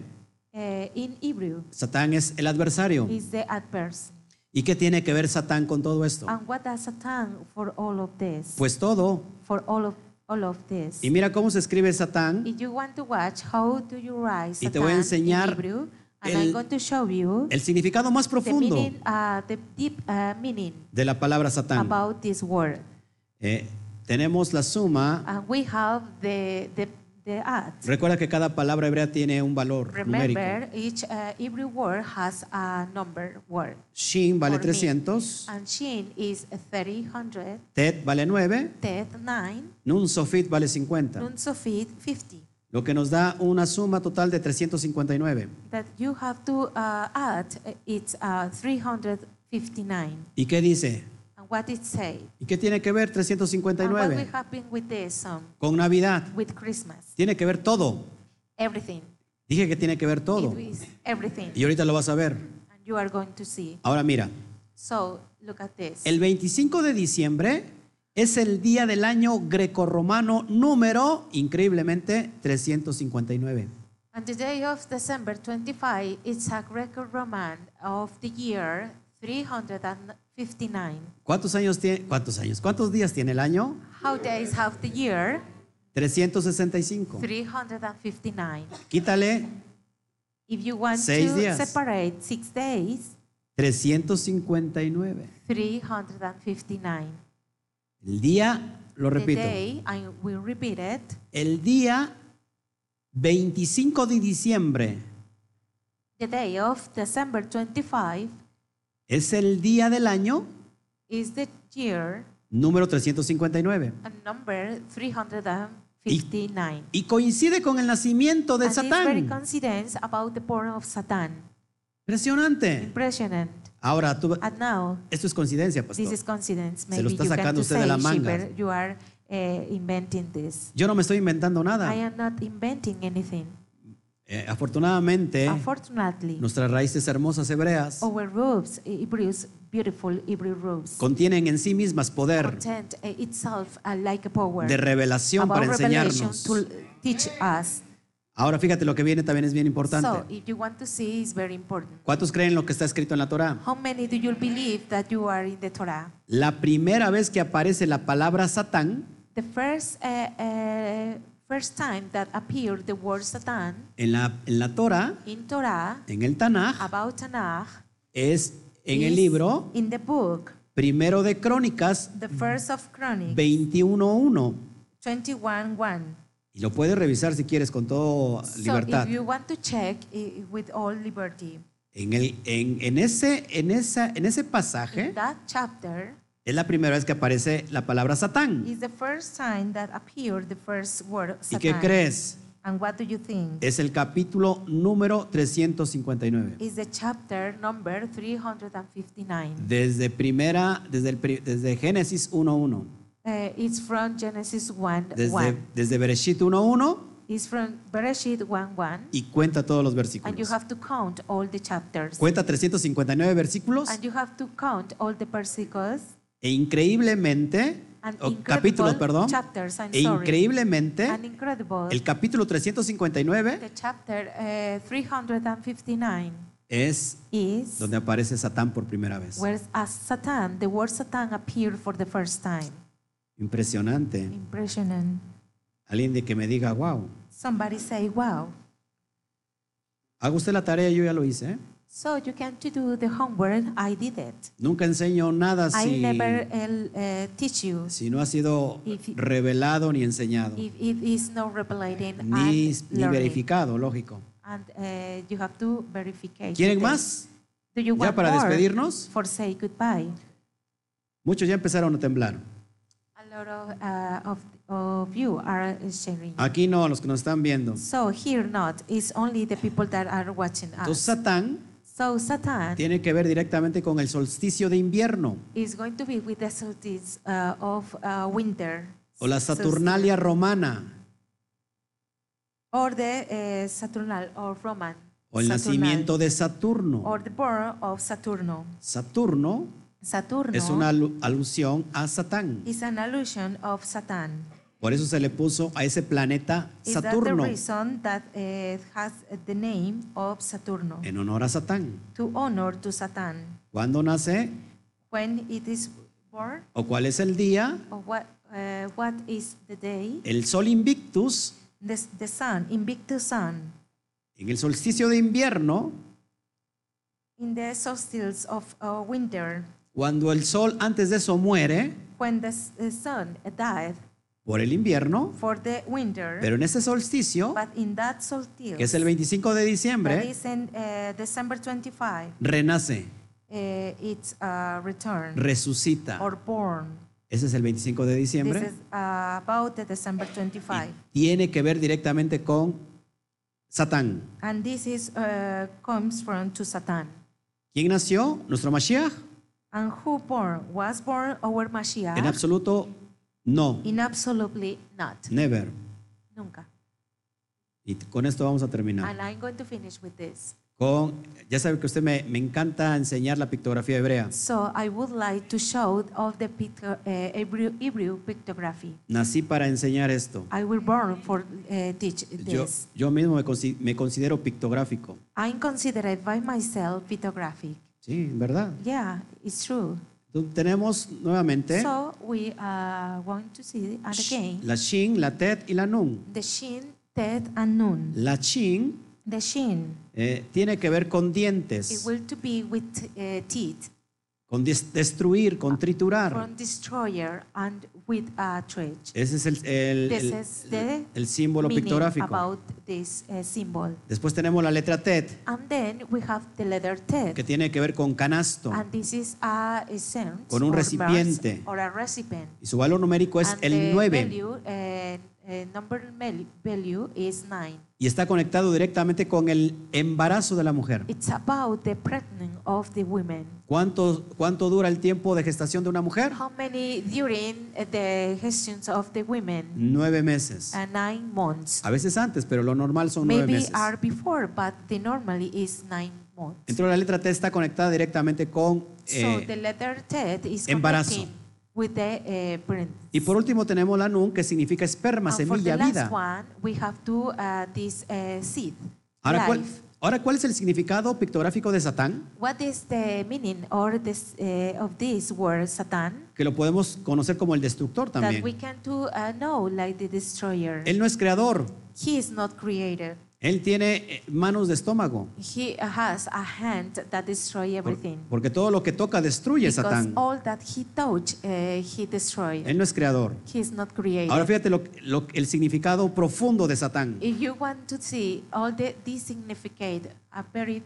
Speaker 2: uh, in Hebrew
Speaker 1: Satán es el adversario.
Speaker 2: is the adverse.
Speaker 1: ¿Y qué tiene que ver Satán con todo esto?
Speaker 2: And what does Satan for all of this?
Speaker 1: Pues todo.
Speaker 2: For all of all of this.
Speaker 1: Y mira cómo se escribe Satán.
Speaker 2: If you want to watch, how do you write
Speaker 1: Y
Speaker 2: Satan
Speaker 1: te voy a enseñar
Speaker 2: in Hebrew? And
Speaker 1: el-
Speaker 2: I'm going to show you
Speaker 1: El significado más
Speaker 2: the
Speaker 1: profundo
Speaker 2: meaning, uh, the deep uh, meaning
Speaker 1: de la palabra Satán.
Speaker 2: about this word.
Speaker 1: Eh, tenemos la suma.
Speaker 2: And we have the the the act.
Speaker 1: Recuerda que cada palabra hebrea tiene un valor numérico.
Speaker 2: Remember, each uh, every word has a number word.
Speaker 1: Shin vale
Speaker 2: Por mil.
Speaker 1: 300,
Speaker 2: And Shin is 30, 100,
Speaker 1: Tet vale 9,
Speaker 2: Tet 9,
Speaker 1: Nun Sofit vale 50,
Speaker 2: Nun Sofit 50.
Speaker 1: lo que nos da una suma total de 359.
Speaker 2: That you have to uh, add, uh, it's uh, 359.
Speaker 1: ¿Y qué dice?
Speaker 2: And what it say?
Speaker 1: ¿Y qué tiene que ver
Speaker 2: And what Ah, we
Speaker 1: 359
Speaker 2: have been with this um,
Speaker 1: con Navidad?
Speaker 2: with Christmas?
Speaker 1: Tiene que ver todo.
Speaker 2: Eh, everything.
Speaker 1: Dije que tiene que ver todo.
Speaker 2: It is everything.
Speaker 1: Y ahorita lo vas a ver.
Speaker 2: And you are going to see.
Speaker 1: Ahora mira,
Speaker 2: So look at this.
Speaker 1: el 25 de diciembre es el día del año grecorromano número, increíblemente, 359.
Speaker 2: And the day of December 25 is a Greco-Roman of the year 359.
Speaker 1: ¿Cuántos años tiene? ¿Cuántos años? ¿Cuántos días tiene el año?
Speaker 2: How days have the year
Speaker 1: 365.
Speaker 2: 359?
Speaker 1: Quítale
Speaker 2: If you want
Speaker 1: Seis
Speaker 2: to
Speaker 1: días.
Speaker 2: separate six days,
Speaker 1: 359.
Speaker 2: 359.
Speaker 1: El día, lo
Speaker 2: The
Speaker 1: repito,
Speaker 2: day, I will repeat it,
Speaker 1: el día 25 de diciembre
Speaker 2: the day of December 25
Speaker 1: es el día del año
Speaker 2: is the year
Speaker 1: número 359.
Speaker 2: and number 359.
Speaker 1: Y coincide con el nacimiento de
Speaker 2: and this very
Speaker 1: Satán.
Speaker 2: coincidence about the born of Satan.
Speaker 1: Impresionante.
Speaker 2: Impressionant.
Speaker 1: Ahora, tú,
Speaker 2: And now,
Speaker 1: esto es coincidencia,
Speaker 2: this
Speaker 1: pastor.
Speaker 2: is coincidence.
Speaker 1: Se lo
Speaker 2: Maybe
Speaker 1: está
Speaker 2: you
Speaker 1: sacando
Speaker 2: can to
Speaker 1: usted
Speaker 2: say,
Speaker 1: de la manga.
Speaker 2: Shiver, you are eh, inventing this.
Speaker 1: Yo no me estoy inventando
Speaker 2: I
Speaker 1: nada.
Speaker 2: am not inventing anything.
Speaker 1: Eh, afortunadamente,
Speaker 2: Unfortunately,
Speaker 1: nuestras raíces hermosas hebreas
Speaker 2: our roofs, Hebrews, beautiful Hebrew roofs,
Speaker 1: contienen en sí mismas poder
Speaker 2: content eh, itself uh, like a power
Speaker 1: de revelación
Speaker 2: about
Speaker 1: para
Speaker 2: revelation
Speaker 1: enseñarnos.
Speaker 2: to teach us.
Speaker 1: Ahora fíjate lo que viene también es bien
Speaker 2: So,
Speaker 1: importante.
Speaker 2: if you want to see, it's very important.
Speaker 1: ¿Cuántos creen lo que está escrito en la Torá?
Speaker 2: How many do you believe that you are in the Torah?
Speaker 1: La primera vez que aparece la palabra Satán
Speaker 2: The first, uh, uh, first time that appeared the word Satan
Speaker 1: en la, en la Torá,
Speaker 2: in Torah
Speaker 1: en el Tanaj,
Speaker 2: about Tanakh
Speaker 1: es en el
Speaker 2: is
Speaker 1: libro
Speaker 2: in the book,
Speaker 1: Primero de Crónicas
Speaker 2: the first of Chronic
Speaker 1: 21.1.
Speaker 2: 21.1.
Speaker 1: Y lo puedes revisar si quieres con toda
Speaker 2: So
Speaker 1: libertad.
Speaker 2: if you want to check i- with all liberty,
Speaker 1: En, el, en, en ese, en, esa, en ese
Speaker 2: in
Speaker 1: pasaje
Speaker 2: that chapter
Speaker 1: es la primera vez que aparece la palabra Satán.
Speaker 2: is the first time that appeared the first word
Speaker 1: ¿Y qué
Speaker 2: Satan.
Speaker 1: crees?
Speaker 2: And what do you think?
Speaker 1: Es el capítulo número 359.
Speaker 2: Is the chapter number 359.
Speaker 1: Desde primera, desde, el pri- desde Génesis 1.1,
Speaker 2: Uh, it's from Genesis 1
Speaker 1: desde,
Speaker 2: 1.
Speaker 1: desde Bereshit 1.1
Speaker 2: It's from Bereshit 1 1.
Speaker 1: y cuenta todos los
Speaker 2: And you
Speaker 1: versículos.
Speaker 2: have to count all the chapters.
Speaker 1: Cuenta 359 versículos
Speaker 2: And you have to count all the versículos.
Speaker 1: e increíblemente,
Speaker 2: And
Speaker 1: o
Speaker 2: incredible
Speaker 1: Oh, capítulos, perdón,
Speaker 2: chapters, I'm
Speaker 1: e
Speaker 2: sorry. And
Speaker 1: increíblemente,
Speaker 2: incredible.
Speaker 1: el capítulo 359
Speaker 2: the chapter uh, 359
Speaker 1: es
Speaker 2: is
Speaker 1: donde aparece Satán por primera vez.
Speaker 2: where as Satan, the word Satan appeared for the first time.
Speaker 1: Impresionante.
Speaker 2: Impressionant.
Speaker 1: Alguien de que me diga, wow,
Speaker 2: Somebody say, wow.
Speaker 1: haga usted la tarea, yo ya lo hice. ¿eh?
Speaker 2: So you can to do the homework. I did it.
Speaker 1: Nunca enseño nada
Speaker 2: I
Speaker 1: si,
Speaker 2: never uh, uh, teach you
Speaker 1: si no ha sido
Speaker 2: If-
Speaker 1: revelado ni enseñado.
Speaker 2: if it is not revelating
Speaker 1: ni,
Speaker 2: and
Speaker 1: ni
Speaker 2: learning.
Speaker 1: verificado, lógico.
Speaker 2: And uh, you have to verification.
Speaker 1: ¿Quieren
Speaker 2: this.
Speaker 1: más?
Speaker 2: Do you
Speaker 1: Ya
Speaker 2: want
Speaker 1: para
Speaker 2: more
Speaker 1: despedirnos,
Speaker 2: for say goodbye?
Speaker 1: muchos ya empezaron a temblar.
Speaker 2: A lot of, uh, of, of you are sharing.
Speaker 1: Aquí no, los que nos están viendo.
Speaker 2: So here not is only the people that are watching us.
Speaker 1: Entonces Satán
Speaker 2: so Satan
Speaker 1: tiene que ver directamente con el solsticio de invierno
Speaker 2: is going to be with the solstice uh, of uh, winter.
Speaker 1: o la
Speaker 2: Solstice.
Speaker 1: Saturnalia romana
Speaker 2: Or the uh, Saturnal or Roman.
Speaker 1: o el
Speaker 2: Saturnal.
Speaker 1: nacimiento de Saturno.
Speaker 2: Or the birth of Saturno.
Speaker 1: Saturno
Speaker 2: Saturno
Speaker 1: es una alu- alusión a Satán.
Speaker 2: is an allusion of Satan.
Speaker 1: Por eso se le puso a ese planeta
Speaker 2: Is that the
Speaker 1: Saturno
Speaker 2: reason that it has the name of Saturno?
Speaker 1: en honor a Satán.
Speaker 2: To honor to Satan.
Speaker 1: ¿Cuándo nace
Speaker 2: When it is born,
Speaker 1: o cuál es el día?
Speaker 2: or what, uh, what is the day?
Speaker 1: El sol invictus
Speaker 2: The, the sun, Invictus sun,
Speaker 1: en el solsticio de invierno
Speaker 2: in the solstice of uh, winter,
Speaker 1: Cuando el sol antes de eso muere
Speaker 2: when the, s- the sun died
Speaker 1: por el invierno,
Speaker 2: for the winter,
Speaker 1: pero en ese solsticio,
Speaker 2: but in that
Speaker 1: que es
Speaker 2: solstice,
Speaker 1: el 25 de
Speaker 2: that
Speaker 1: diciembre,
Speaker 2: is in uh, December 25, uh,
Speaker 1: renace,
Speaker 2: it's uh, returned or
Speaker 1: resucita.
Speaker 2: born.
Speaker 1: Ese es el 25 de
Speaker 2: This
Speaker 1: diciembre.
Speaker 2: is uh, about the December 25.
Speaker 1: Tiene que ver directamente con Satán.
Speaker 2: And this is uh, comes from to Satan.
Speaker 1: ¿Quién nació? Nuestro Mashiach.
Speaker 2: And who born? Was born our Mashiach?
Speaker 1: En absoluto, no.
Speaker 2: In absolutely not.
Speaker 1: Never.
Speaker 2: Nunca.
Speaker 1: Y con esto vamos a terminar.
Speaker 2: And I'm going to finish with this.
Speaker 1: Con, ya sabe que usted me, me encanta enseñar la pictografía hebrea.
Speaker 2: So I would like to show of the picto- uh, Hebrew, Hebrew pictography.
Speaker 1: Nací para enseñar esto.
Speaker 2: I will born for uh, teach
Speaker 1: Yo,
Speaker 2: this.
Speaker 1: yo mismo me, consi- me considero pictográfico.
Speaker 2: I'm considered by myself pictographic.
Speaker 1: Sí, ¿verdad?
Speaker 2: Yeah, it's true.
Speaker 1: Entonces, tenemos nuevamente
Speaker 2: So we uh, want to see and again
Speaker 1: la Shin, la Tet y la Nun.
Speaker 2: the shin, tet, and nun.
Speaker 1: La Shin
Speaker 2: The shin
Speaker 1: eh, tiene que ver con
Speaker 2: it
Speaker 1: dientes,
Speaker 2: will to be with uh, teeth
Speaker 1: con des- destruir,
Speaker 2: Ah,
Speaker 1: con triturar.
Speaker 2: from destroyer and with a thread.
Speaker 1: Ese es el, el-
Speaker 2: This
Speaker 1: el-
Speaker 2: is the
Speaker 1: el símbolo
Speaker 2: meaning
Speaker 1: pictográfico.
Speaker 2: about this uh, symbol.
Speaker 1: Después tenemos la letra Tet,
Speaker 2: And then we have the letter
Speaker 1: que
Speaker 2: Tet.
Speaker 1: tiene que ver con canasto.
Speaker 2: And this is a cent
Speaker 1: Con un
Speaker 2: or bars
Speaker 1: recipiente.
Speaker 2: or a recipient.
Speaker 1: Y su valor numérico es
Speaker 2: And the
Speaker 1: el 9.
Speaker 2: value, eh, eh, number mel- value is 9.
Speaker 1: Y está conectado directamente con el embarazo de la mujer.
Speaker 2: It's about the pregnant of the women.
Speaker 1: ¿Cuánto, cuánto dura el tiempo de gestación de una mujer?
Speaker 2: How many during the gestions of the women?
Speaker 1: Nueve meses.
Speaker 2: Uh, nine months.
Speaker 1: A veces antes, pero lo normal son nueve
Speaker 2: Maybe
Speaker 1: meses.
Speaker 2: are before, but the normally is nine months.
Speaker 1: Entonces la letra T está conectada directamente con...
Speaker 2: So
Speaker 1: eh,
Speaker 2: the letter Tet is
Speaker 1: embarazo.
Speaker 2: connecting with the uh, pregnancy.
Speaker 1: y por último tenemos la NUN, que significa esperma,
Speaker 2: And Ah, for
Speaker 1: semilla,
Speaker 2: the last
Speaker 1: vida.
Speaker 2: one, we have to uh, this uh, seed,
Speaker 1: Ahora ¿cuál,
Speaker 2: life.
Speaker 1: ahora, ¿cuál es el significado pictográfico de Satán?
Speaker 2: What is the meaning or this uh, of this word Satan
Speaker 1: Que lo podemos conocer como el destructor
Speaker 2: that we
Speaker 1: también.
Speaker 2: can to uh, know like the destroyer?
Speaker 1: Él no es creador.
Speaker 2: He is not created.
Speaker 1: Él tiene eh, manos de estómago.
Speaker 2: He has a hand that destroys
Speaker 1: Por-
Speaker 2: everything.
Speaker 1: porque todo lo que toca destruye
Speaker 2: because
Speaker 1: Satán.
Speaker 2: all that he touch, uh, he destroys.
Speaker 1: Él no es creador.
Speaker 2: He is not created.
Speaker 1: Ahora fíjate lo- lo- el significado profundo de Satán.
Speaker 2: if you want to see all the this significate a very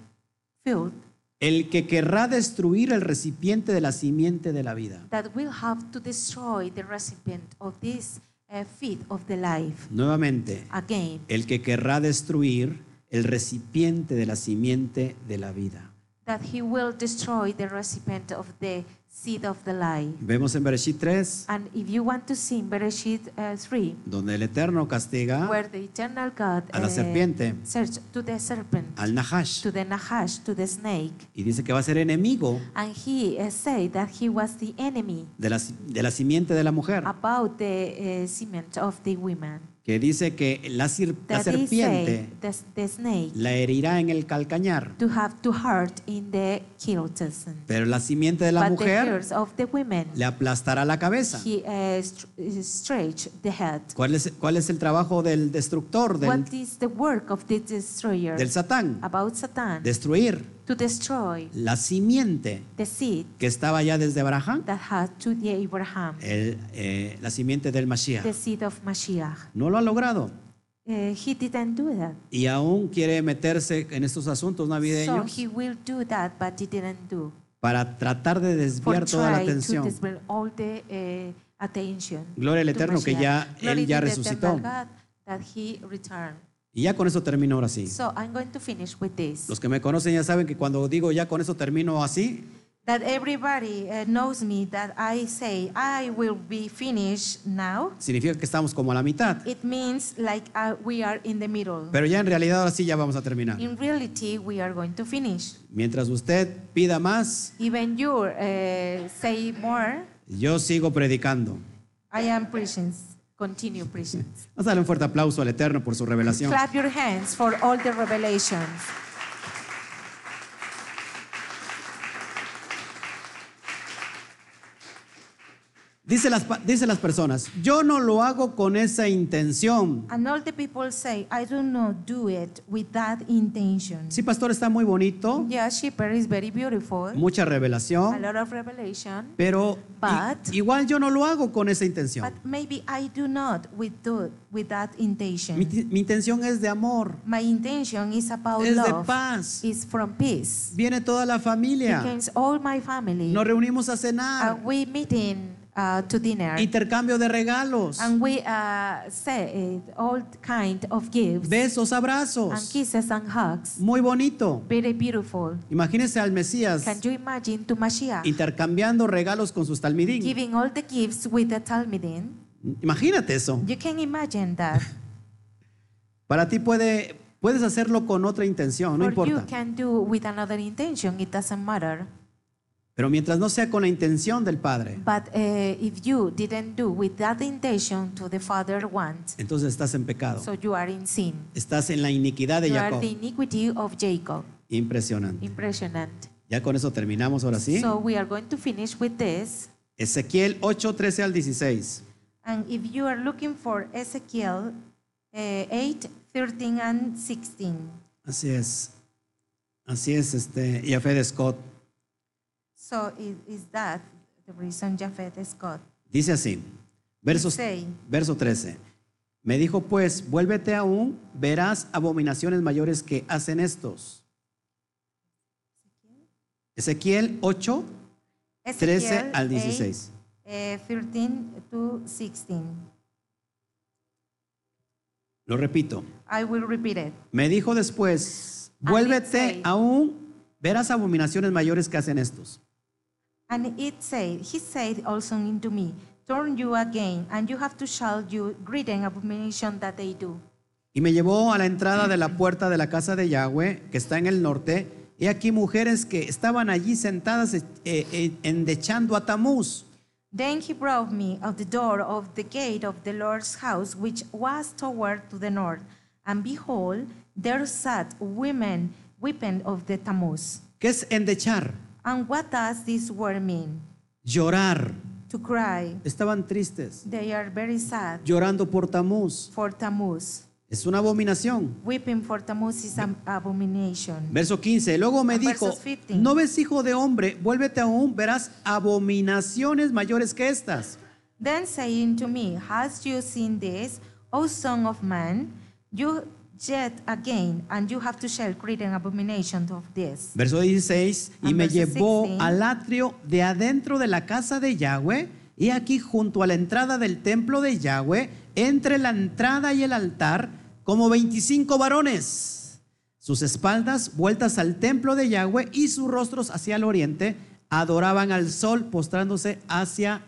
Speaker 2: field
Speaker 1: El que querrá destruir el recipiente de la simiente de la vida.
Speaker 2: that will have to destroy the recipient of this uh, feed of the life
Speaker 1: Nuevamente,
Speaker 2: again.
Speaker 1: el que querrá destruir el recipiente de la simiente de la vida.
Speaker 2: That he will destroy the recipient of the seed of the life.
Speaker 1: Vemos en Bereshit 3,
Speaker 2: And if you want to see in Bereshit uh, 3,
Speaker 1: donde el Eterno castiga
Speaker 2: where the eternal God
Speaker 1: Ah. a la
Speaker 2: uh,
Speaker 1: serpiente, Ah.
Speaker 2: search to the serpent,
Speaker 1: al Nahash,
Speaker 2: to the Nahash, to the snake,
Speaker 1: y dice que va a ser enemigo
Speaker 2: and he uh, said that he was the enemy
Speaker 1: de la, de la simiente de la mujer,
Speaker 2: about the uh, cement of the women.
Speaker 1: que dice que la, sir- la
Speaker 2: That he
Speaker 1: serpiente
Speaker 2: said, the, the snake,
Speaker 1: la herirá en el calcañar,
Speaker 2: to have to hurt in the kiltesen.
Speaker 1: pero la simiente de la
Speaker 2: but the
Speaker 1: mujer
Speaker 2: hairs of the women,
Speaker 1: le aplastará la cabeza.
Speaker 2: he uh, str- stretched the head.
Speaker 1: ¿Cuál es, cuál es el trabajo del destructor, del,
Speaker 2: what is the work of the destroyer
Speaker 1: del Satán?
Speaker 2: about Satan?
Speaker 1: Destruir
Speaker 2: to destroy
Speaker 1: la simiente
Speaker 2: the seed
Speaker 1: que estaba ya desde Abraham,
Speaker 2: that had to the Abraham,
Speaker 1: el, eh, la simiente del
Speaker 2: the
Speaker 1: Mashiach.
Speaker 2: seed of Mashiach.
Speaker 1: No lo ha logrado.
Speaker 2: Uh, he didn't do that.
Speaker 1: Y aún quiere meterse en estos asuntos
Speaker 2: So
Speaker 1: navideños
Speaker 2: he will do that, but he didn't do.
Speaker 1: para tratar de
Speaker 2: For
Speaker 1: desviar toda la
Speaker 2: try to
Speaker 1: atención.
Speaker 2: disperse all the uh, attention.
Speaker 1: Gloria al
Speaker 2: to
Speaker 1: Eterno que
Speaker 2: Mashiach.
Speaker 1: ya- Él
Speaker 2: Glory
Speaker 1: ya
Speaker 2: to the
Speaker 1: resucitó.
Speaker 2: eternal God That he returned.
Speaker 1: Y ya con eso termino ahora sí.
Speaker 2: So I'm going to finish with this.
Speaker 1: Los que me conocen ya saben que cuando digo ya con eso termino así,
Speaker 3: That everybody uh, knows me that I say I will be finished now.
Speaker 1: significa que estamos como a la mitad.
Speaker 3: It means like uh, we are in the middle.
Speaker 1: Pero ya en realidad ahora sí ya vamos a terminar.
Speaker 3: In reality, we are going to finish.
Speaker 1: Mientras usted pida más,
Speaker 3: Even you uh, say more,
Speaker 1: yo sigo predicando.
Speaker 3: I am preaching. Continue preaching.
Speaker 1: Vamos a darle un fuerte aplauso al Eterno por su revelación.
Speaker 3: Clap your hands for all the revelations.
Speaker 1: Dice las, pa- dice las personas, yo no lo hago con esa intención.
Speaker 3: And all the people say, I do not do it with that intention.
Speaker 1: Sí, pastor, está muy bonito,
Speaker 3: Yeah, shepherd is very beautiful.
Speaker 1: mucha
Speaker 2: A
Speaker 1: revelación,
Speaker 2: lot of revelation.
Speaker 1: pero
Speaker 3: But-
Speaker 1: i- igual yo no lo hago con esa intención.
Speaker 3: But maybe I do not with, do, with that
Speaker 1: Mi,
Speaker 3: intention.
Speaker 1: ti- mi intención es de amor,
Speaker 3: My intention is about
Speaker 1: es de
Speaker 3: love.
Speaker 1: paz.
Speaker 3: It's from peace.
Speaker 1: Viene toda la familia,
Speaker 3: Against all my family.
Speaker 1: nos reunimos a
Speaker 3: And
Speaker 1: cenar,
Speaker 3: we meeting uh, to dinner.
Speaker 1: intercambio de regalos,
Speaker 3: And we uh, say uh, all kind of gifts.
Speaker 1: besos,
Speaker 3: And
Speaker 1: abrazos.
Speaker 3: kisses and hugs.
Speaker 1: Muy bonito.
Speaker 3: Very beautiful.
Speaker 1: Imagínense al Mesías
Speaker 3: Can you imagine to Mashiach
Speaker 1: intercambiando regalos con sus talmidín.
Speaker 3: giving all the gifts with the Talmudim?
Speaker 1: Imagínate eso.
Speaker 3: You can imagine that.
Speaker 1: Para ti puede, puedes hacerlo con otra intención, no
Speaker 4: or you
Speaker 1: importa.
Speaker 4: can do with another intention, it doesn't matter.
Speaker 1: Pero mientras no sea con la intención del Padre,
Speaker 4: But uh, if you didn't do with that intention to the Father want,
Speaker 1: entonces estás en pecado.
Speaker 4: so you are in sin.
Speaker 1: Estás en la iniquidad de
Speaker 4: You are
Speaker 1: Jacob.
Speaker 4: the iniquity of Jacob.
Speaker 1: Impresionante.
Speaker 4: Impressionant.
Speaker 1: Ya con eso terminamos ahora sí.
Speaker 4: So we are going to finish with this.
Speaker 1: Ezequiel 8, 13 al 16.
Speaker 2: And if you are looking for Ezekiel eh, 8, 13 and 16.
Speaker 1: Así es. Así es, este, y a Fed Scott.
Speaker 2: So is, is that the reason Japhet is God?
Speaker 1: Dice así, versos,
Speaker 2: Dice.
Speaker 1: verso 13. Me dijo pues, vuélvete aún, verás abominaciones mayores que hacen estos. Ezequiel 8, 13
Speaker 2: Ezequiel
Speaker 1: al
Speaker 2: 8,
Speaker 1: 16.
Speaker 2: eh, 13 to 16.
Speaker 1: Lo repito.
Speaker 2: I will repeat it.
Speaker 1: Me dijo después,
Speaker 2: And it
Speaker 1: vuélvete
Speaker 2: says-
Speaker 1: aún, verás abominaciones mayores que hacen estos.
Speaker 2: And it said, He said also unto me, Turn you again, and you have to shall you great and abomination that they do.
Speaker 1: Y me llevó a la entrada de la puerta de la casa de Yahweh, que está en el norte, y aquí mujeres que estaban allí sentadas eh, eh, endechando a Tamuz.
Speaker 2: Then he brought me of the door of the gate of the Lord's house, which was toward to the north. And behold, there sat women weeping of the Tammuz.
Speaker 1: ¿Qué es endechar?
Speaker 2: And what does this word mean?
Speaker 1: Llorar.
Speaker 2: To cry.
Speaker 1: Estaban tristes,
Speaker 2: They are very sad
Speaker 1: llorando por Tamuz.
Speaker 2: for Tammuz.
Speaker 1: Es una abominación.
Speaker 2: Weeping for Tammuz is an abomination.
Speaker 1: Verso 15. Luego me
Speaker 2: And
Speaker 1: dijo,
Speaker 2: versos 15.
Speaker 1: no ves hijo de hombre, vuélvete aún, verás abominaciones mayores que estas.
Speaker 2: Then saying to me, Hast you seen this, O son of man? You yet again, and you have to shall create an abomination of this.
Speaker 1: Verso 16, y
Speaker 2: And
Speaker 1: me
Speaker 2: verse
Speaker 1: llevó
Speaker 2: 16.
Speaker 1: al atrio de adentro de la casa de Yahweh, y aquí junto a la entrada del templo de Yahweh, entre la entrada y el altar, como 25 varones, sus espaldas vueltas al templo de Yahweh y sus rostros hacia el oriente, adoraban al sol postrándose hacia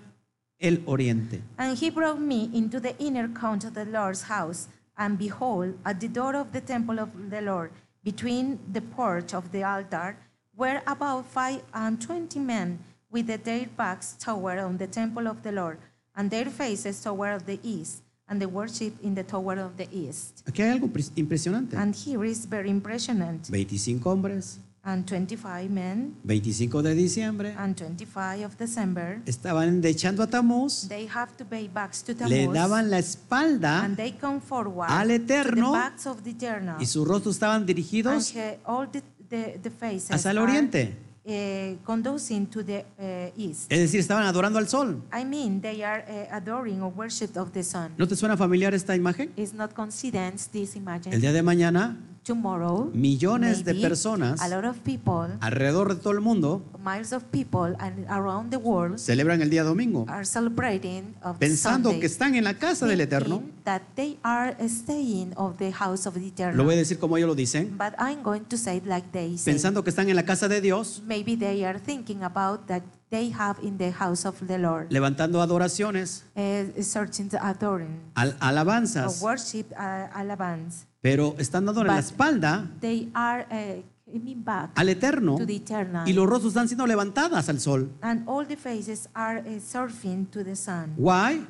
Speaker 1: el oriente.
Speaker 2: And he brought me into the inner court of the Lord's house, and behold, at the door of the temple of the Lord, between the porch of the altar, were about five and twenty men with their backs toward on the temple of the Lord, and their faces toward the east, and they worship in the tower of the east.
Speaker 1: Aquí hay algo pres- impresionante.
Speaker 2: And here is very impressionant.
Speaker 1: 25 hombres,
Speaker 2: And 25 men
Speaker 1: 25 de diciembre,
Speaker 2: and 25 of December,
Speaker 1: estaban echando a Tamuz.
Speaker 2: they have to pay backs to
Speaker 1: le
Speaker 2: Tammuz.
Speaker 1: daban la espalda
Speaker 2: And they come forward
Speaker 1: al Eterno
Speaker 2: to the backs of the eternal.
Speaker 1: y sus rostros estaban dirigidos
Speaker 2: and uh, all the, the, the faces
Speaker 1: hacia el oriente.
Speaker 2: are
Speaker 4: eh,
Speaker 2: uh, conducing to the uh, east.
Speaker 1: Es decir, estaban adorando al sol.
Speaker 2: I mean, they are
Speaker 4: eh,
Speaker 2: uh, adoring or worship of the sun.
Speaker 1: ¿No te suena familiar esta imagen?
Speaker 4: It's not coincidence, this
Speaker 1: El
Speaker 4: imagine.
Speaker 1: día de mañana,
Speaker 4: Tomorrow,
Speaker 1: millones de
Speaker 4: maybe,
Speaker 1: personas
Speaker 4: a lot of people,
Speaker 1: alrededor de todo el mundo
Speaker 4: miles of people and around the world
Speaker 1: celebran el día domingo
Speaker 4: are celebrating of
Speaker 1: pensando
Speaker 4: Ah, Sunday,
Speaker 1: que están en la casa del Eterno.
Speaker 4: thinking that they are staying of the house of the
Speaker 1: Lo
Speaker 4: eternal.
Speaker 1: voy a decir como ellos lo dicen.
Speaker 4: But I'm going to say it like they say.
Speaker 1: Pensando que están en la casa de Dios,
Speaker 4: Maybe they are thinking about that they have in the house of the Lord,
Speaker 1: levantando adoraciones,
Speaker 4: uh, searching the adoring, eh,
Speaker 1: al-
Speaker 2: Or
Speaker 1: alabanzas,
Speaker 2: worship uh, alabance.
Speaker 1: pero están dando la
Speaker 4: Oh, But-
Speaker 1: espalda
Speaker 4: They are uh, coming back
Speaker 1: al Eterno
Speaker 4: to the eternal,
Speaker 1: y los rostros están siendo levantadas al sol.
Speaker 2: And all the faces are
Speaker 4: eh,
Speaker 2: uh, surfing to the sun.
Speaker 1: Why?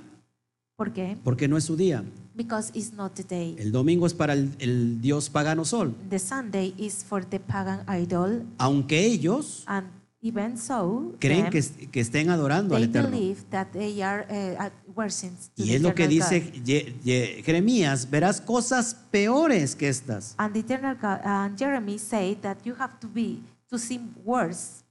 Speaker 4: ¿Por qué?
Speaker 1: Porque no es su día.
Speaker 4: Because it's not the day.
Speaker 1: El domingo es para el, el dios pagano sol.
Speaker 4: The Sunday is for the pagan idol,
Speaker 1: Aunque ellos
Speaker 4: and even so,
Speaker 1: creen
Speaker 4: them,
Speaker 1: que, est- que estén adorando
Speaker 4: they
Speaker 1: al Eterno.
Speaker 4: believe that they are uh, at- worshiping. to
Speaker 1: Y
Speaker 4: the
Speaker 1: es lo que
Speaker 4: eternal
Speaker 1: dice
Speaker 4: God.
Speaker 1: Ye- Ye- Jeremías, verás cosas peores que estas.
Speaker 4: And the eternal God, uh, and Jeremy said that you have to be to seem worse.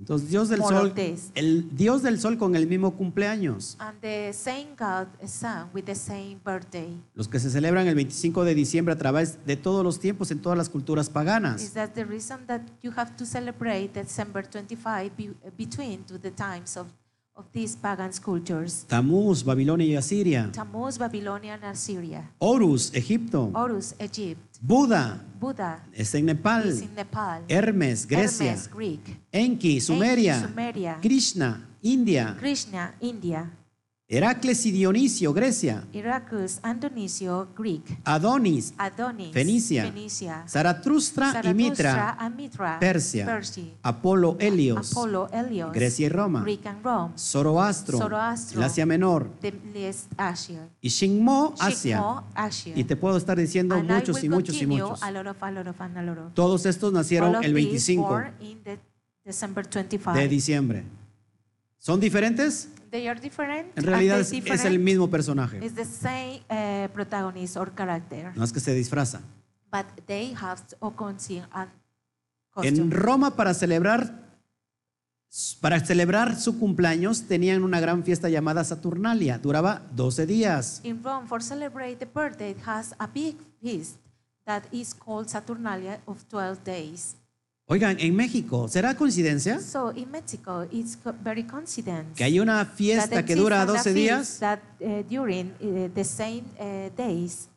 Speaker 1: Entonces, Dios del
Speaker 4: More
Speaker 1: Sol,
Speaker 4: of this.
Speaker 1: el Dios del Sol con el mismo cumpleaños.
Speaker 4: And the same God, son, with the same birthday.
Speaker 1: Los que se celebran el 25 de diciembre a través de todos los tiempos en todas las culturas
Speaker 4: Is
Speaker 1: paganas.
Speaker 4: that the reason that you have to celebrate December 25 be, between to the times of, of these pagan cultures?
Speaker 1: Tamuz, Babilonia y Asiria.
Speaker 4: Tammuz, Babylonian, Assyria.
Speaker 1: Horus, Egipto.
Speaker 4: Horus, Egypt.
Speaker 1: Buda,
Speaker 4: Buddha
Speaker 1: está en Nepal.
Speaker 4: is in Nepal.
Speaker 1: Hermes, Grecia.
Speaker 4: Hermes, Greek.
Speaker 1: Enki, Sumeria,
Speaker 4: Sumeria.
Speaker 1: Krishna, India,
Speaker 4: Krishna, India.
Speaker 1: Heracles y Dionisio, Grecia.
Speaker 2: Heracles, Andonisio, Greek.
Speaker 1: Adonis,
Speaker 2: Adonis,
Speaker 1: Fenicia.
Speaker 2: Fenicia.
Speaker 1: Zaratustra y
Speaker 2: Zaratustra
Speaker 1: Mitra,
Speaker 2: and Mitra,
Speaker 1: Persia.
Speaker 2: Persia.
Speaker 1: Apolo, Helios,
Speaker 2: Apollo, Helios,
Speaker 1: Grecia y Roma.
Speaker 2: Greek and Rome,
Speaker 1: Zoroastro,
Speaker 2: Zoroastro.
Speaker 1: el Asia Menor.
Speaker 2: the East Asia,
Speaker 1: Y Shingmo, Asia.
Speaker 2: Shikmo, Asia.
Speaker 1: Y te puedo estar diciendo
Speaker 2: And I
Speaker 1: muchos
Speaker 2: will
Speaker 1: y muchos y
Speaker 2: continue
Speaker 1: muchos.
Speaker 2: A lot of, a lot of, and a lot of.
Speaker 1: Todos estos nacieron
Speaker 2: All of
Speaker 1: el
Speaker 2: these
Speaker 1: 25
Speaker 2: born in the December
Speaker 1: de
Speaker 2: 25.
Speaker 1: diciembre. ¿Son diferentes?
Speaker 2: They are different.
Speaker 1: En
Speaker 2: and
Speaker 1: realidad
Speaker 2: they
Speaker 1: Ah, es, es el
Speaker 2: different.
Speaker 1: mismo personaje,
Speaker 2: It's the same eh, protagonist or character,
Speaker 1: no es que se disfraza.
Speaker 2: but they have a conceal and
Speaker 1: En
Speaker 2: costume.
Speaker 1: Roma para celebrar para celebrar su cumpleaños tenían una gran fiesta llamada Saturnalia, duraba 12 días.
Speaker 2: In Rome, for celebrate the birthday, it has a big feast that is called Saturnalia of 12 days.
Speaker 1: Oigan, en México, ¿será coincidencia
Speaker 2: So in Mexico, it's co- very coincident.
Speaker 1: que hay una
Speaker 2: that
Speaker 1: fiesta que
Speaker 2: exists
Speaker 1: dura
Speaker 2: and a
Speaker 1: 12
Speaker 2: feast
Speaker 1: días
Speaker 2: That eh, during eh, the same eh, days.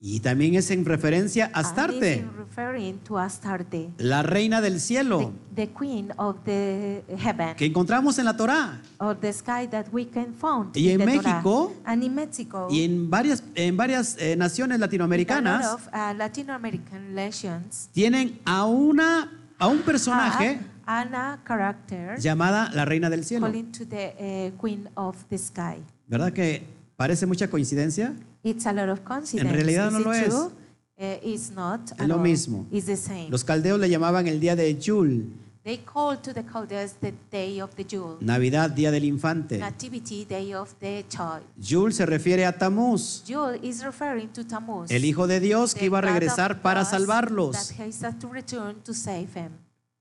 Speaker 1: y también es en referencia a
Speaker 2: And it's
Speaker 1: Astarte,
Speaker 2: in referring to Astarte,
Speaker 1: la reina del
Speaker 2: the,
Speaker 1: cielo
Speaker 2: the queen of the heaven,
Speaker 1: que encontramos en la Torá
Speaker 2: or the sky that we can found.
Speaker 1: Y en
Speaker 2: in the Torah.
Speaker 1: México
Speaker 5: And in Mexico,
Speaker 1: y en varias en varias eh, naciones
Speaker 2: A lot
Speaker 1: latinoamericanas
Speaker 2: of uh, Latin American legends
Speaker 1: tienen a una a un personaje
Speaker 2: have Anna character
Speaker 1: llamada la reina del cielo.
Speaker 2: calling to the uh, queen of the sky.
Speaker 1: ¿Verdad que parece mucha coincidencia?
Speaker 2: It's a lot of coincidence.
Speaker 1: realidad
Speaker 2: Is
Speaker 1: no
Speaker 2: it
Speaker 1: lo es.
Speaker 2: true? Eh, it's not.
Speaker 1: Es
Speaker 2: at
Speaker 1: lo
Speaker 2: all.
Speaker 1: mismo.
Speaker 2: It's the same.
Speaker 1: Los caldeos le llamaban el día de Yul,
Speaker 2: They call to the Chaldeans the day of the jewel,
Speaker 1: Navidad, día del infante.
Speaker 2: nativity day of the child.
Speaker 1: Yul se refiere a Tamuz,
Speaker 2: Jewel is referring to Tammuz.
Speaker 1: el hijo de Dios que
Speaker 2: the
Speaker 1: iba a
Speaker 2: god of
Speaker 1: regresar para
Speaker 2: gods
Speaker 1: salvarlos.
Speaker 2: That he is to return to save him.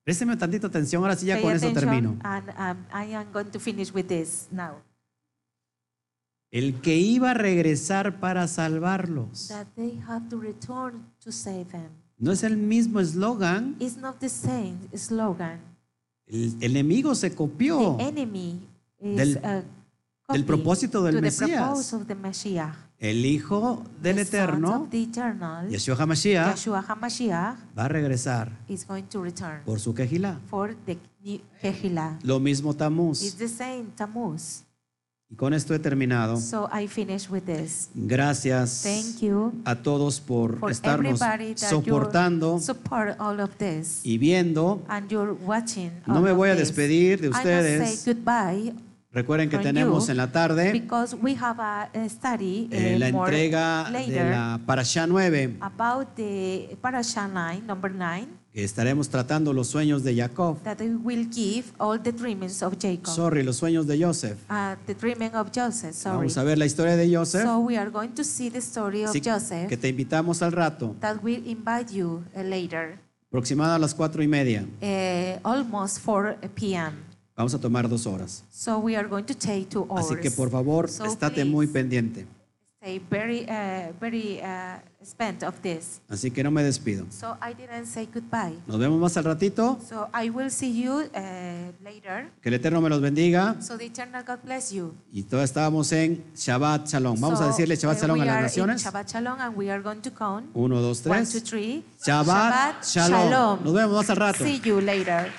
Speaker 1: Présteme tantita atención, ahora sí ya
Speaker 2: Pay
Speaker 1: con eso
Speaker 2: attention,
Speaker 1: termino.
Speaker 2: And um, I am going to finish with this now.
Speaker 1: El que iba a regresar para salvarlos.
Speaker 2: that they have to return to save him.
Speaker 1: No es el mismo eslogan,
Speaker 2: It's not the same slogan.
Speaker 1: el enemigo se copió.
Speaker 2: The enemy is
Speaker 1: Oh. Del-
Speaker 2: a
Speaker 1: del
Speaker 2: copy
Speaker 1: propósito del
Speaker 2: to
Speaker 1: Mesías.
Speaker 2: the purpose of the Messiah.
Speaker 1: El hijo del
Speaker 2: the Son
Speaker 1: eterno,
Speaker 2: of the eternal,
Speaker 1: Yeshua HaMashiach,
Speaker 2: Yeshua HaMashiach,
Speaker 1: va a regresar
Speaker 2: is going to return
Speaker 1: por su quejilá.
Speaker 2: for the Ni- Kehila.
Speaker 1: Lo mismo
Speaker 2: It's
Speaker 1: Tamuz.
Speaker 2: the same Tammuz.
Speaker 1: Y con esto he terminado.
Speaker 2: So I finish with this.
Speaker 1: Gracias
Speaker 2: Thank you
Speaker 1: a todos por
Speaker 2: for
Speaker 1: estarnos
Speaker 2: everybody that
Speaker 1: soportando
Speaker 2: you support all of this
Speaker 1: y viendo.
Speaker 2: and you're watching.
Speaker 1: No
Speaker 2: all
Speaker 1: me
Speaker 2: of
Speaker 1: voy a
Speaker 2: this.
Speaker 1: despedir de
Speaker 2: I must
Speaker 1: ustedes.
Speaker 2: say goodbye
Speaker 1: Recuerden que
Speaker 2: from
Speaker 1: tenemos
Speaker 2: you,
Speaker 1: en la tarde
Speaker 2: Because we have a, a study
Speaker 1: eh,
Speaker 2: eh,
Speaker 1: la
Speaker 2: more
Speaker 1: entrega de
Speaker 2: later
Speaker 1: la Parashá 9,
Speaker 2: about the parasha nine, number nine,
Speaker 1: que estaremos tratando los sueños de Jacob.
Speaker 2: that we will give all the dreamings of Jacob,
Speaker 1: Sorry, los sueños de Joseph.
Speaker 2: uh, the dreaming of Joseph. Sorry.
Speaker 1: Vamos a ver la historia de Joseph.
Speaker 2: So we are going to see the story of
Speaker 1: Así
Speaker 2: Joseph
Speaker 1: que te invitamos al rato,
Speaker 2: that we invite you uh, later,
Speaker 1: aproximada a las cuatro y media.
Speaker 2: uh, almost 4 p.m.
Speaker 1: Vamos a tomar dos horas.
Speaker 2: So we are going to take two hours.
Speaker 1: Así que por favor,
Speaker 2: So
Speaker 1: estate
Speaker 2: please
Speaker 1: muy pendiente.
Speaker 2: Stay very, uh, very uh, spent of this.
Speaker 1: Así que no me despido.
Speaker 2: So I didn't say goodbye.
Speaker 1: Nos vemos más al ratito.
Speaker 2: So I will see you uh, later.
Speaker 1: Que el Eterno me los bendiga.
Speaker 2: So the eternal God bless you.
Speaker 1: Y todos estábamos en Shabbat Shalom. Vamos
Speaker 2: So,
Speaker 1: a decirle Shabbat
Speaker 2: eh,
Speaker 1: Shalom a
Speaker 2: we
Speaker 1: las
Speaker 2: are in
Speaker 1: naciones.
Speaker 2: Shabbat Shalom and we are going to count.
Speaker 1: Uno, dos,
Speaker 2: One, two,
Speaker 1: tres.
Speaker 2: three.
Speaker 1: Shabbat Shalom. Nos vemos más al rato.
Speaker 2: See you later.